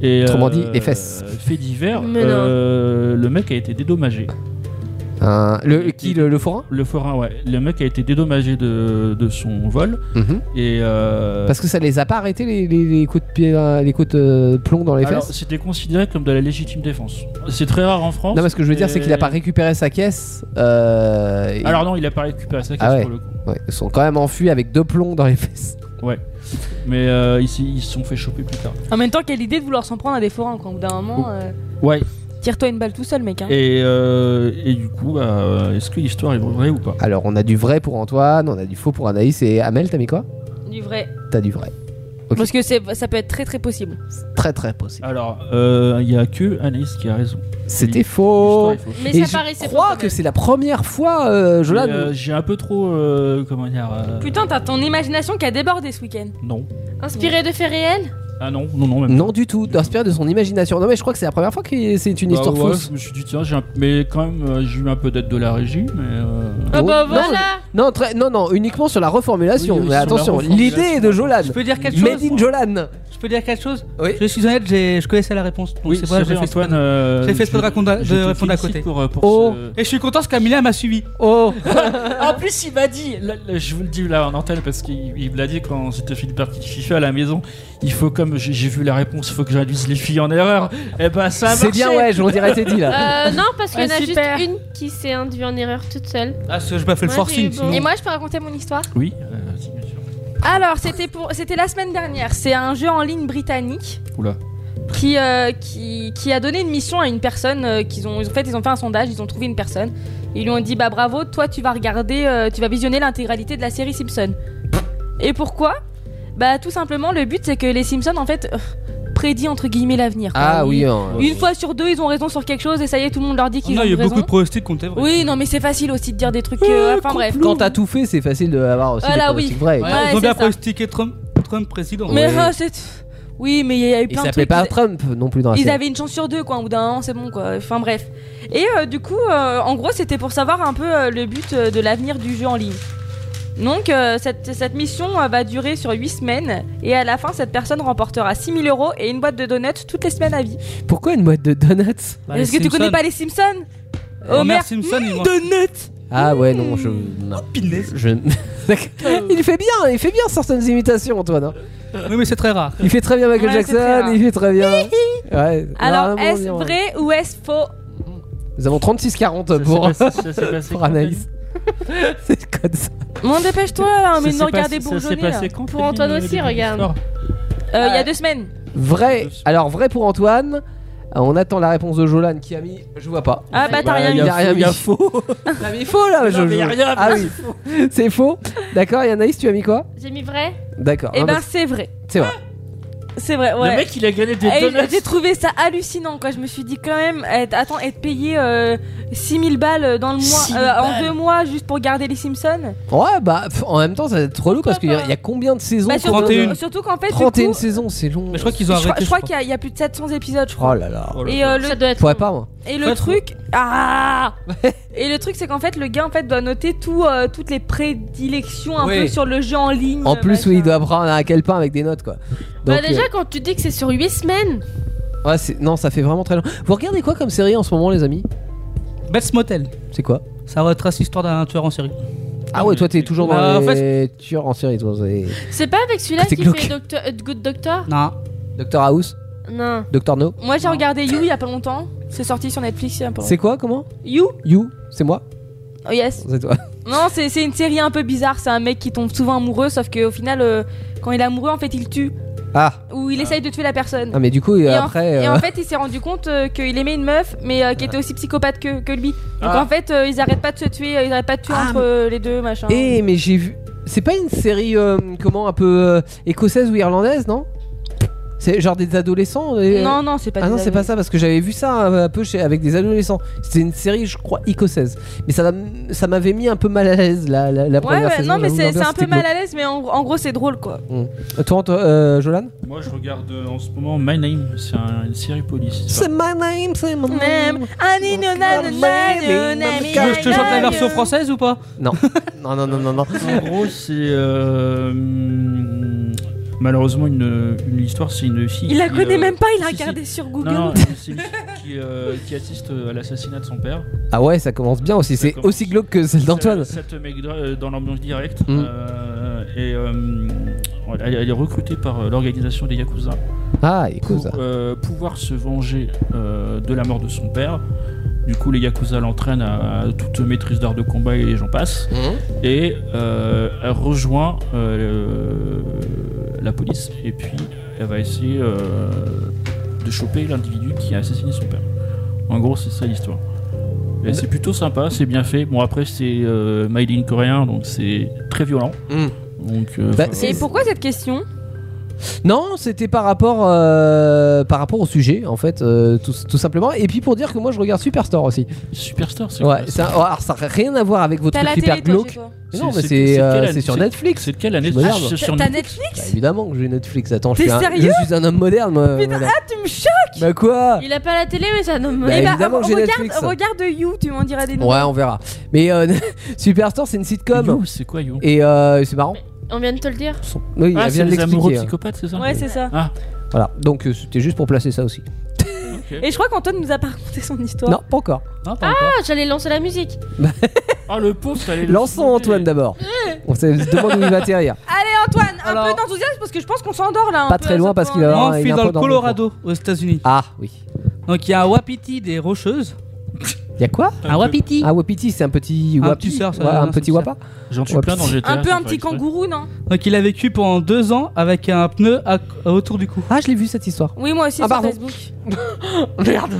I: Et,
C: Hmm. Autrement dit,
I: euh,
C: les fesses.
I: Fait divers,
C: Mais non.
I: euh, le mec a été dédommagé.
C: Un- le, qui le, le forain
I: Le forain, ouais. Le mec a été dédommagé de, de son vol.
C: Mhm.
I: Et euh,
C: Parce que ça les a pas arrêtés les, les- les coups de pied, euh, les coups de euh, plomb dans les
I: alors,
C: fesses.
I: c'était considéré comme de la légitime défense. C'est très rare en France.
C: Non, mais ce que je veux dire, c'est qu'il a
I: et-
C: pas récupéré sa caisse. euh, et-
I: Alors non, il a pas récupéré sa caisse
C: ah ouais.
I: pour le coup.
C: Ouais, Ils sont quand même enfuis avec deux plombs dans les fesses.
I: Ouais. Mais euh, ils s- ils se sont fait choper plus tard.
D: En même temps, quelle idée de vouloir s'en prendre à des forains, quoi. Au bout d'un moment, euh,
I: Ouais.
D: tire-toi une balle tout seul, mec. hein.
I: Et, euh, et du coup, bah, euh, est-ce que l'histoire est vraie ou pas
C: Alors, on a du vrai pour Antoine, on a du faux pour Anaïs et Amel, t'as mis quoi
D: Du vrai.
C: T'as du vrai. Ok.
D: Parce que c'est- ça peut être très très possible.
C: Très très possible.
I: Alors, euh, il y a que Anaïs qui a raison.
C: C'était faux.
F: Mais
C: Et
F: ça
C: je
F: paraissait faux
C: crois que c'est la première fois, euh, Jolan.
I: Mais, euh, J'ai un peu trop. euh, comment dire euh,
D: Putain, t'as ton imagination qui a débordé ce week-end.
I: Non.
F: Inspiré de faits réels
I: Ah non, non, non, même
C: Non du tout, inspiré de son imagination. Non mais je crois que c'est la première fois que c'est une
I: Bah
C: histoire
I: ouais,
C: fausse.
I: Je me suis dit, tiens, j'ai un- mais quand même, euh, j'ai eu un peu d'aide de la régie. Mais, euh,
F: Ah bah
C: Oh, Non,
F: voilà
C: Non, très- non, non, uniquement sur la reformulation.
I: Oui, oui,
C: mais
I: sur la
C: attention,
I: reformulation.
C: l'idée est de Jolan.
E: Je peux dire quelque
C: Made
E: chose
C: in Jolan.
E: Je peux dire quelque chose
C: Oui.
E: Je suis honnête, j'ai- je connaissais la réponse. Donc
I: Oui,
E: c'est vrai, j'ai fait
I: Antoine.
E: exprès.
I: euh,
E: J'ai fait exprès de,
I: je-
E: raconter-
I: je
E: de
I: te
E: répondre à côté.
I: félicite Pour, euh, pour
E: Oh.
I: ce-
E: Et je suis content parce qu'Amelia m'a suivi.
C: Oh
I: en plus, il m'a dit, là, là, je vous le dis là en antenne parce qu'il il me l'a dit quand c'était fait une partie de FIFA à la maison. Il faut, comme j'ai j'ai vu la réponse, il faut que j'induise les filles en erreur. Et bah, ça a
C: C'est
I: marché.
C: bien, ouais, je vous dirais t'es dit là.
F: Euh, non, parce qu'il y en a
D: Ah, super.
F: juste une qui s'est induite en erreur toute seule.
E: Ah, ce- je pas fait le
F: Moi,
E: forcing.
F: j'ai-
E: sinon.
D: Et moi, je peux raconter mon histoire
I: Oui, euh, si, bien sûr.
D: Alors, c'était pour, c'était la semaine dernière. C'est un jeu en ligne britannique
I: Oula.
D: qui, euh, qui, qui a donné une mission à une personne euh, qu'ils ont, ils ont fait. Ils ont fait un sondage. Ils ont trouvé une personne. Ils lui ont dit bah bravo, toi tu vas regarder, euh, tu vas visionner l'intégralité de la série Simpson. Et pourquoi Bah tout simplement, le but c'est que les Simpsons en fait euh, prédit entre guillemets l'avenir. quoi.
C: Ah
D: Ils-
C: oui, hein.
D: Une fois sur deux, ils ont raison sur quelque chose et ça y est, tout le monde leur dit qu'ils
E: Ah Non,
D: ont
E: il y a
D: raison.
E: beaucoup de probabilités qu'on était vrai.
D: Oui, non, mais c'est facile aussi de dire des trucs. euh, Enfin bref.
C: Quand t'as tout fait, c'est facile d'avoir aussi
D: Voilà,
C: des pronostics
D: oui.
C: vrais.
E: Ouais,
D: Ouais,
E: ils ont
D: c'est
E: bien
D: ça.
E: pronostiqué Trump, Trump président.
D: Mais
C: Ouais.
D: ah, c'est. Oui, mais il y a eu
C: Il
D: plein de
C: s'appelait
D: trucs.
C: pas
D: Ils-
C: Trump non plus dans la
D: Ils
C: série.
D: avaient une chance sur deux, quoi, au bout d'un an, c'est bon, quoi. Enfin bref. Et euh, du coup, euh, en gros, c'était pour savoir un peu euh, le but euh, de l'avenir du jeu en ligne. Donc, euh, cette, cette mission euh, va durer sur 8 semaines, et à la fin, cette personne remportera 6000 euros et une boîte de donuts toutes les semaines à vie.
C: Pourquoi une boîte de donuts
E: Bah,
D: Est-ce que
E: les
D: tu connais
E: Simpsons.
D: pas les Simpsons
E: Homer
D: Homer
E: Oh, Simpson, il mange-
D: Donuts
C: Ah ouais, non, je. Non.
E: Pinaise.
C: Je- D'accord.
D: Euh.
C: il fait bien, il fait bien certaines imitations, Antoine. hein.
E: Oui, mais c'est très rare.
C: Il fait très bien Michael
D: Ouais, c'est très
C: Jackson,
D: rare.
C: il fait très bien. Ouais,
D: Alors,
C: vraiment
D: est-ce
C: bien, ouais.
D: vrai ou est-ce faux
C: Nous avons 36-40 pour,
I: Ça s'est passé- ça s'est passé
C: pour
I: quand,
C: Anaïs. C'est comme ça.
D: Mon dépêche-toi là, mais ne
I: Ça s'est passé-
D: regardez
I: ça s'est
D: bourgeonner. là.
I: passé quand,
F: Pour
I: Philippe,
F: Antoine
I: le
F: aussi,
I: début de
F: regarde.
I: l'histoire
D: Euh, Il y a deux semaines.
C: Vrai. Alors, vrai pour Antoine. Ah, On attend la réponse de Jolan qui a mis. Je vois pas.
D: Ah bah t'as
I: Bah,
D: rien
I: y
D: eu.
I: a
C: Il a rien
I: faux,
C: mis.
I: y a faux.
C: T'as mis faux là je-
I: mais y a
C: je-
I: rien,
C: Ah oui. C'est faux. D'accord, et Anaïs, tu as mis quoi
F: J'ai mis vrai
C: D'accord.
D: Eh
C: hein,
D: ben
C: parce-
D: c'est vrai.
C: C'est vrai.
D: C'est vrai, ouais.
I: Le mec, il a gagné des
D: Eh,
I: dollars.
D: J'ai trouvé ça hallucinant quoi. Je me suis dit quand même, être, attends, être payé euh, 6000 balles dans le mois,
I: 6 000
D: euh, en
I: balles.
D: deux mois juste pour garder les Simpsons.
C: Ouais, bah pff, en même temps, ça va être trop long parce qu'il y, a- il y a combien de saisons
D: Bah, surtout,
E: 31.
D: surtout qu'en fait, du
C: 31
D: coup,
C: saisons, c'est long.
E: Mais je crois qu'ils ont
D: je crois,
E: arrêté.
D: je crois qu'il y a- il y, a plus de 700 épisodes, je crois.
C: Oh là là.
E: Oh là
D: Et,
E: là.
D: euh, le,
F: Ça doit
C: Je
F: être.
C: pourrais
F: bon.
C: pas moi.
D: et
E: Ça
D: le
E: doit
D: truc, ah Et le truc, c'est qu'en fait, le gars en fait doit noter tout, euh, toutes les prédilections un
C: Oui.
D: peu sur le jeu en ligne.
C: En plus,
D: machin.
C: oui, il doit prendre à quel pain avec des notes quoi.
F: Bah,
C: Donc,
F: déjà, quand tu dis que c'est sur 8 semaines,
C: euh, ouais, c'est- non, ça fait vraiment très long. Vous regardez quoi comme série en ce moment, les amis
E: Beth Motel.
C: C'est quoi
E: Ça retrace l'histoire d'un tueur en série.
C: Ah ouais, toi t'es toujours dans
E: Bah, en
C: les tueurs en série, toi. c'est-
F: c'est pas avec celui-là
C: C'est
F: qui
C: glauque.
F: fait Docteur- euh, Good Doctor
E: Non.
C: Doctor House,
F: Non.
C: Doctor No.
D: Moi, j'ai regardé You il y a pas longtemps. C'est sorti sur Netflix il y a pas longtemps.
C: C'est quoi Comment
D: You
C: You, c'est moi,
D: Oh yes.
C: c'est toi.
D: Non, c'est c'est une série un peu bizarre. C'est un mec qui tombe souvent amoureux, sauf qu'au final, euh, quand il est amoureux, en fait, il tue.
C: Ah,
D: Ou il essaye de tuer la personne.
C: ah mais du coup
D: Et en-
C: après.
D: et en,
C: euh,
D: fait, il s'est rendu compte euh, qu'il aimait une meuf, mais euh, qui était aussi psychopathe que, que lui. Donc
I: Ah.
D: en fait, euh, ils arrêtent pas de se tuer, euh, ils arrêtent pas de tuer
C: Ah,
D: entre euh, les deux, machin.
C: Eh mais j'ai vu. C'est pas une série euh, comment un peu euh, écossaise ou irlandaise non C'est genre des adolescents et-
J: Non, non, c'est pas
C: Ah
J: des
C: non, c'est pas ça, parce que j'avais vu ça euh, un un peu chez, avec des adolescents. C'était une série, je crois, écossaise. Mais ça, m'a- ça m'avait mis un peu mal à l'aise la, la, la
J: Ouais,
C: première
J: ouais,
C: saison.
J: non, mais
C: j'avoue,
J: c'est c'est
C: l'ambiance
J: un peu
C: était
J: mal à l'aise, mais en, en gros, c'est drôle quoi.
C: glauque. Mm. Toi, Anto- euh, Jolan
I: Moi, je regarde euh, en ce moment My Name, c'est un- une série police.
C: C'est my name, c'est mon
J: name.
E: Tu veux que je te chante la version française ou pas
C: Non. non, non, non, non, non.
I: En gros, c'est. euh, hum, malheureusement, une, une histoire, c'est une fille.
J: Il la
I: qui,
J: connaît
I: euh,
J: même pas, il a
I: si, si.
J: regardé sur Google.
I: Non, non, c'est une fille qui, euh, qui assiste à l'assassinat de son père.
C: Ah ouais, ça commence bien aussi. C'est aussi glauque que celle d'Antoine.
I: Ça, ça te met dra- euh, dans l'ambiance directe.
C: Mm.
I: euh, et euh, elle, elle est recrutée par euh, l'organisation des Yakuza.
C: Ah, Yakuza.
I: Pour euh, pouvoir se venger euh, de la mort de son père. Du coup, les Yakuza l'entraînent à toute maîtrise d'art de combat et j'en passe.
C: Mhm.
I: Et euh, elle rejoint euh, la police. Et puis, elle va essayer euh, de choper l'individu qui a assassiné son père. En gros, c'est ça l'histoire. Et C'est plutôt sympa, c'est bien fait. Bon, après, c'est euh, Made in coréen, donc c'est très violent.
C: Mhm.
I: Donc,
C: Bah,
I: euh, faut-
J: Et pourquoi cette question
C: Non, c'était par rapport euh, par rapport au sujet en fait, euh, tout, tout simplement. Et puis pour dire que moi je regarde Superstore aussi.
I: Superstore, c'est
C: ouais,
I: quoi,
C: ça, oh, alors, ça n'a rien à voir avec votre
J: T'as la
C: truc
J: télé,
C: hyper
J: toi,
C: glauque.
J: chez toi
C: Mais non, mais
I: C'est- c'est-
C: c'est
I: c'est
C: euh,
I: quelle année-
C: c'est sur
I: c'est-
C: Netflix.
I: c'est de quelle année
C: Je regarde.
I: Ah, c'est sur
J: T'as
I: Netflix
J: Netflix
C: Bah, évidemment que j'ai Netflix. Attends, je suis,
J: T'es
C: un,
J: sérieux
C: je suis un homme moderne. Moi, madame.
J: Ah, tu me choques
C: Bah quoi
J: Il a pas la télé, mais ça donne
C: Bah, évidemment que j'ai
J: regarde,
C: Netflix.
J: regarde You, tu m'en diras des
C: Ouais,
J: nouvelles.
C: on verra. Mais euh, Superstore, c'est une sitcom.
I: c'est quoi You
C: Et euh, c'est marrant.
F: On vient de te le dire.
C: Oui,
I: Ah,
C: elle
I: c'est
C: vient de
I: les amoureux
C: l'expliquer.
I: psychopathes, c'est ça
J: Ouais, c'est ça.
I: Ah,
C: Voilà, donc euh, c'était juste pour placer ça aussi.
J: Et je crois qu'Antoine nous a pas raconté son histoire.
C: Non, pas encore.
F: Ah, j'allais lancer la musique.
I: Ah, le pauvre, ça allait le-
C: Lançons Antoine d'abord.
J: Eh.
C: On se demande où il va atterrir.
J: Allez, Antoine, un peu d'enthousiasme parce que je pense qu'on s'endort là. un
C: Pas
J: peu,
C: très
J: à
C: loin
J: ce
C: parce
J: point.
C: qu'il va avoir
E: Moi, on
C: une
E: file dans
C: impro
E: le
C: dans le micro.
E: Colorado, aux États-Unis.
C: Ah oui.
E: Donc il y a un wapiti des Rocheuses.
C: Y a quoi
E: Un wapiti.
C: Ah wapiti, c'est un petit
E: Un
C: wapi.
E: petit cerf, ça,
C: Ouais, un
E: non, ça
C: petit
E: me
C: wapa.
I: J'en tue
C: Ouais,
I: plein dans GTA.
J: Un peu
I: sans
J: un
I: faire
J: petit
I: exprès.
J: kangourou, non
E: Donc il a vécu pendant deux ans avec un pneu à- autour du cou.
C: Ah, je l'ai vu cette histoire.
J: Oui, moi aussi
C: Ah,
J: sur
C: pardon.
J: Facebook.
C: Merde.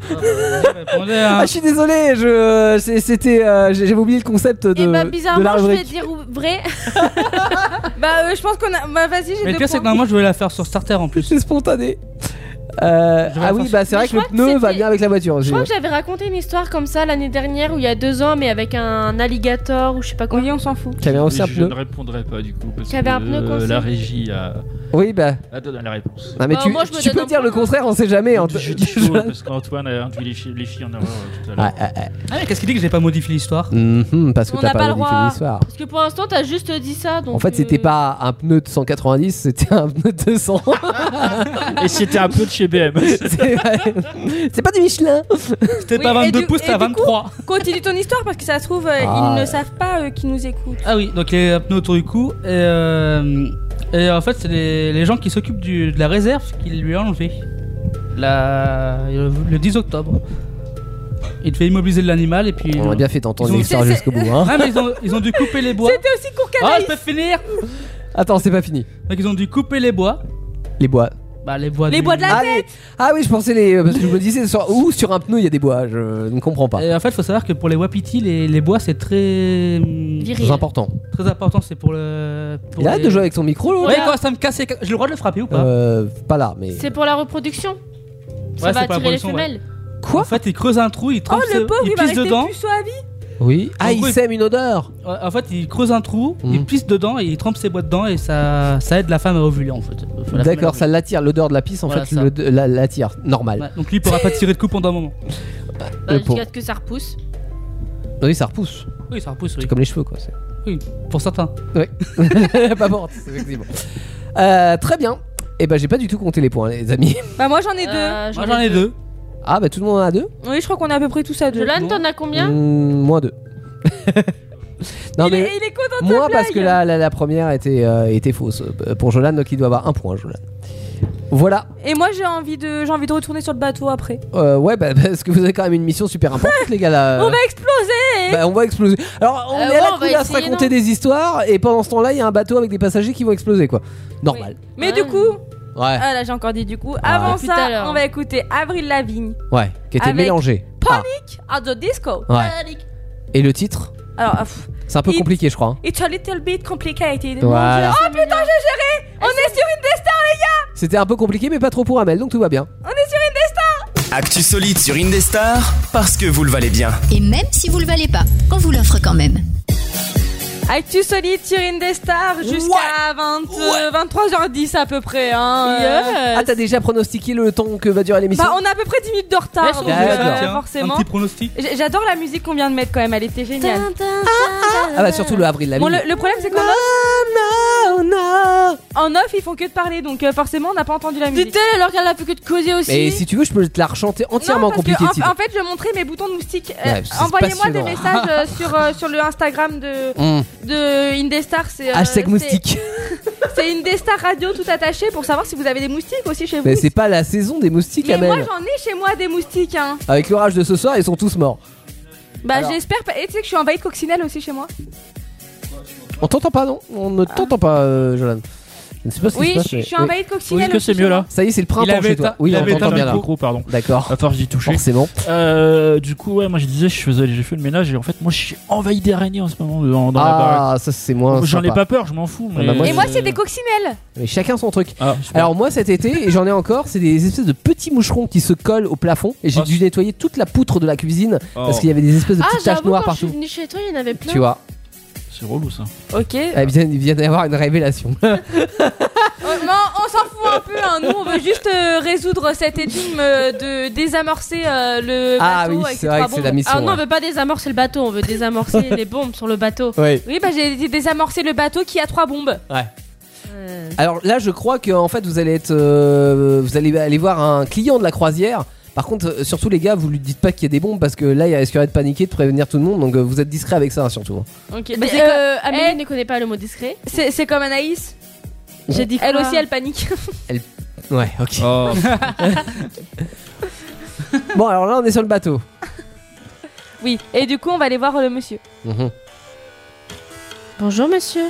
E: Répondez à-
C: Ah, je suis désolé. Je c'est- c'était euh, j'ai- j'avais oublié le concept de
J: Eh
F: Et
J: ben,
F: bah,
C: de la
F: bizarrement, je vais
C: rubrique.
F: dire vrai.
J: Bah, euh, je pense qu'on a. Bah, vas-y, j'ai
E: Mais
J: deux
E: le pire, c'est que
J: points.
E: normalement, je voulais la faire sur Starter en plus.
C: C'est spontané. Euh,
E: Je vais
C: ah oui,
E: faire
C: bah c'est vrai
F: Mais
C: que
F: je
C: le
F: crois que
C: pneu va
F: c'était-
C: bien avec la voiture.
F: Je
C: aussi,
F: crois
C: ouais.
F: que j'avais raconté une histoire comme ça l'année dernière ou il y a deux ans, mais avec un alligator ou je sais pas quoi.
J: Oui, on s'en fout.
C: Qui avait aussi un
I: Je ne
C: pneu.
I: répondrai pas du coup. Parce
F: Qui avait un
I: que,
F: pneu coincé.
I: La régie a.
C: Oui, bah.
I: a donné la réponse.
C: Non, mais
F: Bah,
C: tu,
F: moi, je me
C: tu
F: donne
C: peux
F: un
C: dire
F: point.
C: le contraire, on sait jamais. hein.
I: Je dis faux parce qu'Antoine a induit les, chi- les filles en erreur euh, tout à l'heure.
C: Ah, ah, ah.
E: Ah, mais qu'est-ce qu'il dit que j'ai pas modifié l'histoire
C: Mhm, parce que
J: On
C: t'as
J: n'a
C: pas,
J: pas le
C: modifié
J: droit.
C: l'histoire.
F: Parce que pour l'instant, t'as juste dit ça. Donc
C: En fait, c'était
F: euh,
C: pas un pneu de 190, c'était un pneu de 200.
I: Et c'était un peu de chez BM.
C: C'est c'est pas du Michelin.
E: C'était
J: Oui,
E: pas
J: et
E: 22
J: du-
E: pouces,
J: et
E: c'était à
J: du coup-
E: 23.
J: Continue ton histoire parce que ça se trouve, euh,
C: Ah.
J: ils ne savent pas euh, qui nous écoutent.
E: Ah oui, donc il y a un pneu autour du cou. Et, euh, et en fait, c'est les, les gens qui s'occupent du- de la réserve qui lui ont enlevé. La- le, le 10 octobre. Il devait immobiliser l'animal et puis.
C: On a bien fait d'entendre
E: Ils ont-
C: l'histoire
J: c'est-
C: jusqu'au bout. hein.
E: Ah, mais ils ont, ils ont dû couper les bois.
J: C'était aussi court
E: Ah,
J: qu'Anaïs.
E: je peux finir
C: Attends, c'est pas fini.
E: Donc ils ont dû couper les bois.
C: Les bois.
E: Bah, les bois
J: Les
E: du-
J: bois de la
C: ah, les- ah oui, je pensais les. Parce que je me disais, sur... où sur un pneu il y a des bois Je ne comprends pas.
E: Et en fait, il faut savoir que pour les wapitis, les, les bois, c'est très. hum,
C: C'est important.
E: Très important, c'est pour le. Pour
C: Il arrête
E: les-
C: de jouer avec son micro,
E: Ouais,
C: là
E: quoi, ça me casse les ca- J'ai le droit de le frapper ou pas
C: euh, Pas là, mais.
F: C'est pour la reproduction. Ça
E: Ouais,
F: va
E: c'est pour la
F: attirer les
E: reproduction, ouais.
F: femelles.
E: En fait, il creuse un trou, il
J: Oh,
E: trempe,
J: le
E: ses-
J: pauvre,
E: il
J: il va
E: pisse
J: rester
E: dedans.
J: puceau à vie.
C: Oui. Ah, il
E: Oui.
C: sème une odeur.
E: Ouais, En fait, il creuse un trou,
C: Mhm.
E: il pisse dedans et il trempe ses bois dedans et ça, ça aide la femme à ovuler en fait. Enfin, la
C: D'accord, ça
E: femme à
C: l'attire. L'odeur de la pisse, en
E: Voilà,
C: fait,
E: ça. Bah,
C: le- la- l'attire. Normal.
E: ovuler. Ouais, donc lui il pourra pas tirer de coup pendant un moment.
F: Bah,
C: Le
F: Jusqu'à ce que ça repousse.
C: Oui, ça repousse.
E: Oui, ça repousse, oui.
C: C'est comme les cheveux, quoi. c'est-
E: Oui, pour certains.
C: pas morte, effectivement. Euh, très bien. Et eh ben, j'ai pas du tout compté les points, les amis.
J: Bah, moi j'en ai deux.
F: Euh,
E: Moi j'en ai deux.
C: Ah, bah, tout le monde en a deux
J: Oui, je crois qu'on est à peu près tous à deux.
F: Jolan, t'en as combien
C: Mm, Moins deux. non,
J: il,
C: mais.
J: est, il est content de
C: Moins
J: sa
C: parce que
J: blague.
C: la, la, la première était, euh, était fausse euh, pour Jolan, donc il doit avoir un point, Jolan. Voilà,
J: Et moi j'ai envie de j'ai envie de retourner sur le bateau après.
C: Euh, ouais, bah, parce que vous avez quand même une mission super importante, les gars. Là.
J: On va exploser.
C: Bah, on va exploser. Alors, on
F: Euh,
C: est
F: ouais,
C: à la
F: on va
C: cool à se
F: essayer,
C: raconter
F: non
C: des histoires, et pendant ce temps-là, il y a un bateau avec des passagers qui vont exploser, quoi. Normal.
J: Mais
F: Ouais.
J: du coup,
C: Ouais,
J: ah là j'ai encore dit du coup. Avant
F: Depuis tout à
J: ça,
F: l'heure.
J: on va écouter Avril Lavigne
C: ouais, qui était
J: Avec
C: mélangé. Ah,
J: at the disco.
F: Ah.
C: ouais. Et le titre
J: Alors, ah, pff,
C: C'est un peu
J: It-
C: compliqué, je crois. hein.
J: it's a little bit complicated.
C: Voilà.
J: Mon Dieu. Oh putain, j'ai géré. On est sur une destin, les gars.
C: C'était un peu compliqué, mais pas trop pour Amel, donc tout va bien.
D: On est sur une destin
K: Actu solide sur Indestar parce que vous le valez bien.
B: Et même si vous le valez pas, on vous l'offre quand même.
D: Actu solide sur Indestar jusqu'à 20, euh, 23h10 à peu près. Hein, euh.
C: Ah, t'as déjà pronostiqué le temps que va durer l'émission
D: Bah, on a à peu près 10 minutes de
C: Laisse
D: retard, donc,
C: tomber,
D: euh,
C: tiens.
D: forcément.
C: Un petit pronostic.
D: J'- J'adore la musique qu'on vient de mettre quand même, elle était géniale.
C: Ah, bah surtout le avril, la
D: Bon,
C: mine.
D: le, le problème c'est qu'en off, en off ils font que de parler, donc euh, forcément on n'a pas entendu la musique.
F: alors qu'elle a fait que de causer aussi.
C: Mais si tu veux, je peux te la rechanter entièrement
D: Non, parce que,
C: compliquée.
D: en-
C: Tite.
D: en, fait, je montrais mes boutons de moustique. Euh,
C: Ouais, c'est
D: Envoyez-moi des
C: passionnant.
D: messages euh, sur, euh, sur le Instagram de,
C: Mm.
D: de Indestar. c'est, euh,
C: Hashtag
D: c'est-
C: moustique.
D: C'est Indestar Radio tout attaché pour savoir si vous avez des moustiques aussi chez vous.
C: Mais c'est pas la saison des moustiques,
D: Mais moi
C: Amel.
D: j'en ai chez moi des moustiques. Hein.
C: Avec l'orage de ce soir, ils sont tous morts.
D: Bah
C: Alors.
D: j'espère. pas- Et tu sais que je suis envahie de coccinelles aussi chez moi.
C: On t'entend pas, non On ne t'entend pas, euh, Jolan. Je ne sais pas ce
D: Ah.
C: qui
D: Oui,
C: se passe.
D: je-
C: mais-
D: je suis envahie de coccinelles
I: Est-ce que c'est
D: aussi
I: mieux
D: chez
I: là
C: Ça y est, c'est le
I: Il
C: printemps
I: avait
C: chez toi.
I: éteint-
C: Oui,
I: il
C: on
I: avait
C: t'entend
I: éteint
C: bien
I: le
C: là.
I: micro, pardon.
C: D'accord.
I: À force d'y toucher.
C: Forcément.
I: Euh, du coup, ouais, moi je disais, je suis désolé, j'ai fait le ménage et en fait, moi je suis envahi d'araignées en ce moment dans, dans la
C: Ah,
I: baraque.
C: ça c'est moins.
I: J'en ai
C: sympa.
I: pas peur, je m'en fous.
C: Ah bah moi, Ah,
I: mais-
D: Et moi c'est des coccinelles.
C: Mais chacun son truc. Alors moi cet été, et j'en ai encore, c'est des espèces de petits moucherons qui se collent au plafond et
I: Ah,
C: j'ai dû nettoyer toute la poutre de la cuisine parce
I: Oh.
C: qu'il y avait des espèces de
F: Ah,
C: petites taches
F: j'avoue,
C: noires
F: quand je suis
C: partout.
F: venue chez toi, il y en avait plein.
C: Tu vois. Oh.
I: C'est relou ça.
D: Ok.
C: Ah, il vient- il vient d'y avoir une révélation.
D: Honnêtement, on s'en fout un peu. hein. Nous, on veut juste euh, résoudre cette énigme euh, de désamorcer euh, le
C: Ah
D: bateau
C: oui,
D: avec
C: c'est
D: ses
C: vrai
D: trois
C: que c'est
D: bombes.
C: la mission,
D: Ah
F: Ah non, on veut pas désamorcer le bateau, on veut désamorcer les bombes sur le bateau.
C: Oui.
D: Oui, bah j'ai dit désamorcer le bateau qui a trois bombes.
C: Ouais. Alors là, je crois que en fait, vous allez être, euh, vous allez aller voir un client de la croisière. Par contre, euh, surtout les gars, vous lui dites pas qu'il y a des bombes parce que là, il risquerait de paniquer, de prévenir tout le monde. Donc euh, vous êtes discret avec ça, hein, surtout.
F: Ok,
D: Mais
F: mais
D: c'est
F: euh,
D: comme-
F: Amélie
D: Eh.
F: ne connaît pas le mot discret.
D: C'est c'est comme Anaïs.
F: J'ai dit
D: Elle
F: quoi
D: aussi, elle panique.
C: Ouais, ok. Oh. bon, alors là, on est sur le bateau.
D: oui. Et du coup, on va aller voir le monsieur.
C: Mhm.
F: Bonjour monsieur.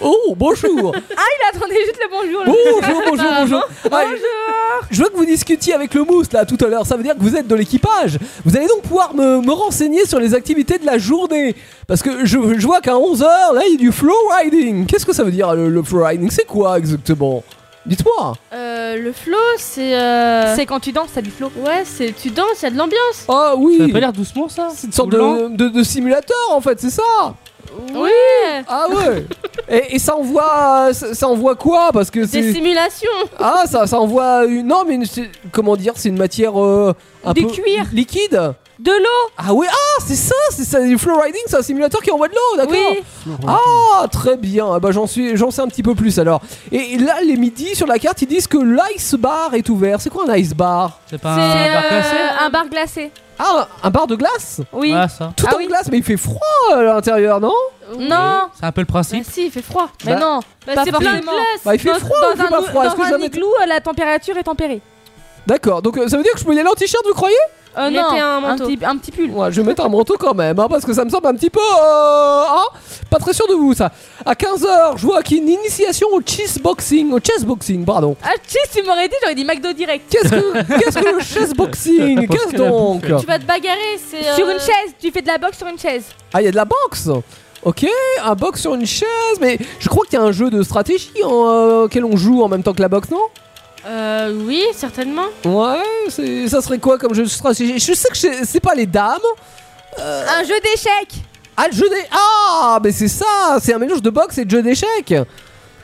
C: Oh, bonjour.
D: Ah, il attendait juste le bonjour.
C: Oh, Bonjour, bonjour, bonjour. Ah, Je veux que vous discutiez avec le mousse là tout à l'heure. Ça veut dire que vous êtes de l'équipage. Vous allez donc pouvoir me, me renseigner sur les activités de la journée. Parce que je, je vois qu'à 11h, là, il y a du flow riding. Qu'est-ce que ça veut dire le, le flow riding C'est quoi exactement Dites-moi.
F: Euh, le flow, c'est. euh,
D: C'est quand tu danses, t'as du flow.
F: Ouais, c'est tu danses, il y a de l'ambiance.
C: Ah oui.
E: Ça a pas l'air doucement ça
C: C'est une sorte
E: Ou lent
C: de, de- de simulateur en fait, c'est ça
F: Oui.
C: Ah ouais et, et ça envoie. Ça, ça envoie quoi Parce que
F: Des
C: c'est.
F: simulations.
C: Ah, ça, ça envoie. Une... Non, mais une- c'est- comment dire C'est une matière. euh, un
D: Du
C: peu
D: cuir.
C: Liquide
D: De l'eau.
C: Ah ouais, ah c'est ça, c'est ça, du flow riding, c'est un simulateur qui envoie de l'eau, d'accord
D: Oui.
C: Ah très bien, Ah bah j'en suis, j'en sais un petit peu plus alors. Et là les midis sur la carte ils disent que l'ice bar est ouvert. C'est quoi un ice bar
E: C'est pas
D: C'est
E: un bar
D: euh,
E: classé
D: un bar glacé.
C: Ah un bar de glace
D: Oui.
E: Ouais, ça.
C: Tout
D: Ah
C: en
D: oui.
C: glace, mais il fait froid euh, à l'intérieur, non
D: Non.
E: C'est un peu le principe.
F: si, il fait froid.
D: Mais
C: Bah-
D: non.
F: Bah,
D: Pas
F: c'est plein de
D: forcément.
F: glace.
C: Bah il fait
D: Dans-
C: froid, il
D: dans
C: fait pas
D: un-
C: froid. Est-ce
D: dans
C: que
D: un
C: jamais...
D: igloo, euh, la température est tempérée.
C: D'accord, donc euh, ça veut dire que je peux y aller en t-shirt, vous croyez
D: Euh,
F: Il
D: non,
F: était Oh, un manteau.
D: petit, un petit pull.
C: Ouais, je vais mettre un manteau quand même, hein, parce que ça me semble un petit peu... euh, hein, pas très sûr de vous ça. À 15h, je vois qu'il y a une initiation au cheese boxing, au chess boxing, pardon.
D: Ah, tu sais, si tu m'aurais dit, j'aurais dit McDo direct.
C: Qu'est-ce que, qu'est-ce que le chessboxing
E: Parce
C: Qu'est-ce
E: que la
C: donc
F: Tu vas te bagarrer, c'est.
D: Sur
F: euh,
D: une chaise, tu fais de la boxe sur une chaise.
C: Ah, il y a de la boxe Ok, un box sur une chaise, mais je crois qu'il y a un jeu de stratégie en, euh, auquel on joue en même temps que la boxe, non
F: Euh, oui, certainement.
C: Ouais, c'est- ça serait quoi comme jeu de stratégie Je sais que c'est c'est pas les dames.
D: Euh, Un jeu d'échecs.
C: Ah, le jeu des... Ah, mais c'est ça C'est un mélange de boxe et de jeu d'échecs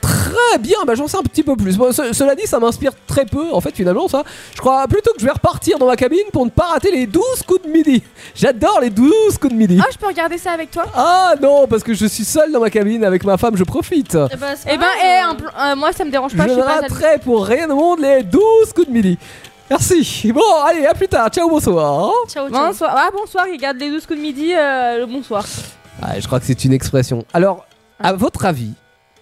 C: Très bien, bah j'en sais un petit peu plus. Bon, ce- cela dit, ça m'inspire très peu, en fait, finalement, ça. Je crois plutôt que je vais repartir dans ma cabine pour ne pas rater les 12 coups de midi. J'adore les 12 coups de midi.
D: Ah, je peux regarder ça avec toi
C: Ah non, parce que je suis seul dans ma cabine avec ma femme, je profite.
F: Eh ben, c'est
D: Eh ben,
F: pas
D: eh,
F: mal,
D: un plan- euh, moi ça me dérange
C: Je
D: pas, je
C: ne
D: suis pas
C: raterai pour rien au monde les 12 coups de midi. Merci. Bon, allez, à plus tard. Ciao, bonsoir. hein.
F: euh, Ciao, ciao.
D: Bonsoir. Ah, bonsoir, il garde les 12 coups de midi, euh, le bonsoir.
C: Ah, je crois que c'est une expression. Alors,
D: Ah.
C: à votre avis,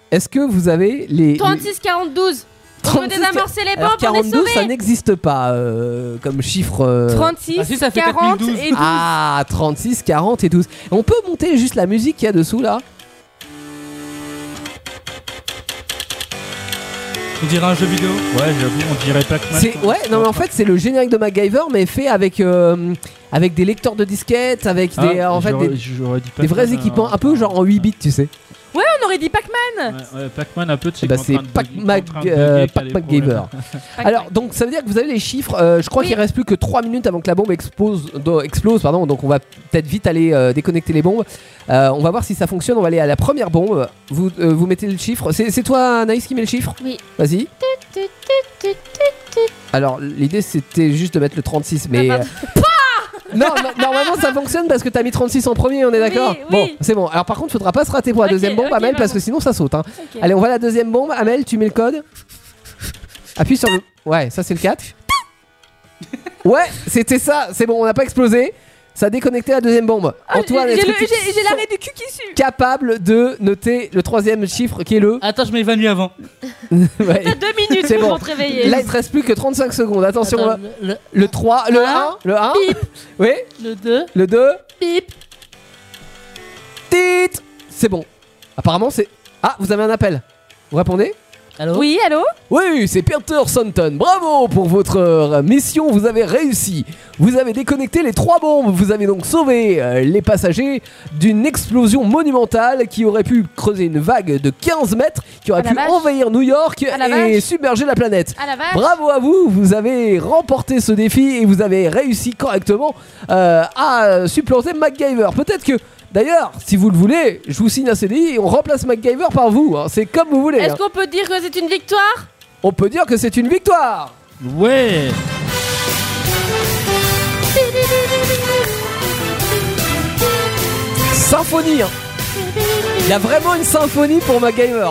C: est-ce que vous avez les.
F: 36, 42. On
C: 36,
F: veut désamorcer les
C: Alors,
F: bombes, on est
C: 42, ça
F: sauvés.
C: n'existe pas euh, comme chiffre. euh,
D: 36,
E: Ah, si, ça fait
D: 40
E: 4012.
D: et 12.
C: Ah, 36, 40 et 12. On peut monter juste la musique qu'il y a dessous là
E: On dirait un jeu vidéo.
I: Ouais, j'avoue, on dirait Pac-Man.
C: C'est ouais, non mais en fait c'est le générique de MacGyver mais fait avec euh, avec des lecteurs de disquettes, avec des euh,
I: Ah,
C: en fait
I: j'aurais-
C: des,
I: j'aurais dit
C: des vrais
I: Pac-Man,
C: équipements
I: euh,
C: un peu genre en 8 bits, tu sais.
D: Ouais, on j'aurais dit Pac-Man
I: Ouais, Pac-Man un peu,
C: Eh
I: c'est
C: ben,
I: en train
C: c'est
I: de-
C: Pac
I: ils sont en train de
C: euh,
I: bugger,
C: Pac
I: qu'il y a des
C: MacGyver.
I: problèmes.
C: Alors, donc ça veut dire que vous avez les chiffres. Euh, je crois qu'il reste plus que 3 minutes avant que la bombe explose, do- explose pardon. donc on va peut-être vite aller euh, déconnecter les bombes. Euh, on va voir si ça fonctionne. On va aller à la première bombe. Vous, euh, vous mettez le chiffre. C'est c'est toi, Anaïs, qui met le chiffre
F: Oui.
C: Vas-y. Alors, l'idée c'était juste de mettre le 36, mais.
F: Ah,
C: euh, non, no- normalement ça fonctionne parce que t'as mis 36 en premier, on est d'accord
F: oui.
C: Bon, c'est bon. Alors par contre, faudra pas se rater pour la deuxième bombe, Amel, parce que sinon ça saute. hein.
F: Ok.
C: Allez, on va à la deuxième bombe. Amel, tu mets le code. Appuie sur le. Ouais, ça c'est le 4. Ouais, c'était ça. C'est bon, on n'a pas explosé. Ça a déconnecté la deuxième bombe. Antoine,
D: Ah, J'ai
C: est-ce que
D: le-
C: tu
D: j'ai- j'ai l'arrêt du cul qui suit
C: es capable de noter le troisième chiffre qui est le.
E: Attends, je m'évanouis avant.
C: Ouais.
F: T'as deux minutes
C: C'est
F: pour
C: bon.
F: te réveiller.
C: Là, il te reste plus que 35 secondes. Attention,
E: Attends,
C: on va- le, 3, le 1, le 1. Oui.
E: Le 2.
C: Le 2.
F: Bip.
C: Tit. C'est bon. Apparemment, c'est. Ah, vous avez un appel. Vous répondez
E: Allô
D: Oui, allô
C: Oui, c'est Peter Sonton. Bravo pour votre euh, mission. Vous avez réussi. Vous avez déconnecté les trois bombes. Vous avez donc sauvé euh, les passagers d'une explosion monumentale qui aurait pu creuser une vague de 15 mètres, qui aurait
D: Ah, la
C: pu
D: vache.
C: envahir New York
D: Ah, la
C: et
D: vache.
C: submerger la planète.
D: À Ah, la vache
C: Bravo à vous, vous avez remporté ce défi et vous avez réussi correctement euh, à supplanter MacGyver. Peut-être que, d'ailleurs, si vous le voulez, je vous signe un CDI et on remplace MacGyver par vous. hein. C'est comme vous voulez.
F: Est-ce
C: hein.
F: qu'on peut dire que c'est une victoire
C: On peut dire que c'est une victoire.
I: Ouais
C: Symphonie. hein. Il y a vraiment une symphonie pour MacGyver.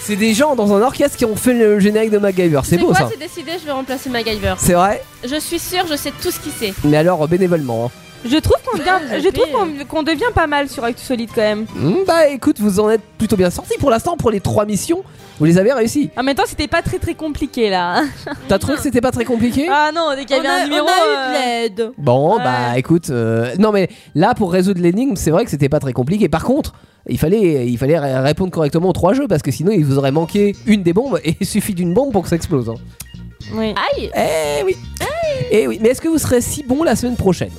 C: C'est des gens dans un orchestre qui ont fait le générique de MacGyver. C'est
F: Tu sais
C: beau
F: quoi,
C: ça.
F: C'est décidé, je vais remplacer MacGyver.
C: C'est vrai,
F: Je suis sûre, je sais tout ce qu'il sait.
C: mais alors euh, bénévolement. hein.
D: Je trouve qu'on devient,
F: Ah,
D: je trouve
F: mais-
D: qu'on, qu'on devient pas mal sur Actu Solide quand même.
C: Hmm, bah écoute, vous en êtes plutôt bien sortis pour l'instant pour les trois missions. Vous les avez réussi.
D: En même temps, c'était pas très très compliqué là.
C: T'as trouvé que c'était pas très compliqué
D: Ah non, dès qu'il y avait
F: On a-
D: un numéro.
F: on a eu
D: euh,
F: de l'aide.
C: Bon,
D: Ouais.
C: bah écoute, euh, non mais là pour résoudre l'énigme, c'est vrai que c'était pas très compliqué. Par contre, il fallait, il fallait ré- répondre correctement aux trois jeux parce que sinon il vous aurait manqué une des bombes et il suffit d'une bombe pour que ça explose. hein.
D: oui.
F: Aïe euh,
C: Eh oui, eh oui. Mais est-ce que vous serez si bon la semaine prochaine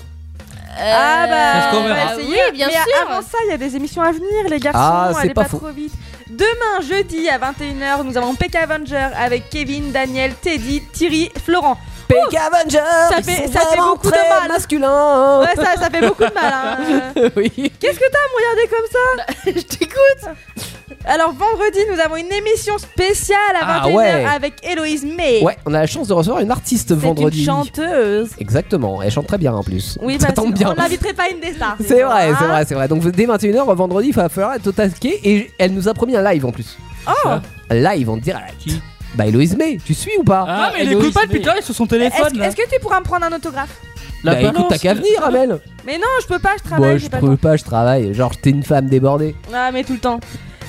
D: Ah
E: C'est ce
D: bah,
E: qu'on
D: on va
E: verra.
D: essayer.
F: Oui, bien
D: Mais
F: sûr.
D: Avant ça, il y a des émissions à venir, les garçons.
C: Ah, c'est
D: allez
C: pas
D: pas,
C: faux.
D: trop vite. Demain, jeudi à 21h, nous avons Peck Avenger avec Kevin, Daniel, Teddy, Thierry, Florent.
C: Peck Avenger,
D: Ça
C: ils
D: fait-
C: sont
D: ça fait
C: vraiment
D: beaucoup de
C: très
D: mal.
C: masculin. hein.
D: Ouais, ça, ça fait beaucoup de mal. hein. Euh,
C: oui.
D: Qu'est-ce que t'as à me regarder comme ça
F: Je t'écoute
D: Alors, vendredi, nous avons une émission spéciale à
C: Ah
D: 21h
C: ouais.
D: avec Héloïse May.
C: Ouais, on a la chance de recevoir une artiste
D: C'est
C: vendredi.
D: une chanteuse.
C: Exactement, elle chante très bien en plus.
D: Oui,
C: ça
D: bah,
C: tombe
D: c'est-
C: bien.
D: On l'inviterait pas à une des stars.
C: C'est
D: sûr,
C: vrai,
D: hein.
C: c'est vrai, c'est vrai. Donc dès 21h vendredi, il va falloir être au taquet et elle nous a promis un live en plus.
D: Oh,
C: Live en direct.
E: Qui
C: Bah Héloïse May, tu suis ou pas
E: Ah, mais il Eloise écoute pas May. putain, il est sur son
D: est-ce,
E: téléphone là.
D: est-ce que tu pourras me prendre un autographe
E: La
C: Bah écoute,
E: balance.
C: t'as qu'à venir, Amel.
D: Mais non, Ah, je peux pas, je travaille,
C: Moi,
D: j'ai
C: Bah, je
D: pas le
C: peux pas, je travaille. Genre, t'es une femme débordée.
D: temps. Ah, mais tout le temps.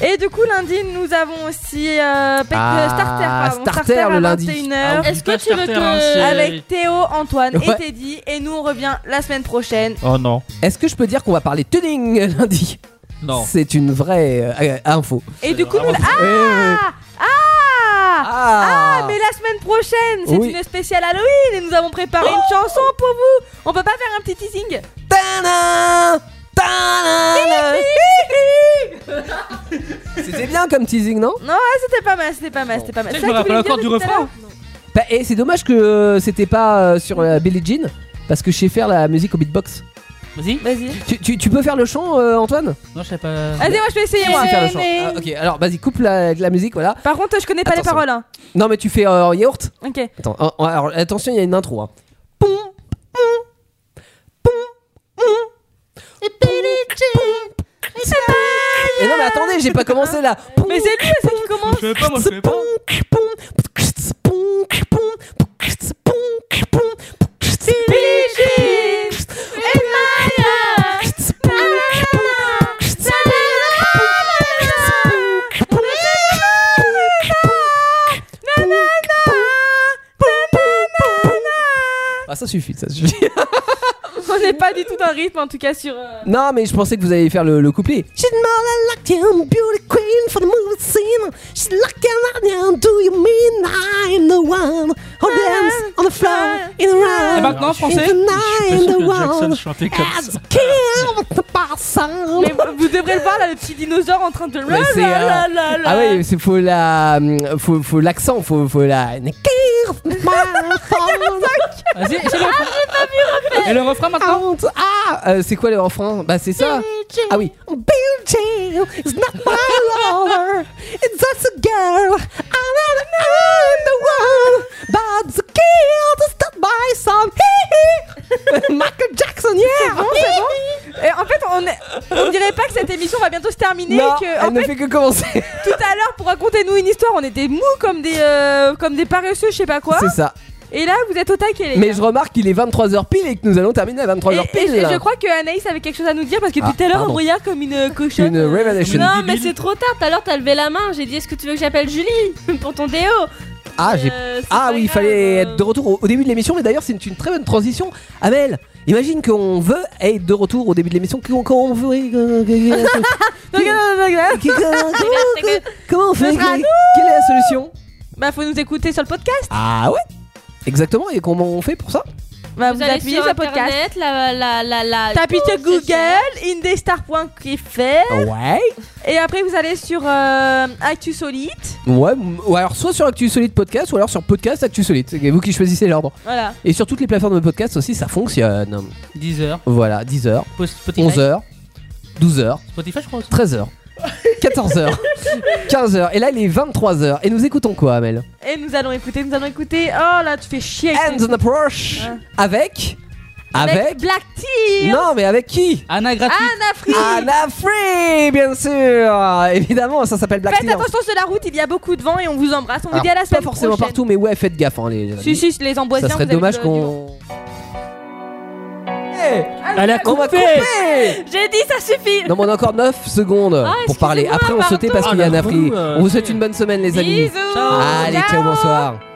D: Et du coup, lundi, nous avons aussi euh, Pec-
C: Ah,
D: euh, Starter, pardon,
C: Starter
D: Starter à
C: le lundi.
I: Ah,
D: 21h.
F: Euh, Est-ce que tu veux que-
D: Avec Théo, Antoine
C: Ouais.
D: et Teddy, et nous on revient la semaine prochaine.
I: Oh non.
C: Est-ce que je peux dire qu'on va parler tuning lundi
E: Non.
C: C'est une vraie euh, euh, info. Euh,
D: Et du coup, nous.
I: vraiment-
D: Ah, ah, ah
C: Ah,
D: Mais la semaine prochaine, c'est
C: Oui.
D: une spéciale Halloween et nous avons préparé une chanson pour vous. On peut pas faire un petit teasing Ah,
C: Tadam Tadam C'était bien comme teasing, non
D: Non, ah, c'était pas mal, c'était pas mal, c'était pas mal.
E: Tu sais,
D: C'est
E: je me
D: vrai que
E: rappelle
D: tu voulais me dire
E: encore du
D: tout à l'heure.
C: Bah, et c'est dommage que euh, c'était pas euh, sur la Billie Jean, parce que je sais faire la musique au beatbox.
E: Vas-y.
D: Vas-y.
C: Tu, tu- tu peux faire le chant, euh, Antoine
E: Ah, Non, je sais pas.
D: Vas-y, moi je vais essayer
C: Tu
D: moi. Euh,
C: peux faire le chant. Ah, ok, alors vas-y, coupe la, la musique, voilà.
D: Par contre, je connais pas
C: Attention.
D: les paroles. hein.
C: Non, mais tu fais euh, en yaourt
D: Ok.
C: Attends, oh, oh, alors, attention, il y a une intro. Hein. Et non, mais attendez, j'ai pas commencé là.
D: Mais c'est lui, c'est qui commence.
E: Je savais pas, moi je savais pas.
C: Ah, ça suffit, ça suffit.
D: On n'est pas du tout dans le rythme en tout cas sur. euh,
C: Non, mais je pensais que vous alliez faire le, le couplet. She's more like you, beauty queen for the movie scene. She's like an onion, do you mean I'm the one?
I: On dance on the floor in the round.
E: Et maintenant, en français
I: In the night,
E: Je suis pas sûr
I: in the
E: que Jackson
I: world.
E: chantait comme
C: Ah,
I: As
E: ça.
I: king of the person.
D: Mais vous- vous devrez le voir là, le petit dinosaure en train de.
C: Mais c'est, euh, Ah ouais, c'est faut la, hum, faut, faut l'accent, faut, faut la.
I: King of my heart.
E: Vas-y, essaye le refrain. Et le refrain
I: maintenant Ah
C: Euh, c'est quoi le refrain Bah c'est ça. Ah oui.
I: Beauty is not my lover. It's just a girl. I'm not I'm the one. But the kill to stop my son. Michael Jackson, yeah.
D: Bon, c'est bon. Et en fait, on, est- on dirait pas que cette émission va bientôt se terminer.
C: Non,
D: et que,
C: elle
D: en
C: ne
D: fait,
C: fait que commencer.
D: tout à l'heure, pour raconter nous une histoire, on était mous comme des, euh, comme des paresseux, je sais pas quoi.
C: C'est ça.
D: Et là, vous êtes au taquet, les
C: Mais
D: gars.
C: je remarque qu'il est 23h pile et que nous allons terminer à 23h
D: Et
C: pile.
D: je, je crois que Anaïs avait quelque chose à nous dire parce que
C: Ah,
D: tout à l'heure on
C: pardon.
D: regarde comme une euh, cochonne.
C: Une euh, revelation.
F: Non, mais c'est trop tard. Tout à l'heure, t'as levé la main. J'ai dit, est-ce que tu veux que j'appelle Julie pour ton déo
C: Ah, j'ai-
F: Euh, c'est
C: ah
F: pas
C: oui, il fallait être de retour au, au début de l'émission, mais d'ailleurs, c'est une, une très bonne transition. Amel, imagine qu'on veut être de retour au début de l'émission, qu'on qu'on veut. Comment on fait
D: Ce sera
C: Quelle
D: nous.
C: quelle est la solution
D: Bah, faut nous écouter sur le podcast.
C: Ah ouais Exactement, et comment on fait pour ça
D: Bah,
F: Vous
D: vous,
F: allez
D: appuyez
F: sur
D: sur le podcast.
F: Internet, la, la, la, la...
D: Tapez sur
F: Ouh, c'est
D: Google, indestar.fr.
C: Ouais.
D: Et après, vous allez sur euh, Actu Solide.
C: Ouais, m- ou alors soit sur Actu Solide Podcast, ou alors sur Podcast Actu Solide. C'est vous qui choisissez l'ordre.
D: Voilà.
C: Et sur toutes les plateformes de podcast aussi, ça fonctionne.
E: 10h.
C: Voilà, 10h,
E: Post- Spotify.
C: 11h, 12h,
E: Spotify, je crois.
C: 13h, 14h, 15h. Et là, il est 23h. Et nous écoutons quoi, Amel
D: Et nous allons écouter, nous allons écouter. Oh là, tu fais chier.
C: Hands on approach
D: Ah.
C: Avec Avec
D: Black Tear.
C: Non, Ah, mais avec qui
E: Anna
D: Anna Free.
C: Anna Free, bien sûr Évidemment, ça s'appelle Black
D: Faites
C: Tear.
D: attention sur la route, il y a beaucoup de vent et on vous embrasse. On vous
C: Alors,
D: dit à la
C: Pas
D: semaine
C: forcément
D: prochaine.
C: partout, mais ouais, faites gaffe. hein, les...
D: Si, si, les
C: ça
D: Amboisiens,
C: serait
D: vous avez
C: dommage
D: le-
C: qu'on. Eh,
D: Elle a
C: On va
D: coupé.
C: couper
D: J'ai dit, ça suffit.
C: Non, mais on a encore 9 secondes
D: Ah,
C: pour parler. Après, on se tait parce qu'il y a un
L: Ah, la roue,
C: appris.
L: euh,
C: On vous souhaite une bonne semaine, les amis.
L: Bisous. Ciao.
C: Allez, ciao, bonsoir.